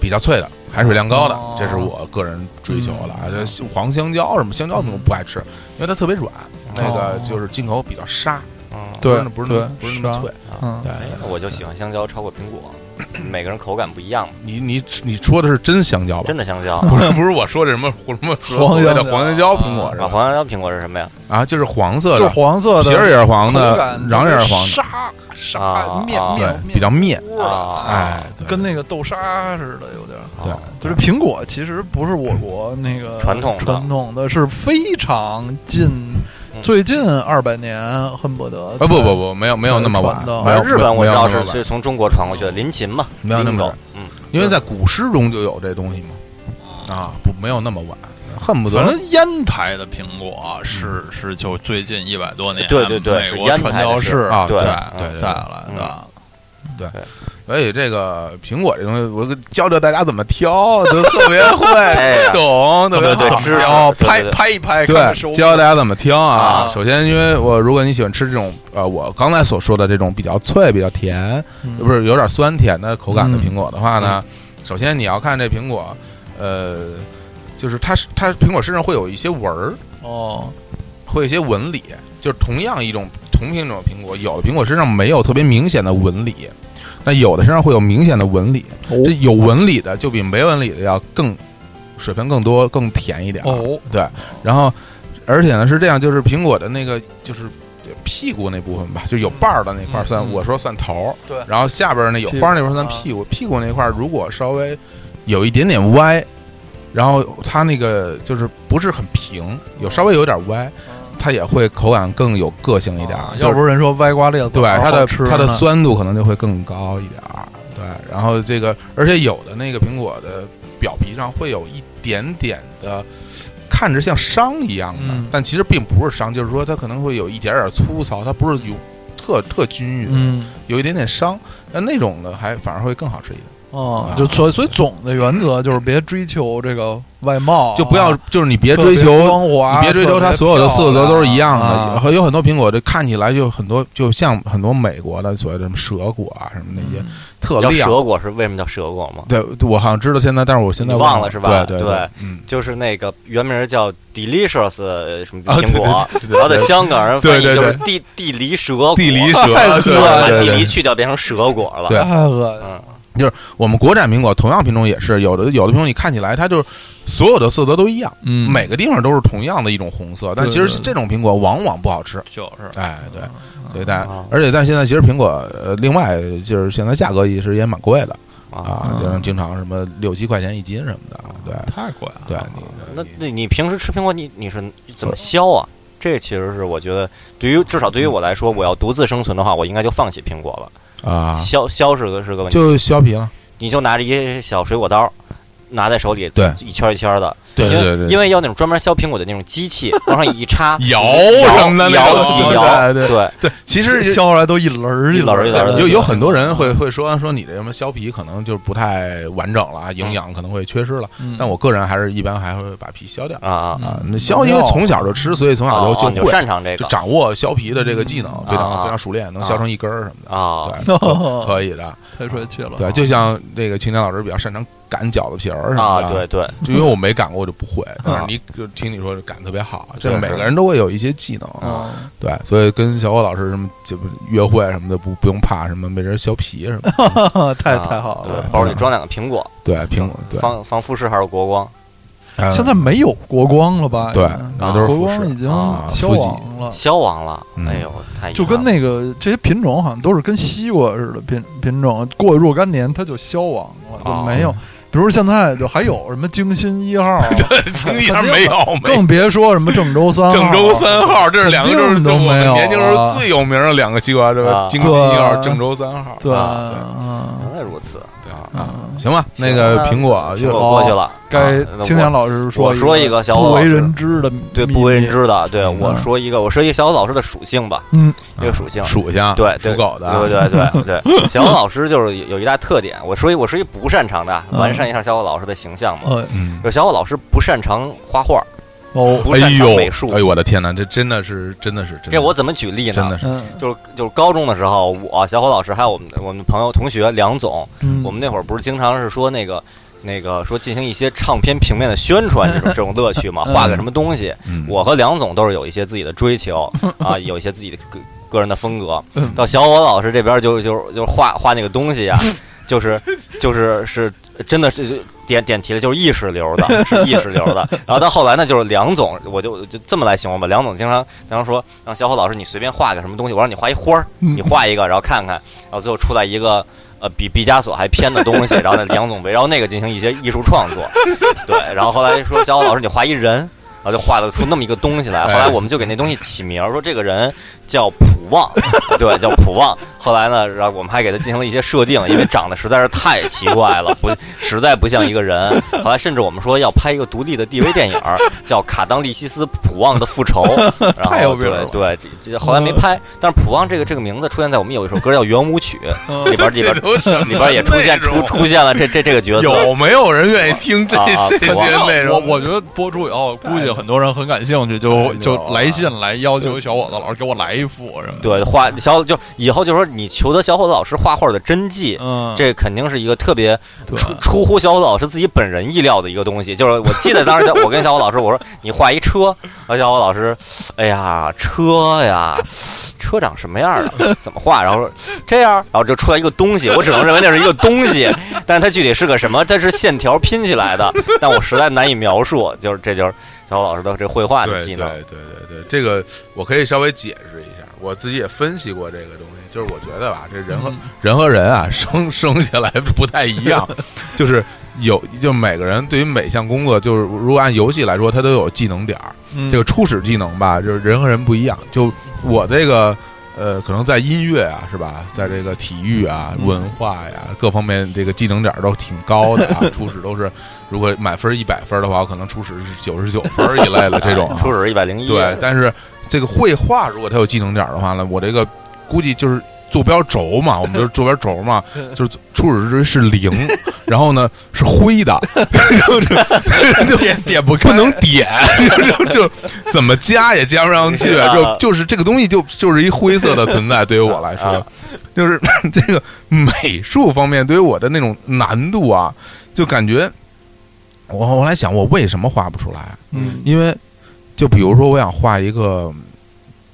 S4: 比较脆的，含水量高的
S3: 哦，
S4: 这是我个人追求的。啊
S3: 嗯
S4: 这黄香蕉什么香蕉我不爱吃，因为它特别软，那个
S3: 哦
S4: 就是进口比较沙，
S3: 对
S4: 不是那
S3: 对
S4: 不是那么
S3: 沙
S4: 脆。
S3: 嗯
S4: 对，
S2: 哎嗯我就喜欢香蕉超过苹果，每个人口感不一样嘛。
S4: 你你你说的是真香蕉吧？
S2: 真的香蕉，啊
S4: 不是不是我说的什么什么所谓的黄香蕉苹果是
S2: 啊，
S4: 吧？
S2: 黄香蕉苹果是什么呀？
S4: 啊，就是黄色
S3: 就是
S4: 的，
S3: 黄色的
S4: 皮儿也是黄
S3: 口
S4: 的
S3: 感，
S4: 瓤也是黄的，
S3: 沙沙
S2: 啊
S3: 面
S2: 啊
S3: 面
S4: 对，
S3: 面
S4: 比较面，
S3: 糊的，
S2: 啊
S4: 哎，对
S3: 跟那个豆沙似的，有点儿。
S4: 哎对
S2: 啊
S3: 就是苹果其实不是我国那个
S2: 传统的
S3: 传统的，是非常近
S2: 嗯
S3: 最近二百年，恨不得啊
S4: 啊不不不，没有没有那么晚
S3: 传，到
S4: 没有
S2: 日本我
S4: 没
S2: 知
S4: 有
S2: 道
S4: 那
S2: 是
S4: 么晚
S2: 是从中国传过去的，林琴嘛，
S4: 没有那么晚
S2: Lingo，嗯，
S4: 因为在古诗中就有这东西嘛，啊，不没有那么晚，恨不
S3: 反
S4: 得
S3: 正烟台的苹
S4: 啊
S3: 果是是就最近一百多年，
S2: 对对对
S3: 美
S2: 是
S3: 国
S2: 烟台的
S3: 传教
S2: 是
S3: 士
S4: 啊，
S2: 对
S4: 对对
S3: 带来的。
S4: 所以这个苹果这东西，我教教大家怎么挑，都特别
S2: 哎
S4: 会
S2: 呀
S4: 懂，特
S2: 对
S4: 别
S2: 对
S4: 好
S2: 知识
S3: 然后
S2: 对对
S3: 拍
S2: 对
S3: 拍一拍，看看收
S4: 对，教大家怎么挑啊
S3: 啊。
S4: 首先，因为我如果你喜欢吃这种呃，我刚才所说的这种比较脆、比较甜，
S3: 嗯
S4: 不是有点酸甜的口感的
S3: 嗯
S4: 苹果的话呢，首先你要看这苹果，呃，就是它是它苹果身上会有一些纹儿，
S3: 哦，
S4: 会有一些纹理，就是同样一种同品种的苹果，有的苹果身上没有特别明显的纹理，那有的身上会有明显的纹理。
S3: 哦
S4: 这有纹理的就比没纹理的要更水分更多、更甜一点。啊
S3: 哦，
S4: 对，然后而且呢是这样，就是苹果的那个就是屁股那部分吧，就有瓣儿的那块儿
S3: 嗯
S4: 算、
S3: 嗯
S4: 我说算头儿，
S3: 对
S4: 然后下边儿那有
S3: 屁股啊
S4: 花儿那块儿算屁股，屁股那块儿如果稍微有一点点歪。然后它那个就是不是很平，有稍微有点歪，它也会口感更有个性一点儿
S3: 啊。
S4: 就是
S3: 要不是人说歪瓜裂枣，
S4: 对它
S3: 好
S4: 的
S3: 吃
S4: 它
S3: 呢
S4: 的酸度可能就会更高一点儿。对，然后这个而且有的那个苹果的表皮上会有一点点的。看着像伤一样的，
S3: 嗯
S4: 但其实并不是伤，就是说它可能会有一点点粗糙，它不是有特特均匀，
S3: 嗯。
S4: 有一点点伤。但那种的还反而会更好吃一点，
S3: 哦
S4: 啊，
S3: 就所以所以总的原则就是别追求这个外貌啊，
S4: 就不要就是你哦别
S3: 特
S4: 追求
S3: 光滑，
S4: 你别追求它所有的色泽都是一样的，
S3: 啊
S4: 有有很多苹果这看起来就很多，就像很多美国的所谓的什么蛇果啊什么那些、特
S2: 叫
S4: 亮。
S2: 蛇果是为什么叫蛇果吗？
S4: 对，对我好像知道现在，但是我现在
S2: 你忘了是吧
S4: 对
S2: 对
S4: 嗯，
S2: 就是那个原名叫 delicious 呃什么
S4: 啊对
S2: 苹果，
S4: 对对对对
S2: 然后在香港人翻译
S4: 对对
S2: 就
S4: 对
S2: 是地地梨蛇果，
S4: 地梨
S2: 对
S4: 蛇，对
S2: 把
S4: 对
S2: 地
S4: 对
S2: 梨
S4: 对，
S2: 去掉变成蛇果了。
S4: 对
S3: 太恶心。
S2: 嗯，
S4: 我们国产苹果同样品种也是有的，有的品种你看起来它就是所有的色泽都一样，
S3: 嗯
S4: 每个地方都是同样的一种红色，但
S3: 对
S4: 其
S3: 对
S4: 实
S3: 对
S4: 这种苹果往往不好吃。
S3: 就是
S4: 哎，对，对，但
S2: 啊
S4: 而且但现在其实苹果，呃，另外就是现在价格也是也蛮贵的
S2: 啊，
S4: 啊，
S3: 嗯
S4: 就是经常什么六七块钱一斤什么的，啊对
S3: 太贵了。
S2: 哦
S4: 对，你
S2: 那那你平时吃苹果，你你是怎么削啊？这其实是我觉得，对于至少对于我来说，我要独自生存的话，我应该就放弃苹果了。
S4: 啊，
S2: 削削是个是个问题，
S4: 就削皮了，
S2: 你就拿着一些小水果刀，拿在手里，
S4: 对
S2: 一圈一圈的，
S4: 对
S2: 因为
S4: 对对，
S2: 因为要那种专门削苹果的那种机器，往上一插，
S4: 摇
S2: 摇
S4: 什么 的那
S2: 摇
S4: 种
S2: 一摇，
S4: 对对
S2: 对，
S4: 对，其实
S3: 削削出来都一轮儿轮儿
S2: 一轮儿一轮儿
S3: 的，
S2: 的
S4: 有有很多人会会说说你这什么削皮可能就不太完整了，营养可能会缺失了。
S3: 嗯，
S4: 但我个人还是一般还会把皮削掉
S2: 啊啊
S3: 嗯
S4: 啊。那削因为从小就吃，所以从小
S2: 哦
S4: 嗯就
S2: 你
S4: 就会
S2: 擅长这
S4: 就
S2: 个
S4: 掌握削皮的这个技能，非
S2: 啊
S4: 常
S2: 啊
S4: 非常熟练，能削成一根儿什么的。
S2: 啊，
S4: 对，
S3: 哦
S4: 可以的。
S3: 太帅气了。
S4: 对，就像那个秦江老师比较擅长擀饺子皮儿什么
S2: 啊，
S4: 的。
S2: 对，对，
S4: 就因为我没擀过，我就不会。但是
S2: 啊
S4: 你就听你说擀得特别好，这
S2: 对
S4: 每
S2: 是
S4: 个人都会有一些技能。
S3: 嗯，
S4: 对，所以跟小伙老师什么就约会什么的，不不用怕什么没人削皮什么的。
S3: 太
S2: 啊
S3: 太好
S2: 对
S3: 了。
S2: 包里装两个苹果，
S4: 对，苹果对。
S2: 防防富士还是国光
S4: 呃
S2: 嗯
S3: 现在没有国光了吧？
S4: 对
S3: 应该
S4: 那都是
S3: 国
S4: 富士
S3: 光已经
S2: 啊
S3: 消
S4: 富
S3: 亡了。
S2: 消亡了
S4: 嗯，
S2: 哎呦，太遗
S3: 就跟
S2: 憾了
S3: 那个这些品种好像都是跟西瓜似的品品种，过若干年它就消亡了，就
S2: 哦
S3: 没有。比如现在就还有什么京新一 号啊，
S4: 经一上没有，没有
S3: 更别说什么郑州三号啊、
S4: 郑州三号，这是两个就是
S3: 肯定都
S4: 我
S3: 没
S4: 们
S3: 有
S4: 年轻时候最有名的两个西瓜，这
S2: 啊
S4: 个京西一号、
S3: 对
S4: 郑州三号。
S3: 对，
S4: 啊
S3: 嗯
S2: 原来如此，
S4: 对啊
S3: 嗯，
S4: 行吧，那个
S2: 那
S4: 苹果啊
S2: 苹
S4: 就
S2: 果过去了，
S3: 该
S2: 啊那我
S3: 青年老师
S2: 我说一
S3: 一
S2: 个小
S3: 不
S2: 伙老
S3: 为
S2: 师
S3: 人知的，
S2: 对不为人，知的，对
S3: 嗯
S2: 我说一个，我说一个小虎老师的属性吧。
S3: 嗯，
S2: 这个属性。
S4: 啊属相，
S2: 对，对
S4: 属狗的啊，
S2: 对对对 对对。小王老师就是有有一大特点，我说一我说一不擅长的，
S3: 嗯
S2: 完善一下小王老师的形象嘛。
S3: 呃
S4: 嗯，
S2: 就小王老师不擅长画画，
S3: 哦，
S2: 不
S4: 哎
S2: 擅长
S4: 呦
S2: 美，术
S4: 哎，呦，我的天哪，这真的是，真的是，真的
S2: 这我怎么举例
S4: 真
S2: 呢
S4: 的？是，
S3: 嗯
S2: 就是就是高中的时候，我小伙老师还有我们的我们的朋友同学梁总，
S3: 嗯，
S2: 我们那会儿不是经常是说那个那个说进行一些唱片平面的宣传这种 这种乐趣嘛，画个什么东西，
S4: 嗯，
S2: 我和梁总都是有一些自己的 追求啊，有一些自己的个个人的风格
S3: 嗯。
S2: 到小伙老师这边就就就画画那个东西啊，就是就是是呃真的是就点点题了，就是意识流的，是意识流的。然后到后来呢，就是梁总，我就就这么来形容吧。梁总经常经常说，让小伙老师你随便画个什么东西，我让你画一花儿，
S3: 嗯
S2: 你画一个，然后看看，然后最后出来一个。呃，比毕加索还偏的东西，然后呢，梁总围绕那个进行一些艺术创作，对，然后后来说，小伙老师你画一人，然后就画了出那么一个东西来。后来我们就给那东西起名儿，说这个人叫普旺，对，叫普旺。后来呢，然后我们还给他进行了一些设定，因为长得实在是太奇怪了，不，实在不像一个人。后来甚至我们说要拍一个独立的 DV 电影儿，叫《卡当利西斯普旺的复 仇》，然
S3: 太有
S2: 后
S3: 病
S2: 对
S3: 了嗯
S2: 对，这这后来没拍。但是普旺这个这个名字出现在我们有一首歌叫《圆舞曲》
S3: 嗯
S2: 里边儿里边儿里边儿也出现出出现了这这这个角色，
S4: 有没有人愿意听这
S2: 啊啊
S4: 这
S2: 我
S4: 些内
S3: 我
S4: 容？
S3: 我觉得播出以后，估计很多人很感兴趣，就
S2: 哎
S4: 太
S3: 就
S2: 啊
S4: 牛了
S3: 来信来要求小伙子老师给我来一幅什么的。
S2: 对，画小就以后就说你求得小伙子老师画画的真迹，
S3: 嗯，
S2: 这肯定是一个特别
S3: 对
S2: 出出乎小伙子老师自己本人意料的一个东西。就是我记得当时小 我跟小伙老师我说你画一车，然后小伙老师，哎呀车呀，车长什么样儿啊？ 怎么画？然后说这样，然后就出来一个东西，我只能认为那是一个东西，但是它具体是个什么？它是线条拼起来的，但我实在难以描述。就是这就是小伙老师的这绘画的
S4: 对
S2: 技
S4: 对
S2: 能。
S4: 对对对，这个我可以稍微解释一下，我自己也分析过这个东西，就是我觉得吧，这人
S2: 嗯
S4: 和、人和人啊，生 生下来不太一 样，就是有就每个人对于每项工作，就是如果按游戏来说，它都有技能点儿，
S3: 嗯
S4: 这个初始技能吧，就是人和人不一样。就我这个呃，可能在音乐啊，是吧，在这个体育啊、
S3: 嗯
S4: 文化呀、各方面，这个技能点儿都挺高的啊。 初始都是，如果满分一百分的话，我可能初始是九十九分儿一类的这种啊、
S2: 初始一百零一，
S4: 对，但是这个绘画如果它有技能点儿的话呢，我这个估计就是坐标轴嘛，我们就是坐标轴嘛，就是初始值是零，然后呢是灰的， 就是 就
S3: 点点不开
S4: 不能点， 就就就怎么加也加不上去，就就是这个东西就就是一灰色的存在，对于我来说
S2: 啊，
S4: 就是 这个美术方面对于我的那种难度啊，就感觉我我来想我为什么画不出来，
S3: 嗯
S4: 因为就比如说我想画一个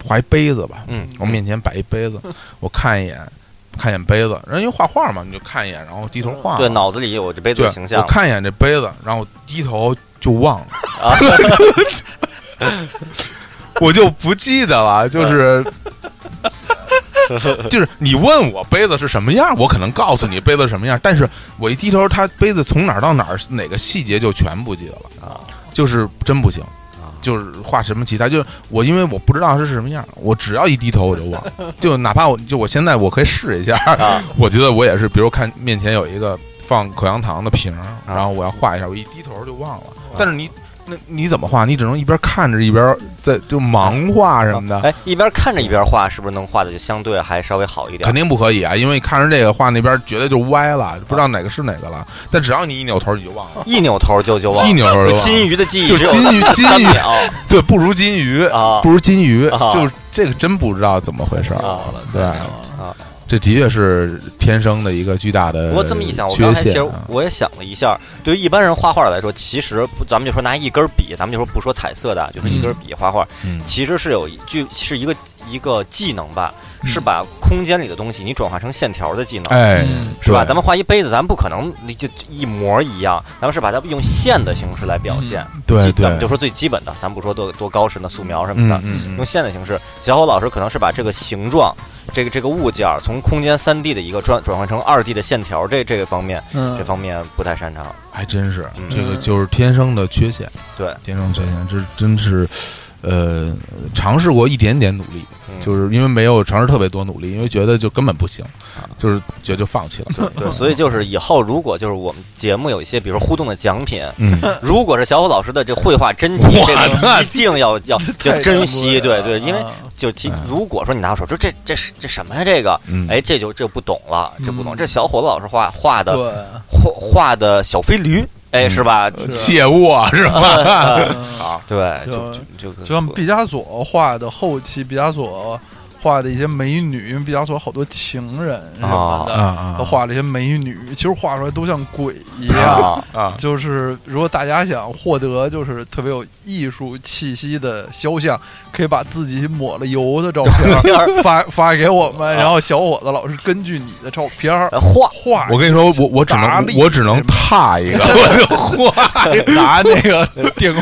S4: 画一杯子吧，
S2: 嗯，
S4: 我面前摆一杯子，我看一眼看一眼杯子，然后因为画画嘛，你就看一眼，然后低头画嘛，
S2: 对，脑子里有这杯子
S4: 对
S2: 的形象
S4: 我看一眼这杯子，然后低头就忘了。
S2: 啊，
S4: 我就不记得了， 就是。就是你问我杯子是什么样，我可能告诉你杯子是什么样，但是我一低头，它杯子从哪儿到哪儿哪个细节就全不记得了，
S2: 啊
S4: 就是真不行
S2: 啊，
S4: 就是画什么其他，就是我因为我不知道它是什么样，我只要一低头我就忘，就哪怕我就我现在我可以试一下，
S2: 啊
S4: 我觉得我也是，比如看面前有一个放口香糖的瓶儿，
S2: 啊
S4: 然后我要画一下，我一低头就忘了。但是你那你怎么画？你只能一边看着一边在就盲画什么的，
S2: 哎，一边看着一边画，是不是能画的就相对还稍微好一点？
S4: 肯定不可以啊！因为你看着这个画那边，绝对就歪了，不知道哪个是哪个了。但只要你一扭头，你就忘了，
S2: 一扭头就啊就忘
S4: 一
S2: 了。
S4: 扭头就忘
S2: 金
S4: 了。
S2: 鱼的记忆
S4: 就
S2: 只有
S4: 金鱼，金
S2: 三
S4: 鱼
S2: 秒
S4: 对，不如金鱼，
S2: 啊
S4: 不如金鱼，
S2: 啊
S4: 就是这个真不知道怎么回 事儿。
S2: 啊！
S4: 对，
S2: 啊
S4: 这的确是天生的一个巨大的
S2: 不过这么一想，我
S4: 缺
S2: 刚才其
S4: 陷
S2: 实
S4: 啊。
S2: 我也想了一下，对于一般人画画来说，其实不，咱们就说拿一根笔，咱们就说不说彩色的，就是一根笔画画，
S4: 嗯
S2: 其实是有一句是一个一个技能吧，
S3: 嗯
S2: 是把空间里的东西你转化成线条的技能。
S4: 哎
S3: 嗯，
S2: 是吧？
S4: 对
S2: 咱们画一杯子，咱不可能就一模一样，咱们是把它用线的形式来表现。
S4: 嗯对
S2: 基
S4: 对
S2: 咱们就说最基本的，咱不说多多高深的素描什么的，
S4: 嗯嗯嗯
S2: 用线的形式。小伙老师可能是把这个形状，这个这个物件儿从空间三 D 的一个转转换成二 D 的线条，这这个方面这
S3: 嗯，
S2: 方面不太擅长。
S4: 还真是
S2: 嗯
S4: 这个就是天生的缺陷，
S2: 对，
S4: 天生缺陷，这真是，呃，尝试过一点点努力，
S2: 嗯
S4: 就是因为没有尝试特别多努力，因为觉得就根本不行，就是觉得就放弃了。
S2: 啊对，所以就是以后如果就是我们节目有一些，比如说互动的奖品，
S4: 嗯，
S2: 如果是小虎老师的这绘画真迹，这个一定要要要珍惜，对对，因为
S3: 啊
S2: 就提，如果说你拿手说这这是这什么呀，这个
S4: 嗯，
S2: 哎，这就这不懂了，这不懂，
S3: 嗯
S2: 这小伙子老师画画的
S3: 对，
S2: 画画的小飞驴，哎，
S4: 嗯
S2: 是吧？
S4: 切沃是吧？啊
S3: 好，
S2: 对，
S3: 就
S2: 就就就
S3: 就像毕加索画的后期，毕加索画的一些美女，因为毕加索好多情人什么
S4: 啊
S3: 的，他
S4: 啊
S3: 画了一些美女，其实画出来都像鬼一样。
S2: 啊，
S4: 啊！
S3: 就是如果大家想获得就是特别有艺术气息的肖像，可以把自己抹了油的照片 儿发发给我
S4: 啊
S3: 们，然后小伙子老师根据你的照片儿
S2: 画
S3: 画。
S4: 我跟你说，我我只
S3: 达
S4: 能
S3: 利
S4: 我只能踏一个，我就画一个
S3: 拿那个 电工，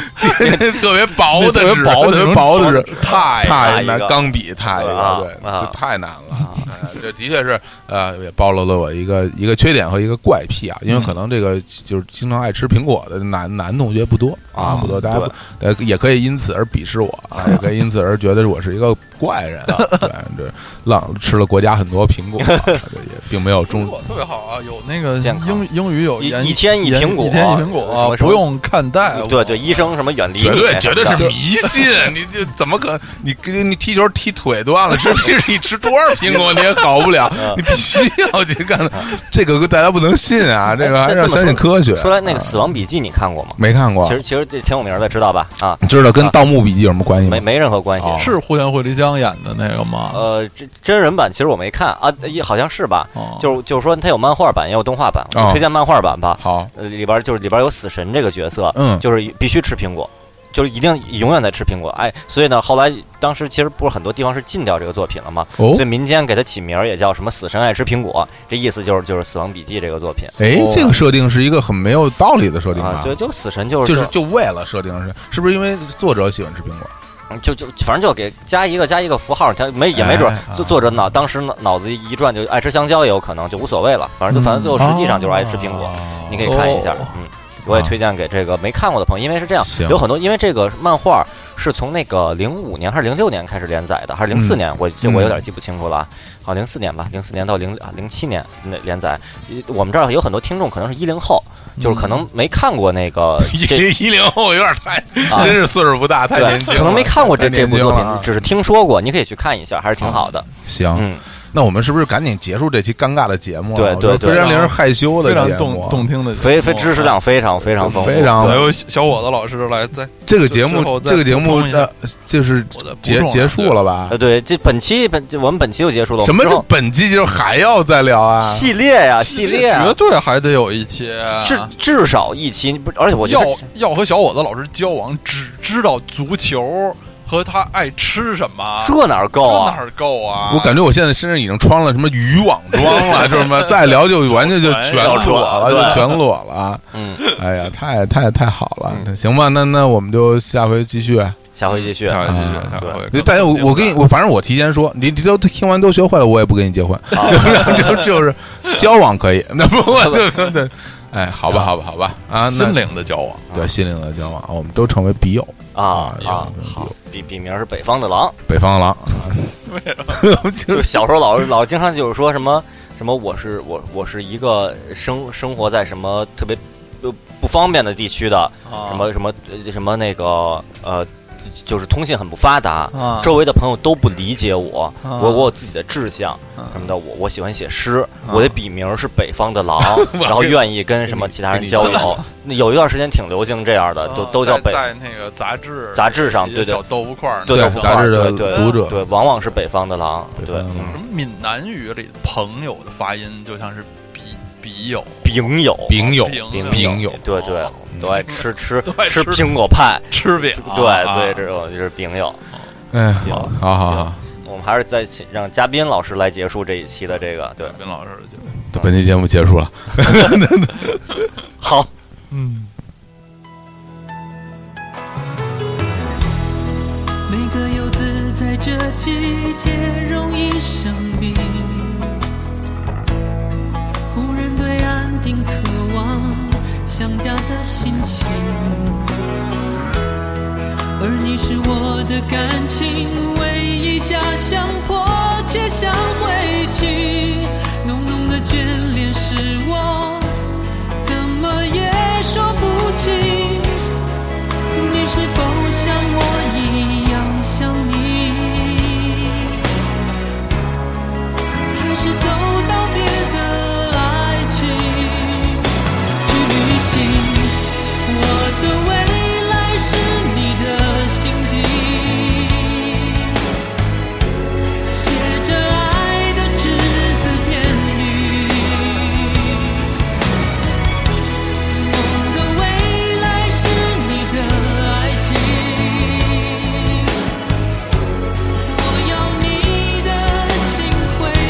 S4: 特别薄的
S3: 特别
S4: 纸，
S3: 薄的那
S4: 特别
S3: 种
S4: 薄的纸，
S2: 踏一
S4: 踏
S2: 踏一
S4: 拿
S2: 个
S4: 钢笔踏一
S2: 啊
S4: 个，对，
S2: 啊
S4: 这太难了。哎这的确是，呃，也暴露了我一个一个缺点和一个怪癖啊，因为可能这个就是经常爱吃苹果的男男同学不多
S2: 啊
S4: 不多，大家
S2: 对
S4: 不呃也可以因此而鄙视我啊，也可以因此而觉得我是一个怪人啊。对，这浪吃了国家很多苹果啊，这也并没有 中
S3: 我特别好啊，有那个
S2: 健康
S3: 英英语有
S2: 一
S3: 研
S2: 一天一
S3: 研
S2: 苹果啊
S3: 一天一苹果，啊
S2: 什么
S3: 不用看待。
S2: 对对，医生什么远离你，
S4: 绝对绝对是
S2: 什么的
S4: 迷信，你这怎么可？你你你踢球踢腿断 了，吃你你吃多少苹果你也好不了，你必须要 去干。这个大家不能信
S2: 哎
S4: 啊，这个还是要相信科学。
S2: 说来那个《
S4: 啊
S2: 死亡笔记》，你看过吗？
S4: 没看过
S2: 其，实其实这挺有名的，知道吧？啊，
S4: 知道跟《盗墓笔记》有什么关系吗
S2: 没？没任何关系
S4: 哦。
S3: 是呼延惠梨香演的那个吗？
S2: 呃，真真人版其实我没看啊，也好像是吧。
S3: 哦，
S2: 就是就是说，它有漫画版，也有动画版。
S4: 哦
S2: 我推荐漫画版吧。
S4: 好，
S2: 呃，里边就是里边有死神这个角色，
S4: 嗯
S2: 就是必须吃苹果，就是一定永远在吃苹果。哎，所以呢，后来当时其实不是很多地方是禁掉这个作品了嘛，
S4: 哦
S2: 所以民间给它起名儿也叫什么“死神爱吃苹果”，这意思就是就是《死亡笔记》这个作品
S4: 哎，这个设定是一个很没有道理的设定
S2: 啊
S4: 吧，？
S2: 就就死神就是
S4: 就是就为了设定是是不是因为作者喜欢吃苹 果？
S2: 嗯就就反正就给加一个加一个符号，他没也没准
S4: 哎啊
S2: 作作者脑当时脑脑子一转就爱吃香蕉也有可能，就无所谓了，反正就反正最后实际上就是爱吃苹果，
S4: 哦啊
S2: 你可以看一下，
S3: 哦
S2: 嗯。我也推荐给这个没看过的朋友，因为是这样，
S4: 行
S2: 有很多，因为这个漫画是从那个零五年还是零六年开始连载的，还是零四
S4: 嗯
S2: 年，我这
S4: 嗯
S2: 我有点记不清楚了啊，好零四年吧，零四年到零啊零七年那连载，呃我们这儿有很多听众可能是一零后，就是可能没看过那个这
S4: 嗯 一一零后有点太，
S2: 啊
S4: 真是岁数不大，太
S2: 对
S4: 哎年，轻了，
S2: 可能没看过这
S4: 太
S2: 这
S4: 年
S2: 部
S4: 轻
S2: 作
S4: 了
S2: 品
S4: 啊，
S2: 只是听说过，你可以去看一下，还是挺好的。
S4: 行，
S2: 嗯，
S4: 那我们是不是赶紧结束这期尴尬的节目啊？
S2: 对对
S4: 我觉得
S2: 对
S4: 非常令人害羞的
S3: 非常
S4: 节目
S3: 动
S4: 啊。
S3: 动听的节目，
S2: 非非知识量嗯非常非常丰富，
S4: 哎非常
S3: 还有小伙子老师来再
S4: 这个节
S3: 最后
S4: 目，
S3: 再
S4: 这个节目
S3: 补充一下
S4: 呃，就是
S3: 我再补
S4: 结
S3: 充
S4: 结
S3: 两
S4: 束
S3: 句
S4: 了吧
S2: 呃，？对，这本期本我们本期就结束了，
S4: 什
S2: 我们
S4: 么
S2: 之
S4: 这
S2: 后
S4: 本期就还要再聊啊？
S2: 系列呀，系列
S3: 绝
S2: 啊，
S3: 对还得有一啊期。
S2: 至
S4: 啊
S2: 至少一期，不，而且我觉
S3: 要
S2: 得
S3: 要和小伙子老师交往，只知道足球和他爱吃什么，
S2: 这哪儿够
S3: 这哪
S2: 啊？
S3: 儿够啊？
S4: 我感觉我现在身上已经穿了什么渔网装 了，就是什么再聊就完全就全裸了，就全裸了。
S2: 嗯，
S4: 哎呀，太太太好了，
S3: 嗯
S4: 那行吧，那那我们就下回继续。
S2: 下回继续。
S3: 太会
S4: 啊
S3: 太会
S4: 大家我我跟你我反正我提前说，你你都听完都学会了，我也不跟你结婚， 就就是交往可以，那不我对对对， 哎，好吧好吧好吧啊，那
S3: 心灵的交往，
S4: 对心灵的交往，啊我们都成为笔友，
S2: 啊
S4: 哎呀
S2: 啊！好，笔笔名是北方的狼，
S4: 北方狼，啊
S2: 就是小时候老老经常就是说什么什么，我是我我是一个生生活在什么特别不不方便的地区的，
S3: 什
S7: 啊
S2: 什么什么呃什么那个呃，就是通信很不发达，
S3: 啊
S2: 周围的朋友都不理解我，
S3: 啊
S2: 我我有自己的志向
S3: 啊
S2: 什么的，我我喜欢写诗，我的笔名是北方的狼，然后愿意跟什么其他人交流。那有一段时间挺流行这样的，都都叫北
S3: 啊在在那个杂志
S2: 杂志上
S3: 一
S2: 对
S3: 些
S2: 对
S3: 小豆腐块儿，
S2: 对
S4: 对
S2: 豆腐
S3: 什
S2: 花
S4: 杂志的
S2: 对对
S4: 读者
S2: 对，往往是北方的狼，
S4: 北
S2: 对
S4: 方的狼
S2: 嗯
S3: 么闽南语里朋友的发音就像是笔笔友，
S2: 饼友
S4: 饼友
S2: 饼
S4: 饼
S2: 饼
S4: 友
S2: 对对
S3: 哦，
S2: 都爱吃吃
S3: 都爱
S2: 吃
S3: 吃
S2: 苹果派，
S3: 吃饼啊，
S2: 对，所以这种就是饼友。
S4: 哎，
S2: 行
S4: 好好好好，
S2: 我们还是再请让嘉宾老师来结束这一期的这个，对，
S3: 斌啊老师就
S4: 本期节目结束了。
S2: 好。
S3: 嗯。
S8: 每个游子在这季节容易生病，无人对安定渴望想家的心情，而你你是我的感情唯一家乡，迫切想回去。浓浓的眷恋是我怎么也说不清。你是否像我一样想你？还是走到别的爱情去旅行？我的未来是你的心底，写着爱的只字片语。梦的未来是你的爱情，我要你的心回忆，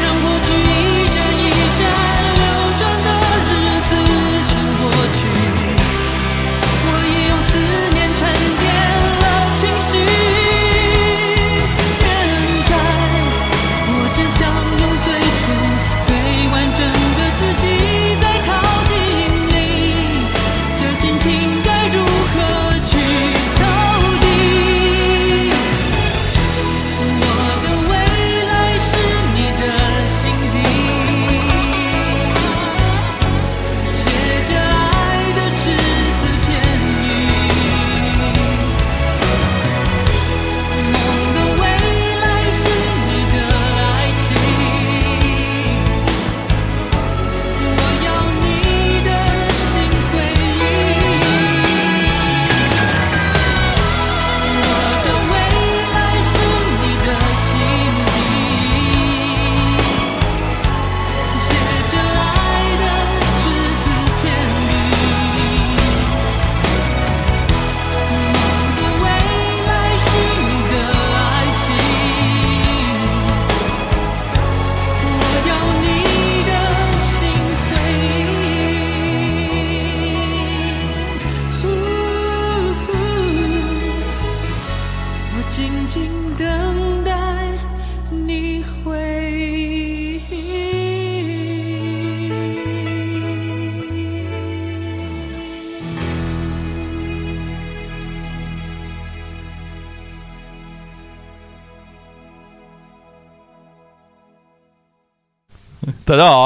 S8: 让过去一站一站流转的日子全过去，我已用思念沉淀了情绪，现在。我只想用最初、最完整的自己再靠近你，这心情该如何去投递？我的未来是你的心底，写着爱的只字片语。梦的未来是你的爱情，我要你的心回忆。我的未来是你的心底，写着爱的只字片语。梦的未来是你的爱情，我要你的心回应。我静静等待你回应。
S3: 大家好，